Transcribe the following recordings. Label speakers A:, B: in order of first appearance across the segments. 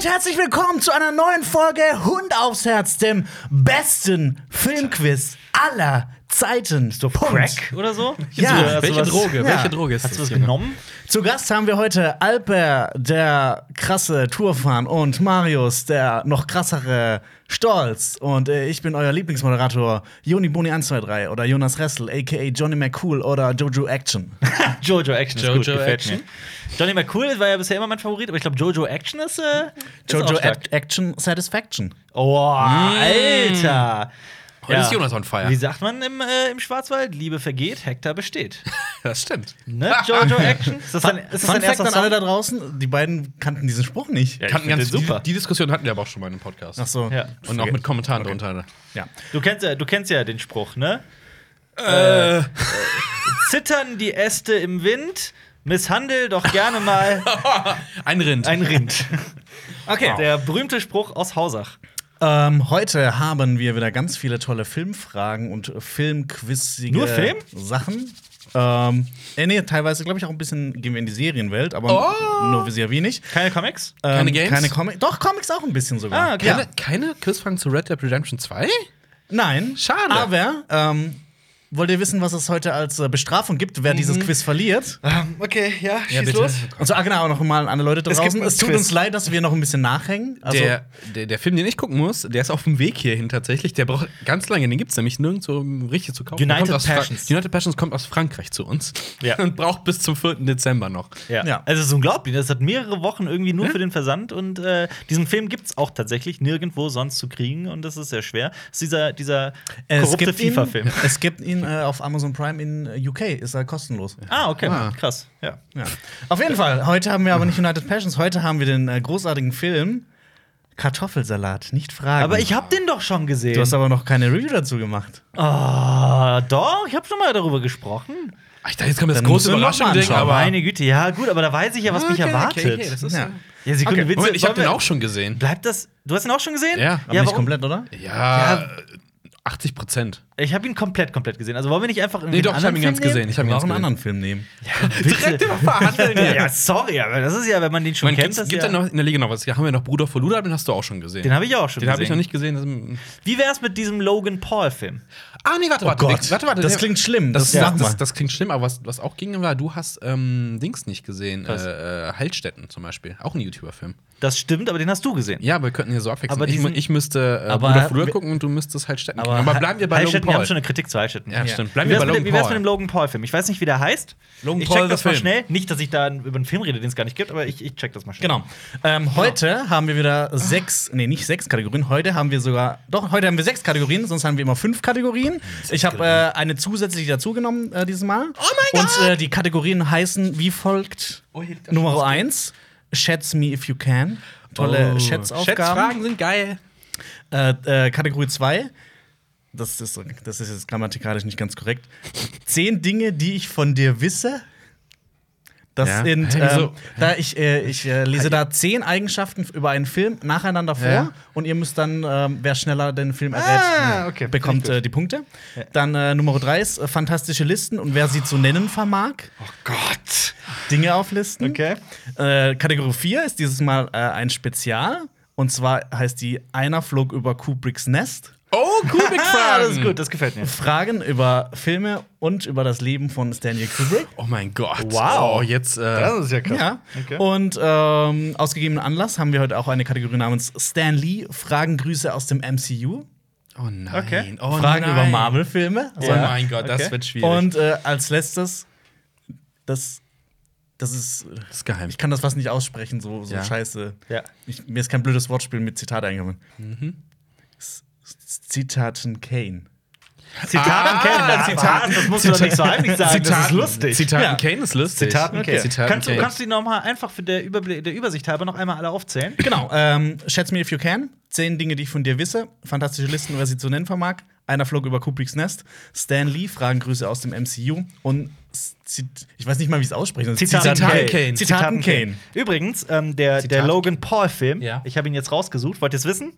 A: Herzlich willkommen zu einer neuen Folge Hund aufs Herz, dem besten Filmquiz aller Zeiten.
B: So Crack äh, oder so?
A: Ja.
C: Ah, welche
B: sowas-
C: Droge?
A: Ja.
C: Welche Droge ist
B: Hast du
C: das?
B: was
C: Junge?
B: genommen?
A: Zu Gast haben wir heute Alper, der krasse Tourfan, und Marius, der noch krassere Stolz. Und äh, ich bin euer Lieblingsmoderator, Joni Boni 123 oder Jonas Ressel, aka Johnny McCool oder Jojo Action.
B: Jojo Action ist
C: Jojo
B: gut, gefällt
C: Action.
B: mir. Johnny McCool war ja bisher immer mein Favorit, aber ich glaube, Jojo Action ist. Äh, ist auch
A: Jojo
B: stark.
A: Ac- Action Satisfaction.
B: Oh, Alter.
C: Heute ist Jonas on fire.
B: Wie sagt man im, äh, im Schwarzwald? Liebe vergeht, Hektar besteht.
C: Das stimmt.
B: Ne? Jojo Action? Ist das dein, ist das
A: Fun
B: dein
A: Fact
B: erster
A: an alle
B: Song?
A: da draußen, die beiden kannten diesen Spruch nicht.
B: Ja, ich
C: Kannten
B: find
C: ganz
B: den super.
C: Die, die Diskussion hatten wir aber auch schon mal in einem Podcast.
A: Ach so.
B: Ja.
C: Und auch mit Kommentaren drunter.
A: Ja.
B: Du kennst, ja, du kennst ja den Spruch, ne?
C: Äh,
B: Zittern die Äste im Wind, misshandel doch gerne mal
C: ein Rind.
B: ein Rind. Okay,
A: Wow.
B: der berühmte Spruch aus Hausach.
A: Ähm, heute haben wir wieder ganz viele tolle Filmfragen und filmquizige
B: Nur Film?
A: Sachen. Ähm, äh, nee, teilweise glaube ich auch ein bisschen gehen wir in die Serienwelt, aber nur sehr wenig.
B: Oh! Keine Comics?
A: Ähm,
C: Keine Games?
A: Keine Comics. Doch, Comics auch ein bisschen sogar.
B: Ah, okay.
C: keine,
A: Ja.
C: keine Quizfragen zu Red Dead Redemption 2?
A: Nein.
C: Schade.
A: Aber ähm, wollt ihr wissen, was es heute als äh, Bestrafung gibt, wer
B: Mhm.
A: dieses Quiz verliert?
B: Ähm, okay, ja, schieß
C: bitte. los.
A: Und so, ah, genau, nochmal an alle Leute
B: Oh Es gibt
A: draußen.
B: ein
A: Es, tut
B: Quiz.
A: uns leid, dass wir noch ein bisschen nachhängen. Also,
C: der, der, der Film, den ich gucken muss, der ist auf dem Weg hierhin tatsächlich. Der braucht ganz lange. Den gibt es nämlich nirgendwo um richtig zu kaufen. Der
B: United
C: kommt aus Fra-
B: Passions.
C: United Passions kommt aus Frankreich zu uns.
B: Ja.
C: Und braucht bis zum 4. Dezember noch.
B: Ja.
A: Ja.
B: also es ist unglaublich. Das hat mehrere Wochen irgendwie
C: Hm?
B: nur für den Versand und äh, diesen Film gibt es auch tatsächlich nirgendwo sonst zu kriegen und das ist sehr schwer. Das ist dieser, dieser
C: Äh,
A: es
B: korrupte
A: gibt ihn,
B: FIFA-Film.
A: Es gibt ihn äh, auf Amazon Prime in äh, UK, ist er kostenlos.
B: Ah, okay,
C: Ah.
B: krass. Ja.
A: Ja. Auf jeden Fall, heute haben wir aber nicht United Passions, heute haben wir den äh, großartigen Film Kartoffelsalat, nicht fragen.
B: Aber ich habe den doch schon gesehen.
A: Du hast aber noch keine Review dazu gemacht.
B: Ah, doch, ich habe schon mal darüber gesprochen.
C: Ach, ich dachte, jetzt kommt das
A: Dann
C: große
A: müssen wir noch mal
C: Überraschung-Ding,
A: anschauen.
C: aber. Ah,
B: Meine Güte, ja, gut, aber da weiß ich ja, was mich
C: Okay,
B: erwartet.
C: Okay, okay, das ist,
A: Ja.
B: ja, Sekunde, Witze.
C: Moment, ich habe
B: wollen
C: den
B: wir-
C: auch schon gesehen.
B: Bleibt das. Du hast ihn auch schon gesehen?
C: Ja,
A: Aber
B: ja
A: nicht
B: warum?
A: komplett, oder?
C: Ja, 80 Prozent.
B: Ich habe ihn komplett, komplett gesehen. Also wollen wir nicht einfach irgendwie
C: Nee, doch,
B: einen
C: ich habe ihn
B: anderen
C: ganz
B: Film
C: gesehen. Ich habe ihn
A: Wir auch
C: ganz
A: einen
C: gesehen.
A: anderen Film nehmen.
C: Direkt immer verhandeln
B: nehmen?
C: hier.
B: Ja, sorry, aber das ist ja, wenn man den schon
C: Man
B: kennt,
C: gibt,
B: das
C: gibt
B: ja.
C: dann noch in der Liga noch was. Da haben wir noch Bruder von Luda, den hast du auch schon gesehen.
B: den habe ich auch schon
C: Den habe ich
B: gesehen.
C: noch nicht gesehen. Das ist-
B: Wie wär's mit diesem Logan Paul-Film?
C: ah, nee, warte,
B: Oh
C: warte, warte, warte, warte.
A: das
C: nee.
A: klingt schlimm.
C: Das,
A: Das,
C: das,
A: sag
C: das,
A: mal.
C: das, klingt schlimm, aber was, was auch ging, war, du hast ähm, Dings nicht gesehen.
B: Was?
C: Äh, äh, Heilstätten zum Beispiel. Auch ein YouTuber-Film.
B: Das stimmt, aber den hast du gesehen.
C: Ja, aber wir könnten hier so abwechseln.
B: Aber
C: ich, mu-
B: diesen-
C: ich müsste äh,
A: aber-
C: Bruder von Luda gucken und du müsstest Heilstätten gucken. Aber bleiben wir bei Logan
B: Heilstätten, wir haben
C: Paul.
B: schon eine Kritik zu Heilstätten.
C: ja, stimmt.
B: Wie
C: Bleiben wir
B: wär's,
C: bei
B: mit, dem-
C: Logan
B: wie wär's mit
C: Paul.
B: dem Logan Paul-Film? Ich weiß nicht, wie der heißt.
C: Logan
B: ich
C: Paul,
B: check das
C: der
B: mal
C: Film.
B: schnell. Nicht, dass ich da über einen Film rede, den es gar nicht gibt, aber ich, ich check das mal schnell.
A: Genau. Ähm, heute haben wir wieder sechs, nee, nicht sechs Kategorien. Heute haben wir sogar, doch, heute haben wir sechs Kategorien, sonst haben wir immer fünf Kategorien. Ich habe äh, eine zusätzliche dazugenommen äh, dieses Mal. Oh
C: mein
A: Und äh, die Kategorien heißen wie folgt:
C: Oh, hier liegt das
A: Nummer
C: Schloss.
A: 1, Schätz me if you can. Tolle
C: Oh.
A: Schätzaufgaben.
C: Schätzfragen sind geil.
A: Äh, äh, Kategorie 2. Das ist, das ist jetzt grammatikalisch nicht ganz korrekt. Zehn Dinge, die ich von dir wisse. Das
C: Ja.
A: sind,
C: Hä,
A: ähm,
C: wieso?
A: da ich, äh, ich äh, lese da zehn Eigenschaften über einen Film nacheinander vor
C: Ja.
A: und ihr müsst dann, ähm, wer schneller den Film errät,
B: Ah,
A: äh,
B: okay.
A: bekommt äh, die Punkte. Dann äh, Nummer drei ist äh, fantastische Listen und wer sie zu nennen vermag,
B: Oh Gott.
A: Dinge auflisten.
C: Genau.
B: Okay.
A: Äh, Kategorie 4 ist dieses Mal äh, ein Spezial und zwar heißt die Einer flog über Kubricks Nest.
C: Oh, Kubik-Fragen.
B: Ah, das ist gut, das gefällt mir.
A: Fragen über Filme und über das Leben von Stanley Kubrick.
C: Oh mein Gott.
B: Wow.
C: Oh, jetzt. Äh,
B: ist ja krass.
A: Ja.
B: Okay.
A: Und ähm, aus gegebenem Anlass haben wir heute auch eine Kategorie namens Stan Lee, Fragen, Grüße aus dem MCU.
C: oh nein.
B: Okay.
C: Oh
A: Fragen
C: nein.
A: über Marvel-Filme.
C: Oh
B: Ja.
C: mein Gott, das
B: Okay.
C: wird schwierig.
A: Und äh, als letztes, das, das ist,
C: das ist geheim.
A: ich kann das fast nicht aussprechen, so, so
C: Ja.
A: scheiße.
B: Ja.
A: Ich, mir ist kein blödes Wortspiel mit Zitat eingefallen. S- S- Zitaten Kane.
B: Zitaten
C: Ah,
B: kennen wir.
C: Zitaten.
B: Zitaten, das musst du doch nicht so heimlich sagen. Das ist lustig.
C: Zitaten
A: Ja.
C: Kane ist lustig.
B: Zitaten okay.
C: Zitaten
B: kannst, du,
C: Kane.
B: kannst du die nochmal einfach für der, Überbl der Übersicht halber noch einmal alle aufzählen?
A: Genau. Ähm, Schätz me if you can. Zehn Dinge, die ich von dir wisse. Fantastische Listen, wer sie zu nennen vermag. Einer flog über Kubricks Nest. Stan Lee, Fragengrüße aus dem MCU. Und Zit- ich weiß nicht mal, wie ich es aussprechen soll.
B: Zitaten
C: Zitaten
B: Kane.
C: Kane.
A: Zitaten Kane.
B: Übrigens, ähm, der, der
C: Zitat-
B: Logan Paul-Film,
C: Ja. Mhm.
B: ich habe ihn jetzt rausgesucht, wollt ihr es wissen?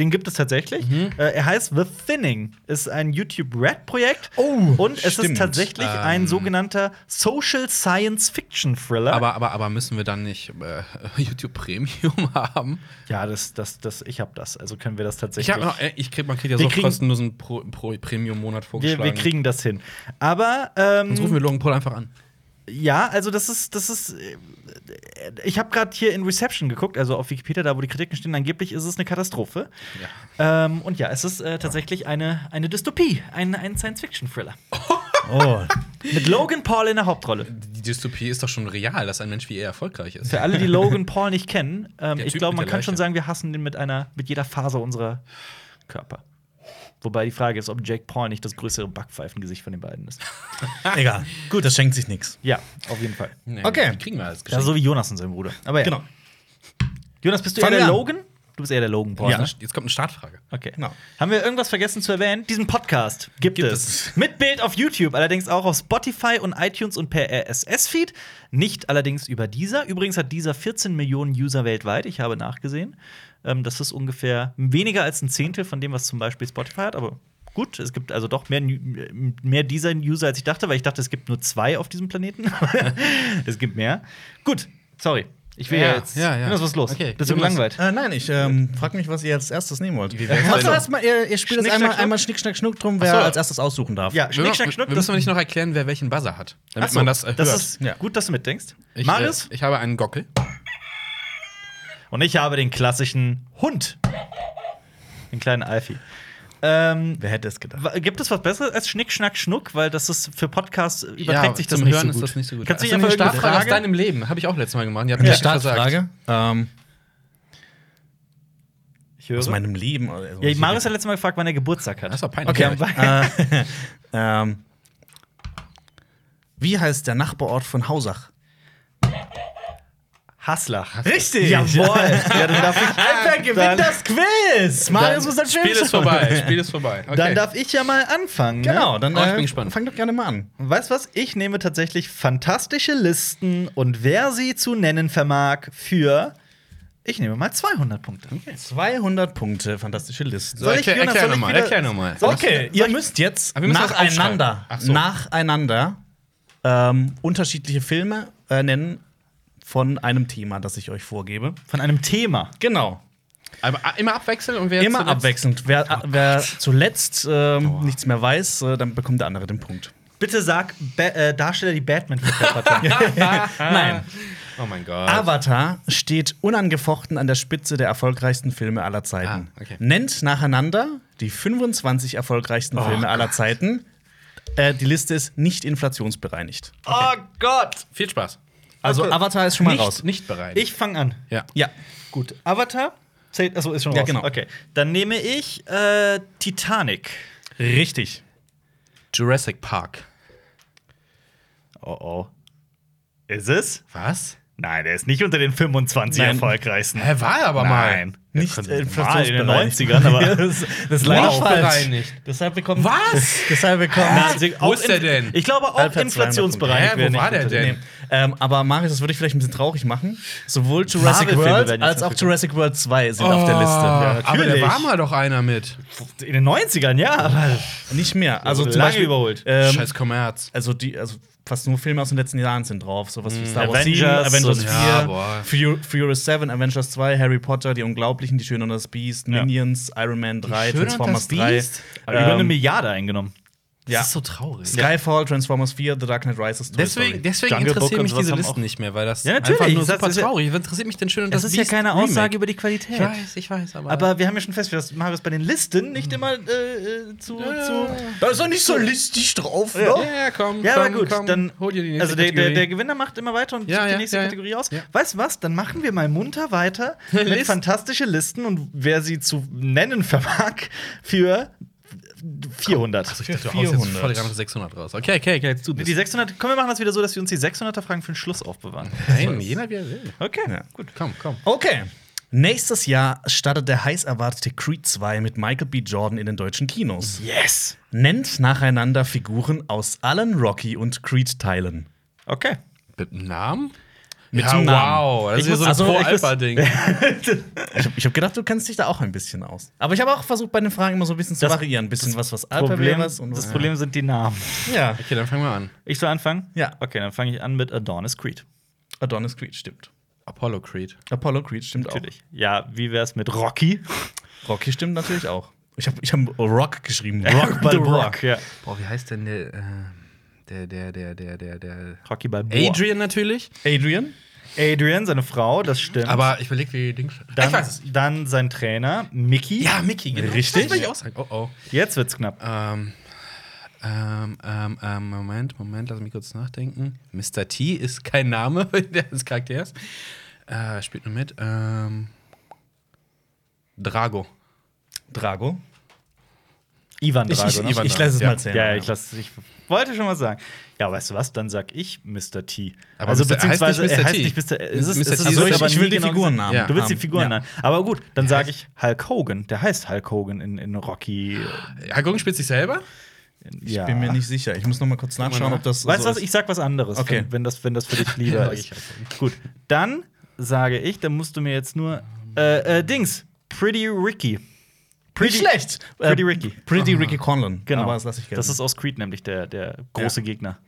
B: Den gibt es tatsächlich. Äh, er heißt The Thinning, ist ein YouTube Red-Projekt.
A: Oh,
B: Und es
A: stimmt.
B: ist tatsächlich
C: Ähm.
B: ein sogenannter Social Science Fiction Thriller.
C: Aber, aber, aber müssen wir dann nicht äh, YouTube Premium haben?
B: ja, das, das, das, ich habe das. Also können wir das tatsächlich.
C: Ich habe noch, äh, ich krieg, man kriegt ja
B: Wir
C: so
B: kriegen-
C: kostenlosen Pro, Pro Premium-Monat
B: wir,
C: vorgeschlagen.
B: wir kriegen das hin. Aber ähm,
C: Sonst rufen wir Logan Paul einfach an.
B: Ja, also das ist, das ist. äh, Ich habe gerade hier in Reception geguckt, also auf Wikipedia, da wo die Kritiken stehen, angeblich ist es eine Katastrophe. Ähm, und ja, es ist äh, tatsächlich eine, eine Dystopie, ein, ein Science-Fiction-Thriller.
A: Oh.
B: Mit Logan Paul in der Hauptrolle.
C: Die Dystopie ist doch schon real, dass ein Mensch wie er erfolgreich ist.
B: Für alle, die Logan Paul nicht kennen, ähm,
C: Der
B: ich
C: Typ
B: glaube,
C: mit
B: man
C: der
B: kann schon
C: Leiche.
B: sagen, wir hassen den mit einer, mit jeder Faser unserer Körper. Wobei die Frage ist, ob Jake Paul nicht das größere Backpfeifengesicht von den beiden ist.
A: Egal. Gut, das schenkt sich nichts.
B: Ja, auf jeden Fall.
C: Nee,
A: Okay.
C: die Kriegen wir alles
B: Ja, so wie Jonas und sein Bruder. Aber ja.
A: Genau.
B: Jonas, bist du eher
A: Fangen
B: der
A: wir an.
B: Logan? Du bist eher der Logan Paul.
C: Ja.
B: ne?
C: Jetzt kommt eine Startfrage.
B: Okay.
A: Genau.
B: Haben wir irgendwas vergessen zu erwähnen? Diesen Podcast gibt,
C: Gibt
B: es. Mit Bild auf YouTube, allerdings auch auf Spotify und iTunes und per RSS-Feed. Nicht allerdings über dieser. Übrigens hat dieser 14 Millionen User weltweit. Ich habe nachgesehen. Ähm, das ist ungefähr weniger als ein Zehntel von dem, was zum Beispiel Spotify hat, aber. Gut, es gibt also doch mehr, mehr dieser User, als ich dachte, weil ich dachte, es gibt nur zwei auf diesem Planeten. es gibt mehr. Gut, sorry. Ich will ja,
C: Ja,
B: jetzt.
C: ja, ja.
B: Jonas, was ist los?
C: Okay,
B: Bist du
C: Jonas,
B: gelangweilt?
A: Äh, nein, ich ähm, frage mich, was ihr als erstes nehmen wollt.
C: Wie wär's
A: Macht
C: denn?
A: erstmal, ihr, ihr spielt
B: Schnick,
A: jetzt einmal,
B: schnack,
A: einmal Schnick, Schnack, Schnuck drum, wer
C: Ach so.
A: als erstes aussuchen darf.
B: Ja,
C: wir,
B: Schnick, Schnack, Schnuck.
C: wir müssen wir nicht noch erklären, wer welchen Buzzer hat, damit
B: Ach so,
C: man das äh, hört.
B: ist
A: Ja.
B: gut, dass du mitdenkst.
C: ich,
B: Marius
C: Äh, ich habe einen Gockel.
B: und ich habe den klassischen Hund. Den kleinen Alfie. Ähm,
A: Wer hätte es gedacht?
B: wa- gibt es was Besseres als Schnick, Schnack, Schnuck? Weil das ist für Podcasts überträgt sich das
C: zum
B: nicht
C: Hören
B: so gut.
C: ist das nicht so gut.
B: Kannst du
C: Hast
B: nicht
C: eine
B: einfach irgendeine
C: Startfrage aus
B: Frage?
C: deinem Leben? Habe ich auch letztes Mal gemacht. Ihr habt
A: Die
C: mich versagt.
A: Startfrage ähm,
B: ich höre.
A: aus meinem Leben. Also,
B: ja, Marius hat letztes Mal gefragt, wann er Geburtstag hat.
C: Das war peinlich.
A: Okay.
C: Ja,
A: Äh, ähm, wie heißt der Nachbarort von Hausach?
B: Haslach.
A: Richtig.
B: ja, dann darf ich,
A: Alter, gewinnt
B: Dann-
A: das Quiz! Marius muss dann
C: Ah, Spiel ist vorbei. Spiel ist vorbei. Okay.
B: dann darf ich ja mal anfangen. Ne?
A: Genau, dann
C: Oh, ich
A: äh,
C: bin gespannt.
A: fang doch gerne mal an.
B: Weißt was? Ich nehme tatsächlich fantastische Listen und wer sie zu nennen vermag für. Ich nehme mal 200 Punkte.
A: 200 Punkte, fantastische Listen.
C: So, erklär-
B: Jonas,
C: erklär
B: soll ich
C: nochmal,
B: wieder-
C: erklär nochmal.
B: Soll ich-
A: Okay, ihr müsst jetzt
C: Aber wir müssen was
A: nacheinander,
C: aufschreiben. Ach so.
A: nacheinander ähm, unterschiedliche Filme äh, nennen von einem Thema, das ich euch vorgebe.
B: Von einem Thema.
A: Genau.
C: Aber a- immer abwechseln und wer
A: Immer
C: zuletzt-
A: abwechselnd. Wer, wer zuletzt ähm, nichts mehr weiß, äh, dann bekommt der andere den Punkt.
B: Bitte sag Ba- äh, Darsteller, die Batman verkörpert haben.
A: Nein.
C: Oh mein Gott.
A: Avatar steht unangefochten an der Spitze der erfolgreichsten Filme aller Zeiten.
C: Ah, okay.
A: Nennt nacheinander die 25 erfolgreichsten Filme aller Zeiten. Äh, die Liste ist nicht inflationsbereinigt.
B: Oh Gott!
C: Viel Spaß.
A: Also
B: Okay.
A: Avatar ist schon mal
C: nicht,
A: raus.
C: nicht bereit.
B: Ich fange an.
C: ja.
A: Ja.
B: Gut. Avatar? Zählt, achso, ist schon raus.
A: Ja, genau.
B: Okay. Dann nehme ich äh, Titanic.
A: Richtig.
C: Jurassic Park.
B: Oh oh. Ist es?
C: Was?
B: Nein, er ist nicht unter den 25
A: Nein.
B: erfolgreichsten.
C: Hä, war aber mal.
B: Nein.
A: Nicht
C: können Sie
B: Mal in den
A: inflationsbereinigt.
B: 90ern, aber.
A: das, das ist leider
C: Wow.
A: falsch.
C: Bereinigt.
A: Deshalb bekommt
C: Was?
A: Deshalb bekommt
B: Na, sie-
C: Wo
B: auch
C: ist der
B: in-
C: denn?
B: Ich glaube auch
A: Alper
B: inflationsbereinigt.
C: Hä, wo
B: wäre nicht
C: war der
B: unter den-
C: denn?
A: Nee. Ähm, aber Marius, das würde ich vielleicht ein bisschen traurig machen. Sowohl Jurassic
B: Marvel-Filme werden
A: World
B: jetzt
A: als auch
B: natürlich-
A: Jurassic World 2 sind auf der Liste.
C: Ja,
B: natürlich.
C: Oh, aber da war mal doch einer mit.
B: In den 90ern, ja, aber.
A: Nicht mehr. Also
B: wurde
A: zum
B: lange
A: Beispiel
B: überholt.
A: Ähm,
C: Scheiß Kommerz.
A: also die, also fast nur Filme aus den letzten Jahren sind drauf. Sowas wie Star Wars
B: Avengers
A: 7, Avengers
B: und-
A: 4,
C: Ja, boah.
A: Fu- Furious 7, Avengers 2, Harry Potter, Die Unglaublichen, Die Schöne und das Biest,
B: Ja.
A: Minions, Iron Man 3,
C: Schöne und
A: Transformers
C: das
A: 3.
C: Biest?
B: Über eine
A: ähm,
B: Milliarde eingenommen.
A: ja.
C: so traurig.
A: Skyfall, Transformers 4, The Dark Knight Rises. Toy Story.
C: Deswegen, deswegen
B: Jungle Book
C: interessieren
B: und
C: mich
B: sowas
C: diese
B: haben
C: Listen
B: auch-
C: nicht mehr, weil das
B: Ja, natürlich,
C: einfach nur
B: das
C: super
B: ist ja-
C: traurig. Was interessiert mich denn schön und
B: Das,
C: das
B: ist ja
C: Biest
B: keine
C: Remake?
B: Aussage über die Qualität.
C: Ich weiß, ich weiß, aber.
B: Aber wir haben ja schon festgestellt, dass Marius bei den Listen nicht immer äh, äh, zu, zu.
A: Da ist doch nicht so listisch drauf, ne?
C: ja, ja, komm.
B: Ja,
C: komm,
B: aber gut,
C: komm,
B: dann.
C: hol dir die nächste
B: also der, der,
C: Kategorie.
B: der Gewinner macht immer weiter und
C: Ja,
B: sucht die
C: ja,
B: nächste
C: ja, ja.
B: Kategorie aus.
C: Ja.
B: Weißt du was? Dann machen wir mal munter weiter mit
C: Listen.
B: fantastische Listen und wer sie zu nennen vermag, für 400.
C: Also ich dachte, du
A: 400.
C: haust jetzt voll gerade auf 600 raus. Okay, okay, okay, jetzt du
B: die
C: bist.
B: 600, komm, wir machen das wieder so, dass wir uns die 600er Fragen für den Schluss aufbewahren.
C: Nein, jeder wie er will.
B: Okay,
A: Ja.
B: gut.
C: Komm, komm.
A: Okay. Nächstes Jahr startet der heiß erwartete Creed 2 mit Michael B. Jordan in den deutschen Kinos.
B: Yes!
A: Nennt nacheinander Figuren aus allen Rocky- und Creed-Teilen.
B: Okay.
C: Mit dem Namen?
A: Mit
C: ja,
A: dem Namen.
C: Wow, das
A: Ich
C: ist ja
A: muss-
C: so ein
A: also, ich muss-
C: Pro-Alpha-Ding.
A: Ich habe ich hab gedacht, du kennst dich da auch ein bisschen aus. Aber ich habe auch versucht, bei den Fragen immer so ein bisschen zu
B: Das-
A: variieren. Ein bisschen was, was Alpha
B: Problem,
A: wäre. Und was,
B: das Problem sind die Namen.
A: Ja,
C: Okay, dann fangen wir an.
B: Ich soll anfangen?
A: Ja.
B: Okay, dann fange ich an mit Adonis Creed.
A: Adonis Creed stimmt.
C: Apollo Creed.
A: Apollo Creed stimmt
B: Natürlich. Ja, wie wär's mit Rocky?
A: auch. Rocky stimmt natürlich auch. Ich habe ich hab Rock geschrieben. Rock
B: The
A: Balboa.
B: Rock, ja.
C: Boah, wie heißt denn der, äh, der, der, der, der, der, der.
B: Rocky Balboa.
C: Adrian natürlich.
A: Adrian?
B: Adrian, seine Frau, das stimmt.
C: Aber ich überlege, wie Dings.
B: dann,
C: ich weiß es.
B: dann sein Trainer, Mickey.
C: Ja, Mickey, genau.
A: Richtig?
C: Das will ich auch sagen. Oh, oh.
B: Jetzt wird's knapp.
C: Ähm, ähm, ähm, ähm, Moment, Moment, lass mich kurz nachdenken. Mr. T ist kein Name des Charakters. Äh, spielt nur mit. Ähm, Drago.
A: Drago.
B: Ivan Drago,
A: ich ich,
B: ne?
A: ich,
C: Ivan
A: ich lasse es
C: Drago,
A: mal
C: ja.
A: zählen.
B: ja, ja, ich, lass, ich wollte schon was sagen. Ja, weißt du was? Dann sag ich Mr. T.
C: Aber
B: also,
C: Mr. heißt nicht
B: beziehungsweise,
C: Mr.
B: er heißt
C: T.
B: nicht Mr. Es ist,
C: Mr.
B: Es ist,
C: T.
A: Also,
B: so,
A: ich,
B: aber
A: ich will
B: nie
A: die
B: genau
A: Figuren
B: gesagt.
A: haben.
C: Ja.
B: Du willst die
A: haben.
B: Figuren
A: Ja.
B: nennen. Aber gut, dann
C: Der
B: sage ich Hulk Hogan. Der heißt Hulk Hogan in, in Rocky.
C: Hagung spielt sich selber?
A: Ich
B: ja.
A: bin mir nicht sicher. Ich muss noch mal kurz nachschauen,
C: nach.
A: ob das.
B: Weißt
A: so
B: du was?
A: ist.
B: Ich sag was anderes,
A: Okay.
B: wenn, wenn, das, wenn das für dich lieber
C: Sag ich
B: ist. Gut, dann sage ich, dann musst du mir jetzt nur. Äh, äh, Dings, Pretty Ricky.
A: Nicht schlecht. Ähm,
B: Pretty Ricky.
A: Pretty Ricky Conlon.
B: Genau.
A: Aber das lasse ich gerne.
B: Das ist aus Creed nämlich der, der große Gegner.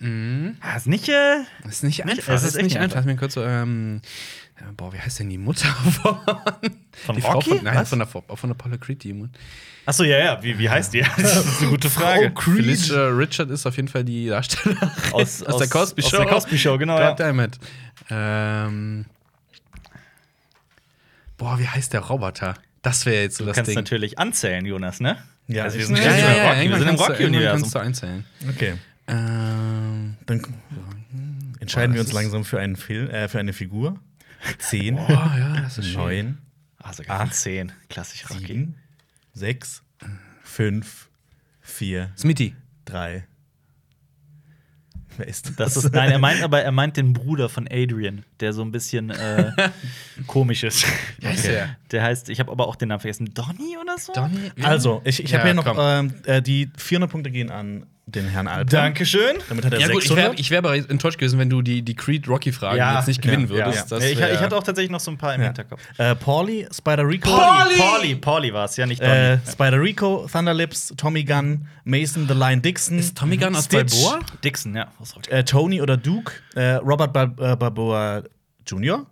B: Mhm. ist nicht. Äh,
C: Das ist nicht einfach.
B: es
C: Das
B: ist
C: ist
B: echt
C: nicht
B: nicht
C: einfach. Lass mich kurz so, ähm, äh, boah, wie heißt denn die Mutter von.
B: Von
C: die Frau
B: Rocky?
C: Von, nein,
B: Was?
C: von der, von der Apollo Creed, die Mutter.
B: achso, ja, ja. Wie, wie heißt die? das ist eine gute Frage.
A: Frau Creed.
C: Felicia Richard ist auf jeden Fall die Darstellerin
B: Aus-
C: der
B: aus-
C: Cosby
B: aus
C: Show.
B: der Cosby Show, genau, ja.
C: Goddammit. Ähm, boah, wie heißt der Roboter? Das wäre jetzt so
B: Du
C: das
B: kannst
C: Ding.
B: natürlich anzählen, Jonas, ne?
A: Ja,
B: also wir
A: ich-
B: sind,
A: Ja,
B: ja,
A: ja,
B: ja, Rocky. wir
C: irgendwann
B: sind im
C: kannst du- irgendwann
B: Rocky-Universum.
C: kannst du einzählen.
A: okay.
C: Ähm,
A: Dann entscheiden
C: Boah,
A: wir
C: das
A: uns
C: ist-
A: langsam für, einen Film, äh, für eine Figur. Zehn,
C: boah, ja, das ist schön.
A: neun,
B: Also ganz 10, klassisch Rocky.
A: sieben, sechs, fünf, vier,
C: Smitty.
A: drei. Wer ist das?
B: Das ist, nein, er meint aber, er meint den Bruder von Adrian, der so ein bisschen äh, komisch ist.
C: heißt der?
B: Der heißt, ich habe aber auch den Namen vergessen, Donny oder so?
C: Donny.
A: Also, ich, ich habe hier
C: Ja,
A: noch
C: komm.
A: ähm, äh, die 400 Punkte gehen an den Herrn Alper.
B: Dankeschön.
A: Damit hat er
C: Ja, gut, ich
A: 600.
C: wäre ich wär aber enttäuscht gewesen, wenn du die, die Creed-Rocky-Fragen
B: Ja,
C: jetzt nicht gewinnen
A: ja,
C: würdest.
B: Ja,
C: Das
B: ich,
C: wär-
B: ich hatte auch tatsächlich noch so ein paar im
A: Ja.
B: Hinterkopf.
A: Äh, Pauli, Spider Rico,
C: Pauli!
B: Pauli, Pauli war es, ja, nicht Donny.
A: äh, Spider Rico, Thunderlips, Tommy Gunn, Mason the Lion Dixon.
C: Ist Tommy Gunn aus
A: Stitch,
C: Balboa?
B: Dixon, ja. aus Rocky.
A: Äh, Tony oder Duke, äh, Robert Bal äh, Balboa Jr.,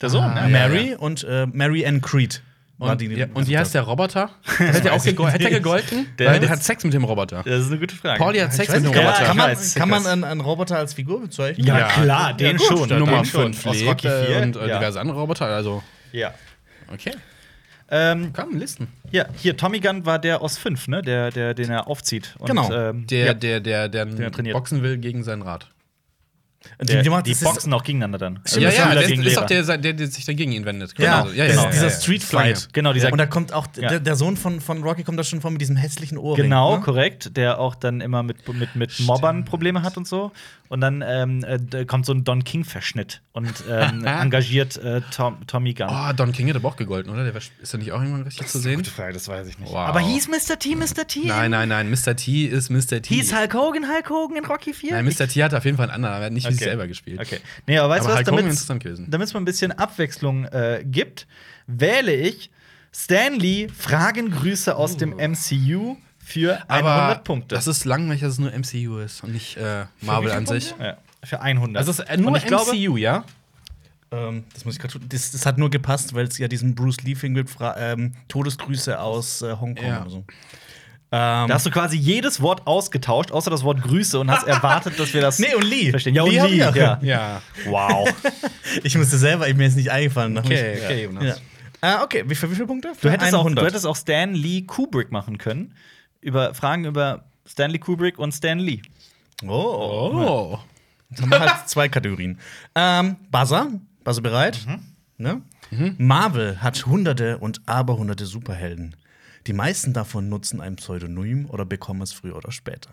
B: Der Sohn,
C: Ah,
B: ne?
C: ja,
A: Mary und äh, Mary Ann Creed. war
C: Und,
A: die-
C: ja, und wie heißt der Roboter? Hätte er auch gegol hätte er gegolten?
B: Der
C: weil der
B: ist-
C: hat Sex mit dem Roboter.
B: Das ist eine gute Frage.
C: Pauli hat Sex mit dem
B: nicht,
C: Roboter.
A: kann man,
B: ich weiß,
A: kann
B: ich
A: man
B: weiß.
A: einen, einen Roboter als Figur bezeichnen?
B: Ja, klar, den
A: gut,
B: schon.
A: dann
C: Nummer
B: den schon.
C: 5
B: aus Rocky 4.
C: und äh,
B: ja.
C: diverse andere Roboter. Also,
B: Ja.
C: okay.
B: Ähm,
C: Komm, Listen.
B: ja, hier, Tommy Gunn war der aus 5, ne? Der, der, den er aufzieht. Und,
A: Genau.
B: Ähm,
C: Der,
B: ja,
C: der, der, der,
B: er trainiert.
C: boxen will gegen sein Rad.
A: Die,
B: der,
A: die macht-
B: die
A: das
B: boxen auch gegeneinander dann. Also
C: ja,
B: das
C: ja,
B: Schüler
C: das
B: gegen
C: ist
B: Lehrer.
C: doch der, der, der sich dann gegen ihn wendet.
A: Ist, genau,
C: Also, ja, ja,
A: das
C: ja,
A: ist dieser
C: ja, ja.
A: Street
C: Schlange.
A: Fight.
B: Genau, dieser-
A: Und da kommt auch
B: Ja.
A: der, der Sohn von, von Rocky kommt da schon vor mit diesem hässlichen Ohrring.
B: Genau,
A: ne?
B: korrekt. Der auch dann immer mit, mit, mit Mobbern Probleme hat und so. Und dann ähm, äh, da kommt so ein Don King-Verschnitt und ähm, engagiert äh, Tom, Tommy Gunn.
C: Oh, Don King hat aber auch gegolten, oder? Der war, ist er nicht auch irgendwann richtig zu sehen?
B: Frage, das weiß ich nicht.
C: Wow.
B: Aber hieß Mr. T Mr. T?
C: Nein, nein, nein. Mr. T ist Mr. T.
B: Hieß halt Hulk Hogan Hulk Hogan in Rocky 4?
C: nein, Mr. T hat auf jeden Fall einen anderen. Er hat nicht wie sich
B: Okay.
C: selber gespielt.
B: Okay. Nee, aber weißt du
C: Aber
B: was,
C: Hulk Hogan
B: damit
C: interessant gewesen.
B: es mal ein bisschen Abwechslung äh, gibt, wähle ich Stanley Fragengrüße aus dem MCU für 100
C: Uh. Aber
B: Punkte.
C: das ist langweilig, dass es nur MCU ist und nicht äh, Marvel an sich.
B: ja, für 100.
C: Also, es ist äh, nur
B: Und ich glaube,
C: MCU, ja?
A: Ähm, das muss ich gerade das, das hat nur gepasst, weil es ja diesen Bruce Lee-Film gibt. Fra ähm, Todesgrüße aus äh, Hongkong.
C: Ja.
A: oder so. ähm,
B: Da hast du quasi jedes Wort ausgetauscht, außer das Wort Grüße und hast erwartet, dass wir das
A: Nee, und Lee.
B: verstehen. Ja, und
A: Lee haben
B: Lee,
A: wir.
B: ja.
C: Ja.
B: Wow.
A: Ich musste selber, mir ist nicht eingefallen. nach
C: Okay,
A: mich-
C: okay,
A: Ja.
C: Jonas.
A: Äh, okay, wie, viel- wie viele Punkte?
B: Du hättest, auch, du
A: 100.
B: hättest auch Stan Lee Kubrick machen können. Über Fragen über Stanley Kubrick und Stan Lee.
A: Oh,
C: Oh.
A: Jetzt haben wir halt zwei Kategorien. Ähm, Buzzer, Buzzer bereit? Ne? Marvel hat hunderte und aberhunderte Superhelden. Die meisten davon nutzen ein Pseudonym oder bekommen es früher oder später.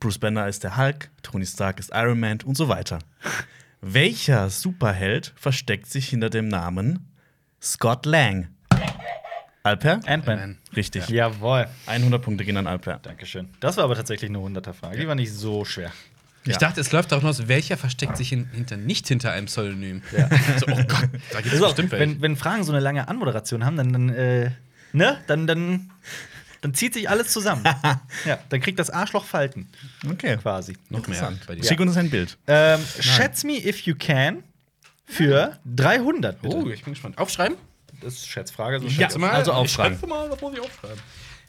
A: Bruce Banner ist der Hulk, Tony Stark ist Iron Man und so weiter. Welcher Superheld versteckt sich hinter dem Namen Scott Lang. Alper?
B: Ant-Man.
A: Richtig.
B: Jawohl.
A: 100 Punkte gehen an Alper.
B: Dankeschön. Das war aber tatsächlich eine 100er-Frage. Die war nicht so schwer.
C: Ich
A: Ja.
C: dachte, es läuft auch noch, so, welcher versteckt sich hin- hinter, nicht hinter einem Pseudonym. So, oh Gott, da gibt es
B: Also,
C: bestimmt welche.
B: wenn, wenn Fragen so eine lange Anmoderation haben, dann, dann, äh, ne? dann, dann, dann zieht sich alles zusammen. ja, dann kriegt das Arschloch Falten
A: Okay.
B: quasi.
C: Noch mehr
A: Interessant.
C: bei dir.
A: Schick uns ein Bild.
B: Ähm, Schätz me if you can für 300. Bitte.
C: Oh, ich bin gespannt. Aufschreiben?
B: das ist Schätzfrage. So
C: Schätze mal.
A: also
C: Ich
A: aufschreiben.
C: schätze mal, was muss ich aufschreiben?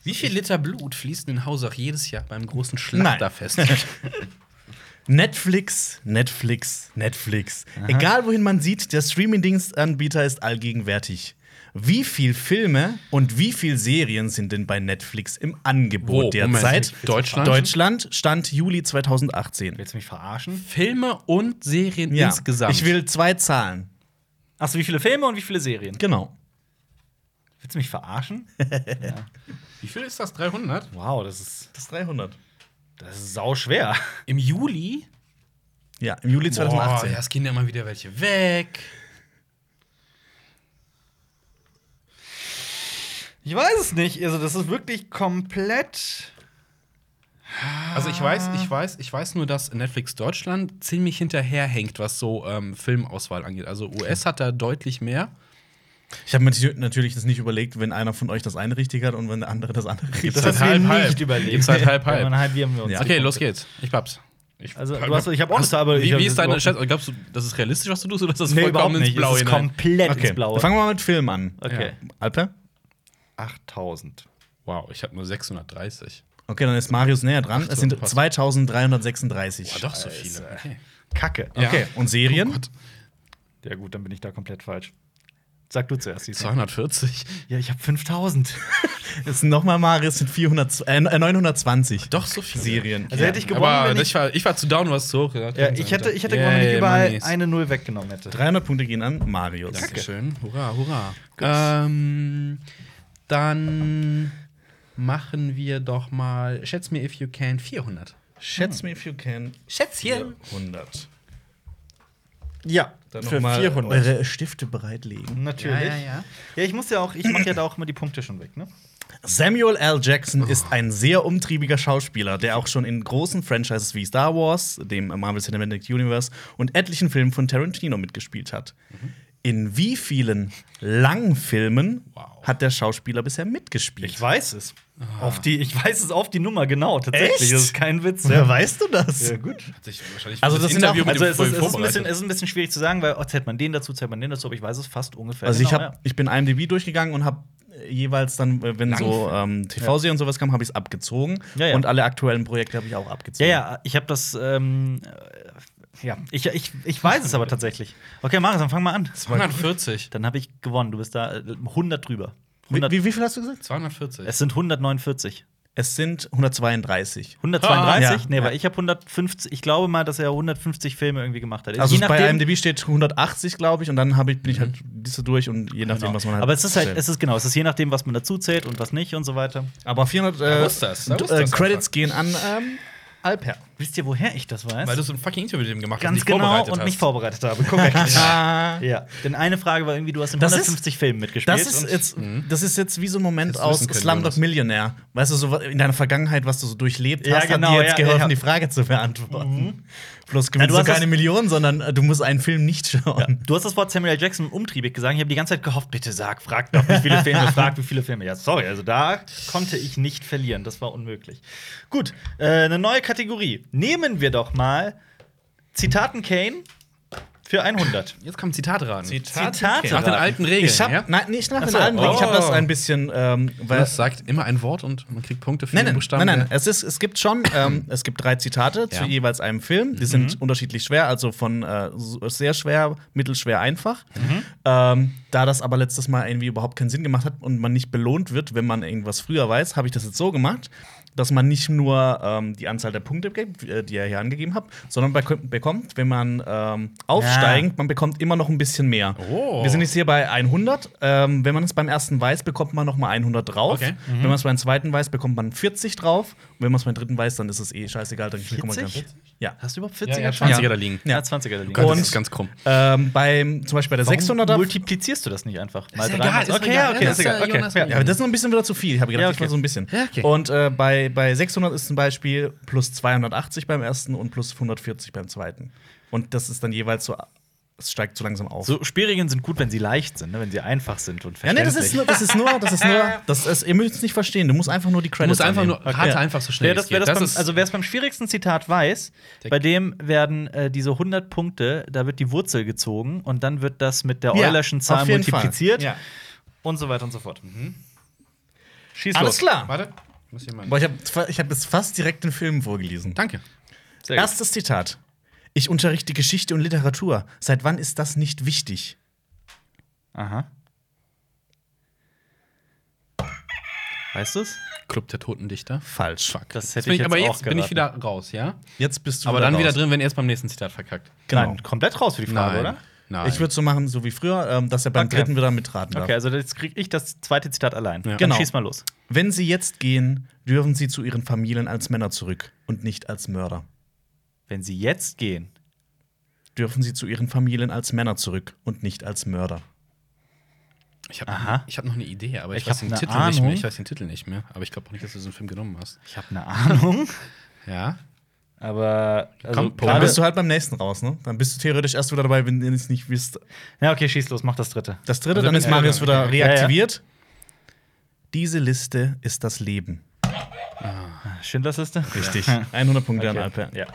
C: Wie viel Liter Blut fließen in Hausach jedes Jahr beim großen Schlachterfest?
A: Netflix, Netflix, Netflix. Egal wohin man sieht, der Streamingdienstanbieter ist allgegenwärtig. Wie viel Filme und wie viel Serien sind denn bei Netflix im Angebot
C: Wo? Moment.
A: derzeit?
C: Deutschland?
A: Deutschland stand Juli 2018.
B: Willst du mich verarschen?
C: Filme und Serien
A: Ja.
C: insgesamt.
A: Ich will zwei Zahlen.
B: Achso, wie viele Filme und wie viele Serien?
A: Genau.
B: Willst du mich verarschen?
C: Wie viel ist das? 300?
B: Wow, das ist,
A: Das 300.
B: das ist sau schwer.
C: Im Juli?
A: Ja, im Juli 2018.
C: Boah, ja, es gehen ja immer wieder welche weg.
B: Ich weiß es nicht. Also, das ist wirklich komplett.
C: Also ich weiß, ich weiß, ich weiß nur, dass Netflix Deutschland ziemlich hinterherhängt, was so ähm, Filmauswahl angeht. Also US hat da deutlich mehr.
A: Ich habe mir natü- natürlich das nicht überlegt, wenn einer von euch das eine richtig hat und wenn der andere das andere richtig
C: Das
A: hat.
C: hat halt halb, halb. Gibt's halt halb, halb.
B: Ja, dann halbieren wir uns.
A: Ja.
B: die
C: Okay, los
B: Punkte.
C: geht's. Ich bab's. Ich,
B: Also, du hast, ich habe auch eine Zahl, aber ich
C: wie,
B: hab-
C: wie ist deine Schätzung? Glaubst du, das ist realistisch, was du tust, oder ist das
B: Nee, überhaupt
C: vollkommen
B: nicht.
C: ins Blaue
B: es ist
C: hinein?
B: komplett
A: Okay,
B: ins Blaue.
A: dann fangen wir mal mit Film an.
B: okay.
A: Alper?
B: 8000.
C: Wow, ich habe nur 630.
A: Okay, dann ist Marius näher dran. es sind
C: passt.
A: 2336.
C: Boah, Ah, doch so viele. Okay. Oh
B: Kacke.
C: Ja.
A: Okay, und Serien?
B: Ja, gut, dann bin ich da komplett falsch. Sag du zuerst. Lisa.
C: 240.
B: Ja, ich habe 5000.
A: Jetzt nochmal Marius sind 400, äh, 920
C: Doch so viele.
A: Serien.
B: Also hätte ich gewonnen,
C: Aber
B: wenn
C: ich,
B: ich-
C: war, ich war zu down, was zu hoch.
B: Ja, ich hätte, ich hätte gewonnen, wenn ich überall eine Null weggenommen hätte.
A: 300 Punkte gehen an Marius.
C: Dankeschön. Hurra, hurra. Ähm, dann machen wir doch mal, schätz mir, if you can, 400.
A: Schätz me if you can.
C: Schätzchen.
A: 400.
B: Ja,
A: Dann
B: für
A: nochmal
B: 400.
A: eure Stifte bereitlegen.
B: Natürlich.
C: Ja, ja, ja.
B: Ja, ich muss ja auch, ich mache ja da auch immer die Punkte schon weg, ne?
A: Samuel L. Jackson ist ein sehr umtriebiger Schauspieler, der auch schon in großen Franchises wie Star Wars, dem Marvel Cinematic Universe und etlichen Filmen von Tarantino mitgespielt hat. In wie vielen langen Filmen
C: Wow.
A: hat der Schauspieler bisher mitgespielt?
B: weiß es. Auf die, ich weiß es auf die Nummer, genau, tatsächlich.
A: Ah. Echt?
B: Das ist kein Witz.
A: Woher weißt du das?
B: gut.
C: Hat sich wahrscheinlich
A: Also, das sind auch-
C: mit
B: Also
C: dem
B: es ist,
C: Voll
B: es, ist ein
C: vorbereitet.
B: bisschen, es ist ein bisschen schwierig zu sagen, weil oh, zählt man den dazu, zählt man den dazu, aber ich weiß es fast ungefähr.
A: Also ich,
B: genau,
A: hab, ich bin IMDb durchgegangen und habe jeweils dann, äh, wenn so ähm, TV-Serien und sowas kam, habe ich es abgezogen.
B: Ja, ja.
A: Und alle aktuellen Projekte habe ich auch
B: ja.
A: abgezogen.
B: ja, ja, ich habe das. Ähm, äh, ja, ich, ich, ich weiß es aber tatsächlich. Okay, Marius, dann fang mal an.
C: 240.
B: Dann habe ich gewonnen. Du bist da äh, 100 drüber.
A: Wie,
B: 100,
A: wie, wie viel hast du gesagt?
C: 240.
B: es sind 149.
A: Es sind 132.
B: 132?
A: Ah, Ja,
B: nee,
A: ja.
B: weil ich habe 150. Ich glaube mal, dass er 150 Filme irgendwie gemacht hat.
A: Also
B: Je
A: bei
B: nachdem- Mhm.
A: IMDb steht 180, glaube ich, und dann hab ich, bin ich halt diese durch und je nachdem,
B: Genau.
A: was man halt.
B: aber es ist halt,
A: stellt.
B: es ist genau, es ist je nachdem, was man dazu zählt und was nicht und so weiter.
A: aber 400 äh,
C: Da wusst das, da wusst
A: äh,
C: das
A: Credits
C: einfach.
A: gehen an ähm, Alper.
B: Wisst ihr, woher ich das weiß?
C: Weil du so ein fucking Interview mit dem gemacht hast,
B: Ganz
C: nicht
B: genau
C: vorbereitet
B: und
C: hast.
B: nicht vorbereitet habe. Korrekt.
A: Ah,
B: ja. Denn eine Frage war irgendwie, du hast in
A: Das ist-
B: 150 Filmen mitgespielt.
A: das ist
B: und- Mhm.
A: jetzt, das ist jetzt wie so ein Moment
C: Hättest du
A: aus
C: wissen können,
A: Slumdog
C: Jonas.
A: Millionaire. Weißt du, so was- in deiner Vergangenheit, was du so durchlebt
B: Ja,
A: hast,
B: genau,
A: hat dir jetzt
B: ja,
A: geholfen,
B: ja. Mhm.
A: die Frage zu beantworten. Bloß
B: Ja,
A: gewinnst
B: du
A: du
B: hast das-
A: keine Million, sondern äh, du musst einen Film nicht schauen.
B: Du hast das Wort Samuel L. Jackson umtriebig gesagt. Ich habe die ganze Zeit gehofft, bitte sag, frag doch, wie viele Filme, frag, wie viele Filme. Ja, sorry, also da konnte ich nicht verlieren. Das war unmöglich. Gut, äh, eine neue Kategorie. Nehmen wir doch mal Zitaten Kane für 100.
C: Jetzt kommt Zitat ran.
B: Zitate.
C: Nach den alten Regeln.
A: Ich hab,
C: ja?
A: nein, nicht nach
C: Ach
A: den
C: so.
A: allen Dingen. Ich habe das
C: Oh.
A: ein bisschen, ähm, weil
C: Das sagt immer ein Wort und man kriegt Punkte für
A: Nein,
C: den
A: nein,
C: Buchstaben.
A: nein, nein.
C: der-
A: Es, ist, es gibt schon, ähm, es gibt drei Zitate zu
C: Ja. Mhm.
A: jeweils einem Film. Die sind unterschiedlich schwer, also von äh, so- sehr schwer, mittelschwer, einfach.
C: Mhm.
A: Ähm, da das aber letztes Mal irgendwie überhaupt keinen Sinn gemacht hat und man nicht belohnt wird, wenn man irgendwas früher weiß, habe ich das jetzt so gemacht, dass man nicht nur ähm, die Anzahl der Punkte gibt, äh, die ihr hier angegeben habt, sondern bei, bekommt, wenn man ähm, aufsteigt, man bekommt immer noch ein bisschen mehr.
C: Oh.
A: Wir sind jetzt hier bei 100. Ähm, wenn man es beim ersten weiß, bekommt man noch mal 100 drauf.
C: Okay. Mhm.
A: Wenn man es beim zweiten weiß, bekommt man 40 drauf. Und wenn man es beim dritten weiß, dann ist es eh scheißegal, dann kriegt man
B: 40?
A: ganz- Ja.
B: Hast du überhaupt
C: Ja,
B: 40er?
C: ja,
B: schon?
C: 20er da liegen.
B: Ja, 20er da liegen.
C: Gott,
A: Und-
C: das ist ganz krumm.
A: Ähm, beim, zum Beispiel bei der 600er.
B: multiplizierst du das nicht einfach? Mal
C: ja
B: drei,
C: egal,
B: mal-
C: ist mir
B: okay,
C: egal.
B: okay,
C: Ja,
B: ist
C: das,
B: egal.
C: äh,
B: Okay.
C: Jonas-
B: Ja.
A: Ja, aber das ist noch ein bisschen wieder zu viel. Ich habe gedacht,
B: Ja,
A: ich mache
B: okay.
A: so ein bisschen.
C: Ja, okay.
A: Und äh, bei, bei 600 ist zum Beispiel plus 280 beim ersten und plus 140 beim zweiten. Und das ist dann jeweils so, es steigt so langsam auf.
B: So Spielregeln sind gut, wenn sie leicht sind, ne? wenn sie einfach sind und
A: ja, nee,
B: verständlich.
A: das ist nur, das ist nur, das ist nur, das ist, ihr müsst es nicht verstehen. Du musst einfach nur die
C: Du
A: Credits
C: musst einfach nur,
A: annehmen.
C: rate einfach so schnell
B: Wer
C: es
B: das, wer
C: geht.
B: das beim,
C: ist-
B: also wer es beim schwierigsten Zitat weiß,
C: Der-
B: bei dem werden äh, diese 100 Punkte, da wird die Wurzel gezogen und dann wird das mit der
A: Ja,
B: Eulerschen Zahl
A: auf jeden Fall.
B: multipliziert
A: Ja.
B: und so weiter und so fort. Schieß
A: Alles
B: los.
A: klar.
C: Warte, muss hier mal.
A: Boah, ich habe ich hab jetzt fast direkt den Film vorgelesen.
C: Danke.
B: Sehr gut.
A: Erstes Zitat. Ich unterrichte Geschichte und Literatur. Seit wann ist das nicht wichtig?
B: Aha. Weißt du's?
C: Club der Totendichter.
A: Falsch.
B: Das
C: Jetzt
B: hätte
C: bin
B: ich
C: ich,
B: jetzt auch
C: aber jetzt bin ich
B: geraten.
C: wieder raus, ja?
A: Jetzt bist du
C: Aber dann
A: raus.
C: wieder drin, wenn ihr es beim nächsten Zitat verkackt.
A: Genau.
B: Nein, komplett raus für die Frage, oder?
C: Nein.
A: Ich würde so machen, so wie früher, ähm, dass er beim
B: Okay.
A: dritten wieder mitraten darf.
B: Okay, also jetzt kriege ich das zweite Zitat allein.
C: Ja.
B: Dann
A: Genau.
B: schieß mal los.
A: Wenn sie jetzt gehen, dürfen sie zu ihren Familien als Männer zurück und nicht als Mörder.
B: Wenn sie jetzt gehen,
A: Dürfen sie zu ihren Familien als Männer zurück und nicht als Mörder.
C: ich habe
B: Aha.
C: hab noch eine Idee, aber ich,
B: Ich
C: weiß
B: hab
C: den
B: eine
C: Titel nicht
B: Ahnung.
C: mehr. Ich weiß den Titel nicht mehr. Aber ich glaube auch nicht, dass du so einen Film genommen hast.
B: ich habe eine Ahnung,
C: Ja?
B: aber also
C: Komm,
A: Dann
B: gerade-
A: bist du halt beim nächsten raus, ne? Dann bist du theoretisch erst wieder dabei, wenn ihr es nicht wisst.
B: Ja, okay, schieß los, mach das dritte.
A: Das dritte,
C: Also
A: dann ist
C: wenn-
A: Marius
C: ja,
A: wieder
B: ja.
A: reaktiviert. Diese Liste ist das Leben.
B: Schindlers Liste?
A: Richtig. 100 Punkte an
B: Okay.
A: Alper.
B: Ja.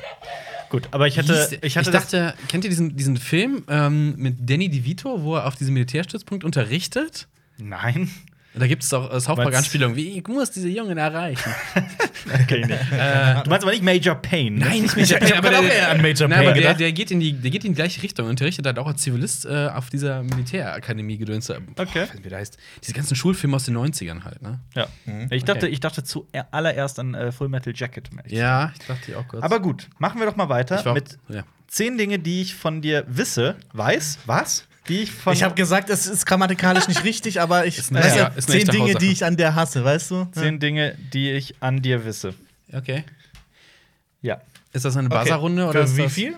B: Gut, aber ich hatte
C: Hieß-
B: ich hatte
C: ich dachte, kennt ihr diesen, diesen Film ähm, mit Danny DeVito, wo er auf diesem Militärstützpunkt
B: das,
C: unterrichtet?
B: Nein.
C: Da gibt es auch äh, South
B: Meinst-
C: Park-Anspielungen, wie ich muss diese Jungen erreichen.
B: Okay, nee. Äh, du meinst aber nicht Major Payne. ne?
C: Nein, nicht Major
A: Ich hab grad auch eher an Major
C: Nein,
A: Payne
C: aber der,
A: gedacht.
C: der, geht in die, der geht in die gleiche Richtung. Unterrichtet halt auch als Zivilist äh, auf dieser Militärakademie gedöns. Boah,
B: Okay.
C: ich weiß nicht, wie der heißt. Diese ganzen Schulfilme aus den 90ern halt, ne?
B: Ja. Ich dachte,
C: Okay.
B: ich dachte zuallererst an äh, Full Metal Jacket. um ehrlich zu
C: Ja, ich dachte ich auch
B: sein.
C: kurz.
B: Aber gut, machen wir doch mal
C: ich
B: weiter
C: war,
B: mit
C: ja.
B: zehn Dinge, die ich von dir wisse, weiß, was? Die ich von
A: Ich habe gesagt, es ist grammatikalisch nicht richtig, aber ich
C: eine
A: weiß
C: echte-
A: ja,
C: ist eine
A: zehn
C: echte
A: Dinge,
C: Haussache.
A: die ich an der hasse, weißt du?
B: zehn Dinge, die ich an dir wisse.
C: Okay.
B: Ja.
C: Ist das eine Buzzer-Runde oder ist
A: Für wie
C: das-
A: viel?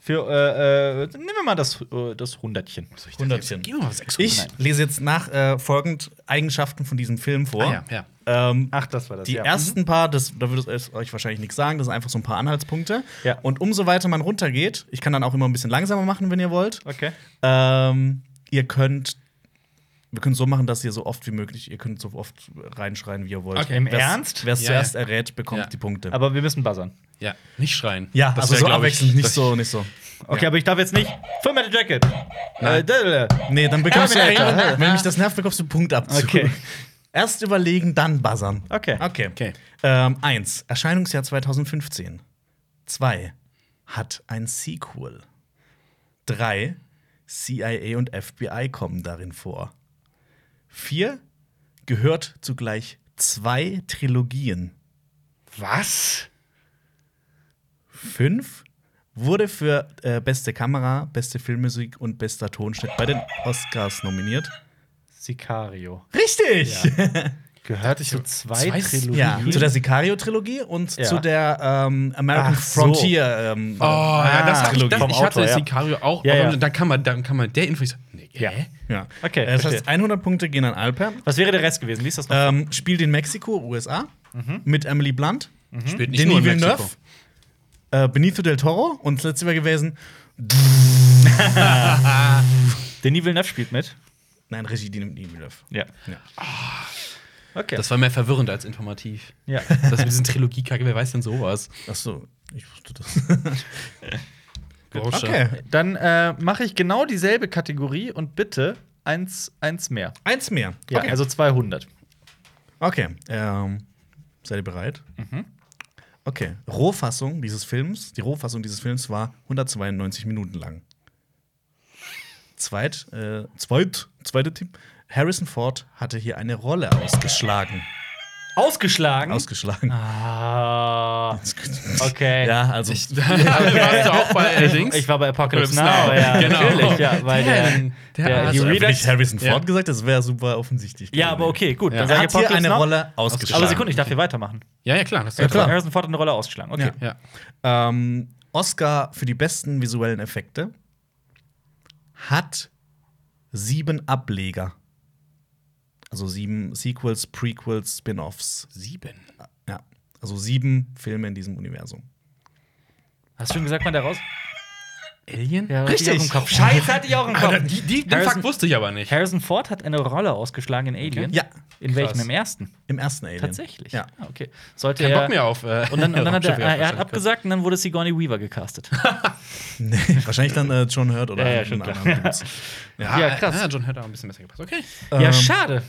B: Für, äh, äh, nehmen wir mal das, äh, das Hundertchen.
A: Hundertchen.
C: Gehen wir mal 600.
A: Ich lese jetzt nach äh, folgend Eigenschaften von diesem Film vor.
C: Ah, ja,
A: Ähm,
B: Ach, das war das.
A: die
B: ja.
A: ersten paar, das, da würde es euch wahrscheinlich nichts sagen, das sind einfach so ein paar Anhaltspunkte.
B: Ja.
A: Und umso weiter man runtergeht, ich kann dann auch immer ein bisschen langsamer machen, wenn ihr wollt.
B: Okay.
A: Ähm, ihr könnt, wir können so machen, dass ihr so oft wie möglich, ihr könnt so oft reinschreien, wie ihr wollt.
B: Okay, im
A: Wer's-
B: Ernst?
A: Wer es
C: Ja,
A: zuerst
C: ja.
A: errät, bekommt
C: Ja.
A: die Punkte.
B: Aber wir müssen buzzern.
C: ja. Nicht schreien.
A: ja,
C: Das
A: also
C: wär,
A: so
C: glaub ich,
A: abwechselnd, nicht
C: das-
A: so, nicht so.
B: Okay, aber ich darf jetzt nicht. Full Metal Jacket. Äh,
C: Nein.
B: dä- dä- dä.
A: Nee, dann bekommst du,
B: Terminator.
A: ey, wenn mich das nervt, bekommst du Punktabzug.
B: Okay.
A: Erst überlegen, dann buzzern.
B: Okay.
A: Okay.
C: Okay.
A: Ähm, eins, Erscheinungsjahr 2015. Zwei, hat ein Sequel. Drei, CIA und FBI kommen darin vor. Vier, gehört zugleich zwei Trilogien.
B: Was?
A: Fünf, wurde für äh, beste Kamera, beste Filmmusik und bester Tonschnitt bei den Oscars nominiert.
B: Sicario.
A: Richtig!
B: Gehörte zu zwei,
C: zwei-
B: Trilogien.
A: Ja, zu der Sicario-Trilogie und
B: Ja.
A: zu der ähm, American
B: Ach so.
A: Frontier. Ähm,
C: Oh,
B: Ah,
C: ja, das hab ich, das,
A: Trilogie.
C: ich hatte
B: Autor, ja.
C: Sicario auch.
B: Ja,
C: aber
B: ja.
C: Dann kann man, dann kann man der Info. Ich so, nee,
B: Ja.
C: hä?
A: Ja.
B: Okay,
A: Äh, Das heißt,
B: verstehe.
A: 100 Punkte gehen an Alper.
B: Was wäre der Rest gewesen? Lies das noch.
A: Ähm, spielt in Mexiko, USA, mit Emily Blunt,
B: Hm?
C: Spielt nicht nur
A: Denis
C: in Mexiko.
A: Villeneuve, äh, Benito del Toro und das letzte wäre gewesen,
B: Denis Villeneuve spielt mit.
A: nein, Regie Denis Villeneuve.
B: Ja. Ah.
A: Ja.
B: Okay.
C: Das war mehr verwirrend als informativ.
B: ja.
C: Das mit diesen Trilogie-Kacke, wer weiß denn sowas?
A: Ach so, ich wusste das. okay,
B: Dann äh, mache ich genau dieselbe Kategorie und bitte eins, eins mehr.
A: eins mehr.
B: Ja,
A: okay,
B: also 200.
A: okay. Ähm, seid ihr bereit?
B: Mhm.
A: Okay, Rohfassung dieses Films, die Rohfassung dieses Films war 192 Minuten lang. Zweit, äh, zweit, zweite Tipp, Harrison Ford hatte hier eine Rolle ausgeschlagen.
B: Ausgeschlagen.
A: Ausgeschlagen.
B: ah, okay.
A: Ja, also.
C: warst du auch bei äh, Dings?
B: Ich war bei Apocalypse Now,
C: Apocalypse Now.
B: ja,
C: Genau.
B: natürlich, ja, weil
C: Der-
B: der,
C: der
B: der,
C: Arzt.
B: die
A: also hätte
B: Redux,
A: ich Harrison Ford
C: Ja.
A: gesagt, das wäre super offensichtlich.
B: ja, aber
A: gewesen.
B: okay, gut,
C: Ja.
B: dann
A: Er
B: sage ich
A: hat hier
B: Apocalypse
A: eine
B: Now.
A: Rolle
B: Aber
A: ausgeschlagen.
B: Sekunde, ich darf hier weitermachen.
C: Ja, ja, klar. Das
A: Ja, klar.
B: Harrison Ford hat eine Rolle ausgeschlagen, okay.
C: Ja.
A: Ähm, Oscar für die besten visuellen Effekte hat sieben Ableger. Also sieben Sequels, Prequels, Spin-offs.
C: Sieben.
A: Ja. Also sieben Filme in diesem Universum.
B: Hast du schon gesagt, wann der raus?
C: Alien?
B: Ja,
A: Richtig.
B: hatte ich auch im Kopf. Scheiße, hatte ich auch im
C: Alter,
B: Kopf.
C: die, die, den
B: Harrison-
C: Fakt wusste ich aber nicht.
B: Harrison Ford hat eine Rolle ausgeschlagen in Alien.
A: Ja,
B: In welchem?
C: Krass.
B: Im ersten.
A: im ersten Alien.
B: Tatsächlich.
A: Ja.
B: Ah, Okay. Sollte
C: Kein
B: er.
C: Bock mehr auf. Äh,
B: Und dann, und dann hat er,
C: Raumschiffe, ja,
B: er hat
C: wahrscheinlich.
B: abgesagt und dann wurde Sigourney Weaver gecastet.
A: Nee, wahrscheinlich dann äh, John Hurt oder
B: Ja, ja,
A: einen
B: schon klar.
A: anderen Dudes.
C: Ja,
B: Ja, krass.
C: krass. John Hurt auch ein bisschen besser gepasst. Okay.
B: ja,
A: Ähm,
B: schade.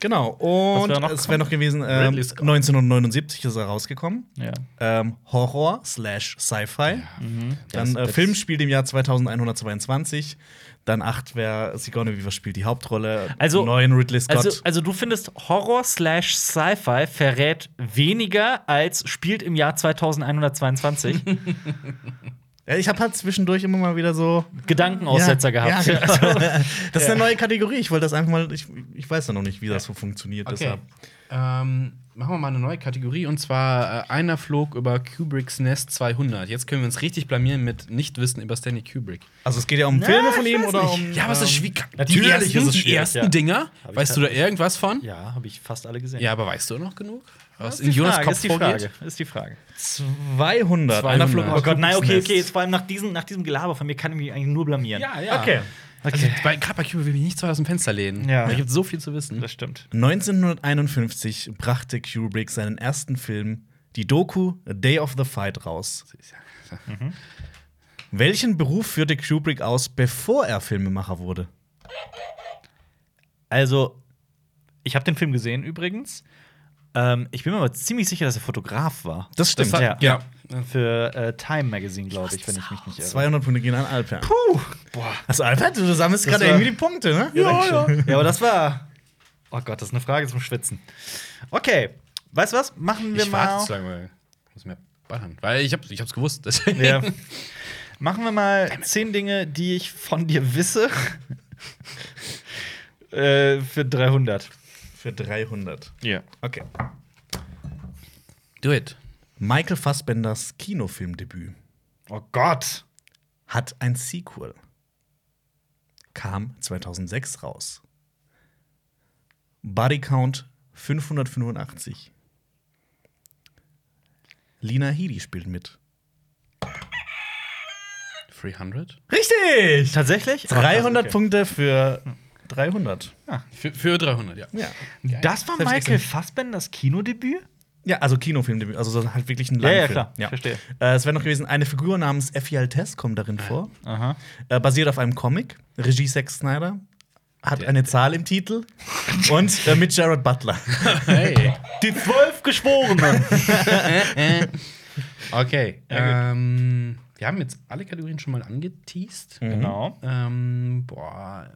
A: Genau. Und
B: wär noch
A: es wäre noch gewesen, ähm,
C: Ridley Scott.
A: 1979 ist er rausgekommen.
B: Ja.
A: Ähm, Horror slash Sci-Fi. Dann äh,
B: Das- das-
A: Filmspiel im Jahr 2122. Dann 8 wäre Sigourney Weaver spielt die Hauptrolle.
B: Also-
A: neuen Ridley Scott.
B: Also, also du findest Horror slash Sci-Fi verrät weniger als spielt im Jahr 2122
A: Ja, ich habe halt zwischendurch immer mal wieder so
B: Gedankenaussetzer
A: Ja,
B: gehabt.
A: Ja, also, das ist eine neue Kategorie. Ich wollte das einfach mal. Ich, ich weiß ja noch nicht, wie das so funktioniert.
C: Okay.
A: Deshalb.
C: Ähm, machen wir mal eine neue Kategorie und zwar äh, einer flog über Kubricks Nest 200. Jetzt können wir uns richtig blamieren mit Nichtwissen über Stanley Kubrick.
A: Also es geht ja um Filme von ihm oder um.
C: Ja, aber es ist schwierig.
B: Ähm, natürlich
C: die ersten,
B: ist es
C: die
B: schwierig,
C: ersten
B: ja.
C: Dinger.
B: ich
C: weißt du da irgendwas von? Ja.
B: Ja, habe ich fast alle gesehen.
C: aber weißt du noch genug? Was
B: Das
C: in Jonas
B: Frage, Ah,
C: Kopf
B: ist die
C: vorgeht?
B: Frage. Ist die Frage.
A: 200. Einer flog
C: 200.
A: über
B: Oh Gott, nein, okay,
A: Kuckucksnest.
B: okay. Jetzt vor allem nach, diesen, nach diesem Gelaber von mir kann ich mich eigentlich nur blamieren.
C: Ja, ja.
A: Okay.
C: Also, bei, gerade bei Kubrick will ich nicht so aus dem Fenster lehnen.
B: Ja.
C: Da gibt es so viel zu wissen.
B: Das stimmt.
A: 1951 brachte Kubrick seinen ersten Film, die Doku A Day of the Fight, raus.
B: Mhm.
A: Welchen Beruf führte Kubrick aus, bevor er Filmemacher wurde?
B: Also, ich habe den Film gesehen übrigens. Ähm, ich bin mir aber ziemlich sicher, dass er Fotograf war.
A: Das stimmt.
B: war-
A: ja.
B: Ja. Für äh, Time Magazine, glaube ich, wenn ich mich nicht irre.
A: 200 Punkte gehen an Alper. Puh! Boah. Also, Alper, du sammelst gerade
B: war-
A: irgendwie die Punkte, ne?
B: ja. ja, aber das war. Oh Gott, das ist eine Frage zum Schwitzen. Okay, weißt du was? Machen wir
C: Ich warte
B: mal.
C: zu lange, weil ich muss mehr ballern. Weil ich, hab, ich hab's gewusst. deswegen.
B: Ja. Machen wir mal zehn Dinge, die ich von dir wisse. äh, für 300.
A: Für 300.
B: Ja.
A: Okay.
C: Do it.
A: Michael Fassbenders Kinofilmdebüt
B: Oh Gott.
A: hat ein Sequel. Kam 2006 raus. Body Count 585. Lina Headey spielt mit.
C: 300?
A: Richtig!
B: Tatsächlich?
A: 300
B: Punkte.
A: Punkte für 300.
C: Für, für 300, ja.
A: Ja.
B: Das war
A: Selbst
B: Michael Fassbenders Kinodebüt?
A: Ja, also Kinofilmdebüt, also so halt wirklich ein
B: Ja, ja,
A: Langfilm.
B: klar. Verstehe.
A: Äh, es wäre noch gewesen, eine Figur namens Effie Altes kommt darin vor.
B: Aha.
A: äh, basiert auf einem Comic. Regie Zack Snyder hat eine Zahl im Titel und äh, mit Jared Butler.
C: Hey.
B: Die zwölf Geschworenen.
C: Äh. Okay.
B: Ja,
C: ähm, wir haben jetzt alle Kategorien schon mal angeteased.
B: genau.
C: Ähm, boah,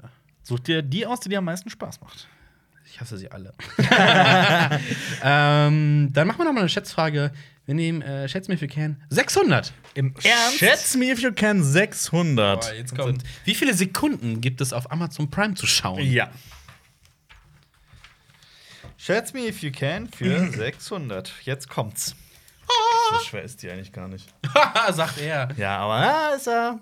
B: Such dir die aus, die dir am meisten Spaß macht.
C: ich hasse sie alle. ähm, dann machen wir noch mal eine Schätzfrage. Wir nehmen, äh, schätz mir für Can, 600.
B: Im
A: Schätz me if you can 600.
C: jetzt kommt. Wie viele Sekunden gibt es auf Amazon Prime zu schauen?
B: Ja.
D: Schätz me if you can für 600. Jetzt kommt's.
A: So schwer ist die eigentlich gar nicht.
C: sagt er.
A: Ja, aber ja, ist er.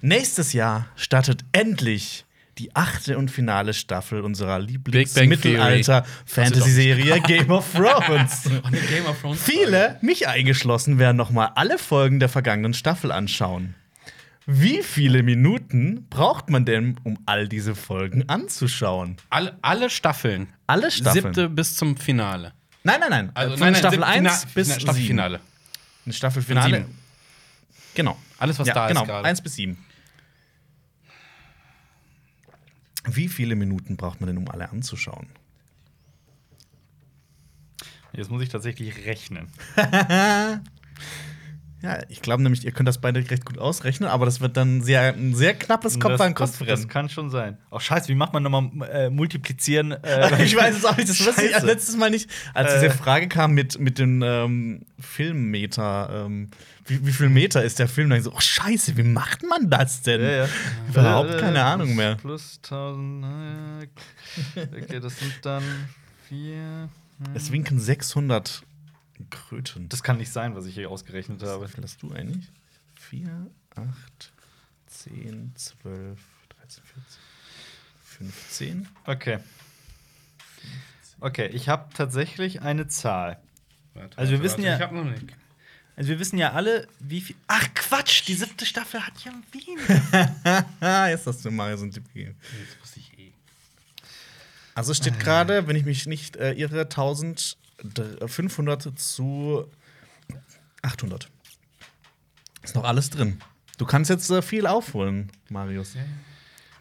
A: Nächstes Jahr startet endlich die achte und finale Staffel unserer
C: Bang
A: Lieblings-Mittelalter-Fantasy-Serie Game of Thrones.
C: Game of Thrones.
A: Viele, mich eingeschlossen, werden noch mal alle Folgen der vergangenen Staffel anschauen. Wie viele Minuten braucht man denn, um all diese Folgen anzuschauen?
C: Alle, alle Staffeln. Also
A: Alle Staffeln.
C: Siebte bis zum Finale. Äh,
A: Nein, nein, Also, nein. Von Staffel
C: siebte-
A: 1
C: Fina-
A: bis
C: Fina-
A: Staffelfinale.
C: Staffelfinale.
A: Staffelfinale.
C: Sieben.
A: Genau.
C: Alles, was
A: ja,
C: da ist
A: genau.
C: gerade.
A: 1 bis 7. Wie viele Minuten braucht man denn, um alle anzuschauen?
D: Jetzt muss ich tatsächlich rechnen.
A: Ja, ich glaube nämlich, ihr könnt das beide recht gut ausrechnen, aber das wird dann sehr, ein sehr knappes Kopf an Kopf
D: das, das kann schon sein. Ach, scheiße, wie macht man nochmal äh, multiplizieren? Äh,
A: Ich weiß es auch nicht, das wusste ich
D: Scheiße.
A: letztes Mal nicht. Als
D: Äh.
A: diese Frage kam mit, mit dem ähm, Filmmeter, ähm, wie, wie viel Meter ist der Film? Dann so, oh Scheiße, wie macht man das denn?
D: Ja, ja.
A: Überhaupt
D: Äh,
A: keine Ahnung mehr.
D: Plus 1000. äh, Okay, das sind dann vier.
A: Es winken 600 Kröten.
D: Das kann nicht sein, was ich hier ausgerechnet habe.
A: Was hast du eigentlich? 4, 8, 10, 12, 13, 14, 15.
D: Okay. Okay, ich habe tatsächlich eine Zahl.
C: Warte,
B: Also wir wissen ja-
C: Ich hab noch nicht.
B: Also wir wissen ja alle, wie viel. Ach Quatsch, die siebte Staffel hat ja Wien.
A: Ah, jetzt hast du Mario so einen Tipp gegeben.
C: Jetzt muss ich eh. Ah.
A: Also es steht gerade, wenn ich mich nicht äh, irre, 1500 zu 800. Ist noch alles drin. Du kannst jetzt äh, viel aufholen, Marius.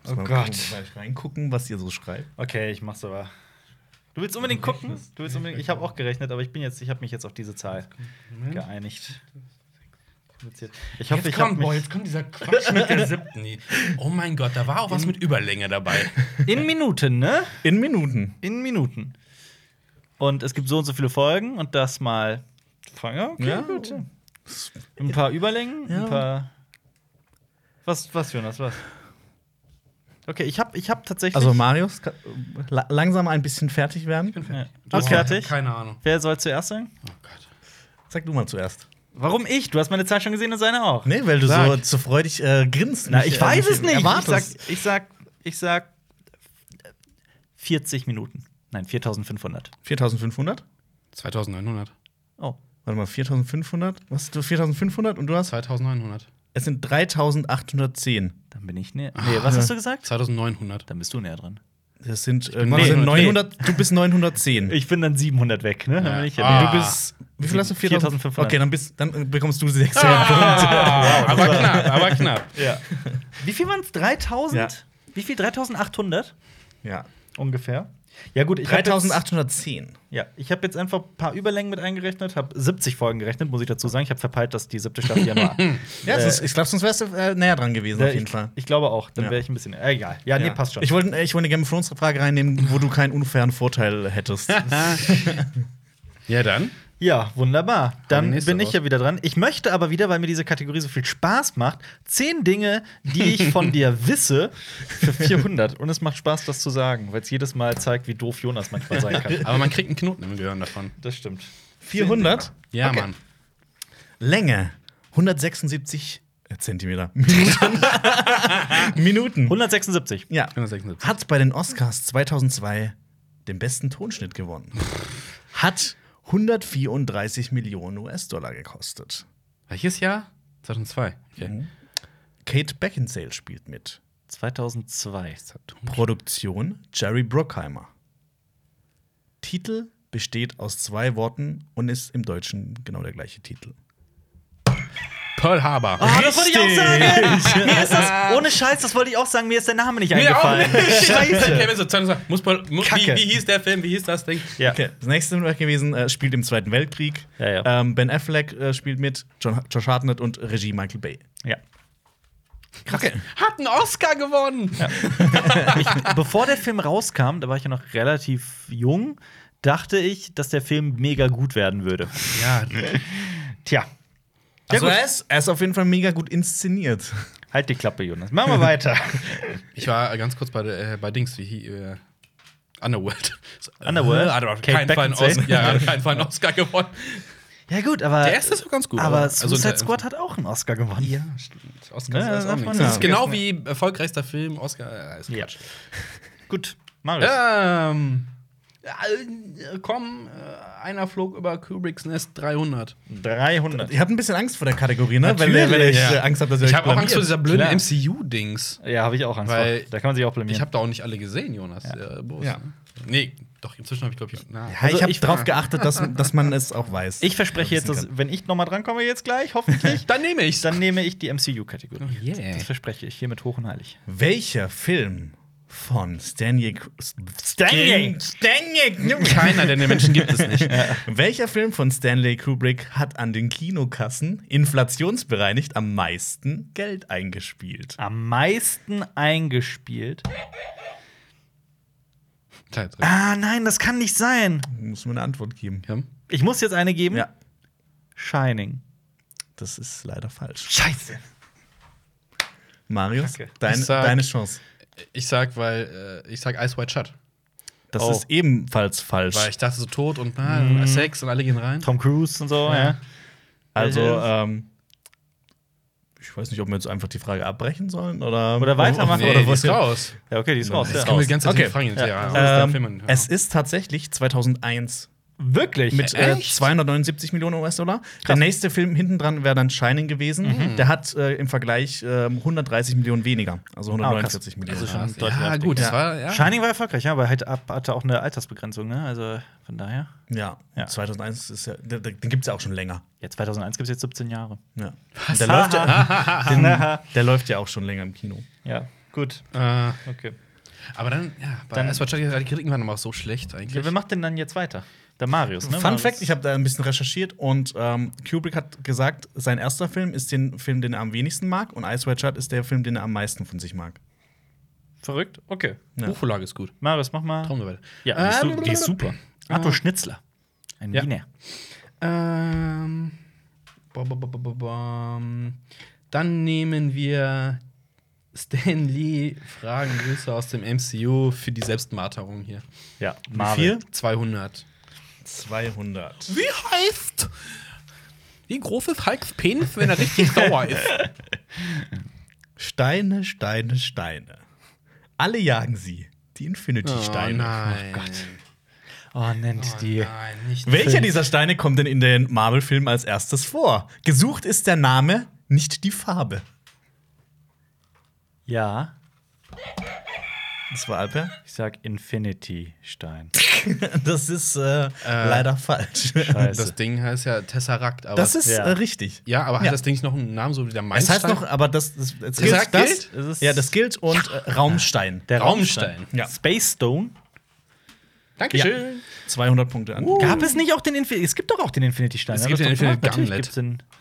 D: Oh Gott.
A: Gleich reingucken, was ihr so schreibt.
D: Okay, ich mach's aber. Du willst unbedingt gucken? Du willst unbedingt. Ich habe auch gerechnet, aber ich bin jetzt, ich habe mich jetzt auf diese Zahl geeinigt. Kompliziert. Ich hoffe,
C: jetzt,
D: ich habe
C: kommt, boah,
D: mich
C: jetzt kommt dieser Quatsch mit der siebten. Nee. Oh mein Gott, da war auch was mit Überlänge dabei.
B: In Minuten, ne?
A: In Minuten.
B: In Minuten. Und es gibt so und so viele Folgen und das mal. Ja, okay,
A: Ja.
B: gut. Ein paar Überlängen,
A: Ja.
B: ein paar. Was, was, Jonas, was? Okay, ich habe ich hab tatsächlich.
A: Also Marius, ka- la- langsam ein bisschen fertig werden.
B: ja. Du
C: Boah,
B: bist fertig.
C: Keine Ahnung.
B: Wer soll zuerst sagen?
C: Oh Gott.
A: Sag du mal zuerst.
B: Warum ich? Du hast meine Zahl schon gesehen und seine auch.
A: Nee, weil du
B: Sag.
A: so, so freudig äh, grinst.
B: Na,
A: mich,
B: ich
A: äh,
B: weiß
A: mich
B: es nicht. Ich sag,
A: erwartest.
B: ich sag, ich sag 40 Minuten. Nein, 4500.
A: 4500?
C: 2900.
B: Oh.
A: Warte mal, 4500? Was? Du 4500 und du hast?
C: 2900.
A: Es sind 3810.
B: Dann bin ich näher. Nee, was hast du gesagt?
C: 2900.
B: Dann bist du näher dran.
A: Das sind, äh,
C: bin
A: das sind
B: 900.
A: 900, du bist 910.
B: Ich bin dann 700 weg, ne? Dann
C: Ja.
B: bin ich
C: Ah.
B: ja.
A: du bist, wie viel hast du?
B: 4500.
A: Okay, dann, bist, dann äh, bekommst du 600
C: Ah, aber knapp, aber knapp.
B: Ja. Wie viel waren es? 3000? Wie viel? 3800
A: Punkte. Ja.
B: ungefähr. Ja, gut, ich hab jetzt-
A: 3810.
B: Ja, ich habe jetzt einfach ein paar Überlängen mit eingerechnet, habe 70 Folgen gerechnet, muss ich dazu sagen. Ich habe verpeilt, dass die siebte Staffel ja nur
A: Ja, sonst, ich glaube, sonst wärst du äh, näher dran gewesen,
B: Ja,
A: auf jeden
B: ich,
A: Fall.
B: Ich glaube auch. Dann
A: Ja.
B: wäre ich ein bisschen. Äh, egal. Ja, nee,
A: Ja.
B: passt schon.
A: Ich wollte ich wollte eine Game of Thrones Frage reinnehmen, wo du keinen unfairen Vorteil hättest.
C: Ja, dann.
B: ja, wunderbar. Dann
C: Ah, nächste
B: bin ich
C: raus.
B: ja wieder dran. Ich möchte aber wieder, weil mir diese Kategorie so viel Spaß macht, zehn Dinge, die ich von dir wisse, für 400. Und es macht Spaß, das zu sagen, weil es jedes Mal zeigt, wie doof Jonas manchmal sein kann.
C: Aber man kriegt einen Knoten im Gehirn davon.
B: Das stimmt.
A: 400?
C: Ja,
A: Okay.
C: Mann.
A: Länge 176 Zentimeter. Minuten. Minuten.
B: 176.
A: Ja.
C: 176.
A: Hat bei den Oscars 2002 den besten Tonschnitt gewonnen. Hat 134 Millionen US-Dollar gekostet.
C: Welches Jahr? 2002. Okay.
A: Kate Beckinsale spielt mit.
B: 2002.
A: Produktion Jerry Bruckheimer. Titel besteht aus zwei Worten und ist im Deutschen genau der gleiche Titel.
C: Pearl Harbor.
B: Ah, das wollte ich auch sagen. Mir ist das, ohne Scheiß, das wollte ich auch sagen. Mir ist der Name nicht
C: Mir auch
B: eingefallen.
C: nicht. Scheiße. Ich hab mir so Zahlen gesagt, muss Pearl, muss,
B: Kacke.
C: wie, wie hieß der Film? Wie hieß das Ding?
B: Ja.
A: Okay, das nächste wäre gewesen, äh, spielt im Zweiten Weltkrieg.
B: Ja, ja.
A: Ähm, ben Affleck äh, spielt mit, John, Josh Hartnett und Regie Michael Bay.
B: ja.
A: Krass. Okay.
C: Hat einen Oscar gewonnen.
B: Bevor der Film rauskam, da war ich ja noch relativ jung, dachte ich, dass der Film mega gut werden würde.
C: Ja,
B: Tja,
A: Also
B: gut.
A: er ist, er ist auf jeden Fall mega gut inszeniert.
B: halt die Klappe, Jonas. Machen wir weiter.
C: ich war ganz kurz bei, äh, bei Dings, wie hie- äh, Underworld. So,
B: Underworld?
C: Äh, Underworld.
B: Kate
C: Kein Fall einen
B: Beckinsale.
C: Oscar, ja, hat keinen Fall einen Oscar gewonnen.
B: ja, gut, aber.
C: Der erste ist auch ganz gut,
B: Aber
C: aber-
B: Suicide
C: also, äh,
B: Squad hat auch einen Oscar gewonnen.
C: Ja, stimmt. Oscar
B: Ja,
C: ist
B: darf
C: auch
B: man
C: nichts.
B: nicht
C: Das ist genau wie erfolgreichster Film, Oscar. Äh, ist
B: Ja.
C: Quatsch.
B: Gut, Marius.
C: Ähm. äh, Komm, äh, einer flog über Kubricks Nest 300.
B: 300.
A: Ihr habt ein bisschen Angst vor der Kategorie, ne? Weil, ihr- weil
C: Natürlich,
A: ich
C: ja.
A: äh, Angst habe, dass ihr
C: Ich
A: euch
C: habe auch Angst vor
A: blamiert.
C: dieser blöden
B: Klar.
C: MCU-Dings.
B: Ja, habe ich auch Angst
C: Weil-
B: vor. Da kann man sich auch blamieren.
C: Ich habe da auch nicht alle gesehen, Jonas. Ja. Äh, bloß,
A: Ja.
C: ne? Nee, doch, inzwischen habe ich, glaube ich. Na,
A: Ja,
B: Also
A: ich habe
B: ich-
A: darauf geachtet, dass, dass man es auch weiß.
B: Ich verspreche jetzt, dass, wenn ich nochmal drankomme, jetzt gleich, hoffentlich,
C: Dann nehme ich's.
B: dann nehme ich die MCU-Kategorie.
C: Oh, yeah.
B: Das verspreche ich hiermit hoch und heilig.
A: Welcher Film von Stanley. Stanley! Stanley!
C: Keiner, denn den Menschen gibt es nicht.
A: Welcher Film von Stanley Kubrick hat an den Kinokassen inflationsbereinigt am meisten Geld eingespielt?
B: Am meisten eingespielt.
C: Teil drei.
B: Ah, nein, das kann nicht sein.
A: Muss mir eine Antwort geben.
C: Ja.
B: Ich muss jetzt eine geben.
A: Ja,
B: Shining.
A: das ist leider falsch.
B: Scheiße.
A: Marius,
B: Kacke.
A: dein,
C: Ich sag-
A: deine Chance.
C: Ich sag, weil äh, ich sag Ice White Shut.
A: Das
B: Oh.
A: ist ebenfalls falsch.
C: Weil ich dachte so tot und na, Sex und alle gehen rein.
B: Tom Cruise und so, ja.
A: Also,
B: Welches?
A: ähm, ich weiß nicht, ob wir jetzt einfach die Frage abbrechen sollen oder,
B: Oder weitermachen,
A: oder
B: Nee,
A: wollen
C: die ist
A: wir-
C: raus.
B: Ja, okay, die ist raus.
A: Das
B: Ja.
A: kann-
C: Kommen wir die ganze Zeit
A: Okay.
C: die Fragen hinterher.
B: Ja.
C: Ja,
A: Ähm,
C: das
B: genau.
C: ist der Film.
A: Es ist tatsächlich 2001
B: Wirklich?
A: mit äh,
C: Echt?
A: 279 Millionen US-Dollar. Der nächste Film hinten dran wäre dann Shining gewesen. Der hat äh, im Vergleich ähm, 130 Millionen weniger, also 149 Millionen.
B: Also schon
C: ja,
B: deutlich
C: ja,
B: heftig.
C: gut,
A: Ja.
C: das war ja.
B: Shining war erfolgreich, ja, aber halt ab- hatte auch eine Altersbegrenzung, ne? Also von daher.
A: ja.
B: Ja.
A: 2001 ist ja, den, den gibt es ja auch schon länger.
B: Ja, 2001 gibt es jetzt 17 Jahre.
A: Ja. Und Der, läuft ja, den, der läuft ja auch schon länger im Kino.
B: Ja, gut.
C: Äh,
B: Okay.
C: aber dann, ja, bei
B: Dann-
C: Ice White Shut, die Kritiken waren aber auch so schlecht eigentlich.
B: Ja, wer macht denn dann jetzt weiter? Der Marius, ne?
A: Fun
B: Marius.
A: Fact: Ich habe da ein bisschen recherchiert und ähm, Kubrick hat gesagt, sein erster Film ist den Film, den er am wenigsten mag, und Ice White Shut ist der Film, den er am meisten von sich mag.
B: Verrückt? Okay.
A: Ja.
C: Buchvorlage ist gut.
B: Marius, mach mal.
C: Traumnovelle.
B: Ja, die ist,
C: Ähm,
B: su- die ist super. Arthur Schnitzler. Ein
C: Ja.
B: Wiener.
C: Ähm, ba, ba, ba, ba, ba, bam. Dann nehmen wir Stan Lee Fragen, Grüße aus dem MCU für die Selbstmarterung hier.
B: Ja,
A: viel?
B: Marvel.
C: 200.
A: 200.
C: Wie heißt? Wie groß ist Hulks Penis, wenn er richtig sauer ist?
A: Steine, Steine, Steine. Alle jagen sie. Die Infinity-Steine.
C: Oh, nein.
B: Oh, nennt die.
C: Nein, nicht
A: Welcher dieser Steine kommt denn in den Marvel-Filmen als erstes vor? Gesucht ist der Name, nicht die Farbe.
B: Ja,
A: Das war Alper.
B: ich sag Infinity Stein.
A: Das ist äh, leider falsch.
B: Scheiße.
C: Das Ding heißt ja Tesseract, aber.
A: Das ist
B: Ja.
A: äh, richtig.
C: ja, aber hat
A: Ja.
C: das Ding nicht noch einen Namen, so wie der
A: Es
C: Meilenstein?
A: heißt noch, aber das, das, das
C: Gesagt
A: das,
B: gilt? Es ist-
A: ja, das gilt und äh, Raumstein.
B: Der
C: Raumstein.
A: Ja.
B: Space Stone.
C: Dankeschön.
A: 200 Punkte an.
B: Gab es nicht auch den Infinity? Es gibt doch auch den Infinity Stein.
C: Es
B: hab
C: gibt
B: ich
C: den
B: doch gemacht.
C: Infinity
B: Natürlich
C: Gauntlet.
B: gibt's den.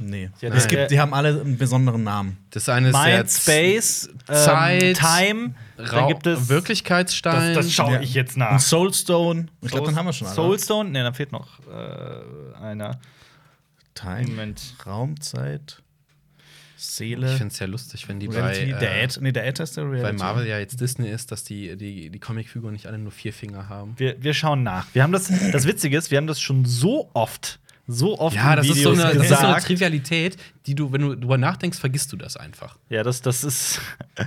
A: Nee.
B: Ja,
A: es
B: nein.
A: gibt, die haben alle einen besonderen Namen.
C: Das eine ist
B: Mind,
C: Z-
B: Space, ähm,
C: Zeit,
B: Time.
C: Ra
B: Dann gibt es
C: Wirklichkeitsstein.
B: schau
A: Ja.
B: jetzt
A: Ein Soulstone. Ich glaube, dann haben wir schon alle.
B: Soulstone? Ne, dann fehlt noch äh, einer.
A: Time,
B: Moment.
A: Raumzeit,
C: ich
A: Seele,
C: finde es sehr lustig, wenn die
A: Reality.
C: bei,
A: der
C: äh,
A: Ad, nee, der Ad ist der Reality.
C: bei Marvel ja jetzt Disney ist, dass die, die, die Comicfiguren nicht alle nur vier Finger haben.
B: Wir, wir schauen nach. Wir haben das, das Witzige ist, wir haben das schon so oft, so oft
C: Ja,
B: in
C: das ist, so
B: Videos
C: eine, das ist so eine
B: gesagt.
C: Trivialität, die du, wenn du drüber nachdenkst, vergisst du das einfach.
B: ja, das, das ist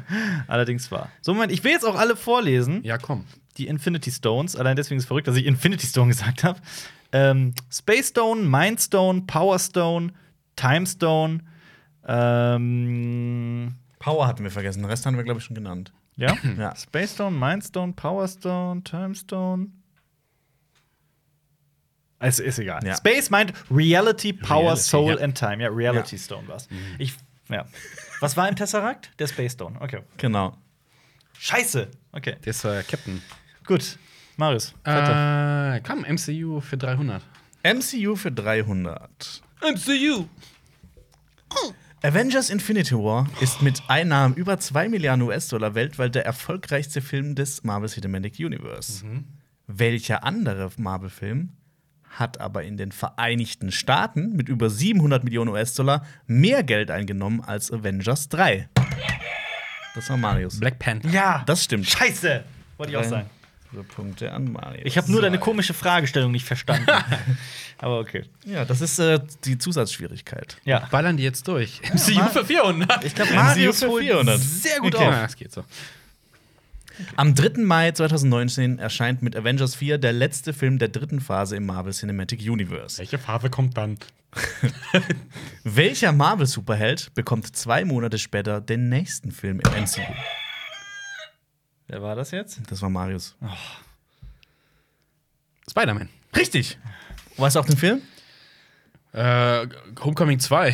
B: allerdings wahr. So, Moment, ich will jetzt auch alle vorlesen.
C: Ja, komm.
B: die Infinity Stones. Allein deswegen ist es verrückt, dass ich Infinity Stone gesagt habe. Ähm, Space Stone, Mind Stone, Power Stone, Time Stone. Ähm,
A: Power hatten wir vergessen. Den Rest haben wir, glaube ich, schon genannt.
B: ja?
C: Mhm.
A: Ja.
B: Space Stone, Mind Stone, Power Stone, Time Stone. Es ist egal.
A: Ja.
B: Space Mind, Reality, Power,
C: Reality,
B: Soul
C: ja.
B: and Time. Ja, Reality Stone war's. Ich, ja. Was war im Tesseract? Der Space Stone. Okay.
A: Genau.
B: Scheiße. Okay.
C: Der ist äh, Captain.
B: Gut. Marius, weiter.
C: Äh, komm, MCU für 300.
A: MCU für 300.
C: MCU!
A: Avengers Infinity War ist mit Einnahmen über 2 Milliarden US-Dollar weltweit der erfolgreichste Film des Marvel Cinematic Universe.
B: Mhm.
A: Welcher andere Marvel-Film hat aber in den Vereinigten Staaten mit über 700 Millionen US-Dollar mehr Geld eingenommen als Avengers 3? Das war Marius.
C: Black Panther.
B: Ja.
A: Das stimmt.
B: Scheiße. Wollte ich
A: Äh,
B: auch sagen.
A: Drei Punkte an Marius.
B: Ich habe nur deine komische Fragestellung nicht verstanden. Aber okay.
A: ja, das ist äh, die Zusatzschwierigkeit.
B: Ja.
C: Ballern die jetzt durch. MCU für 400. Ich glaube,
A: MCU für 400.
C: sehr gut
A: Okay.
C: auf. Ja, das geht so.
A: Am 3. Mai 2019 erscheint mit Avengers 4 der letzte Film der dritten Phase im Marvel Cinematic Universe.
C: Welche Farbe kommt dann?
A: Welcher Marvel-Superheld bekommt zwei Monate später den nächsten Film im MCU?
B: Wer war das jetzt?
A: Das war Marius.
C: Spider-Man.
A: Richtig! Weißt du auch den Film?
C: Äh, Homecoming 2.
B: Äh,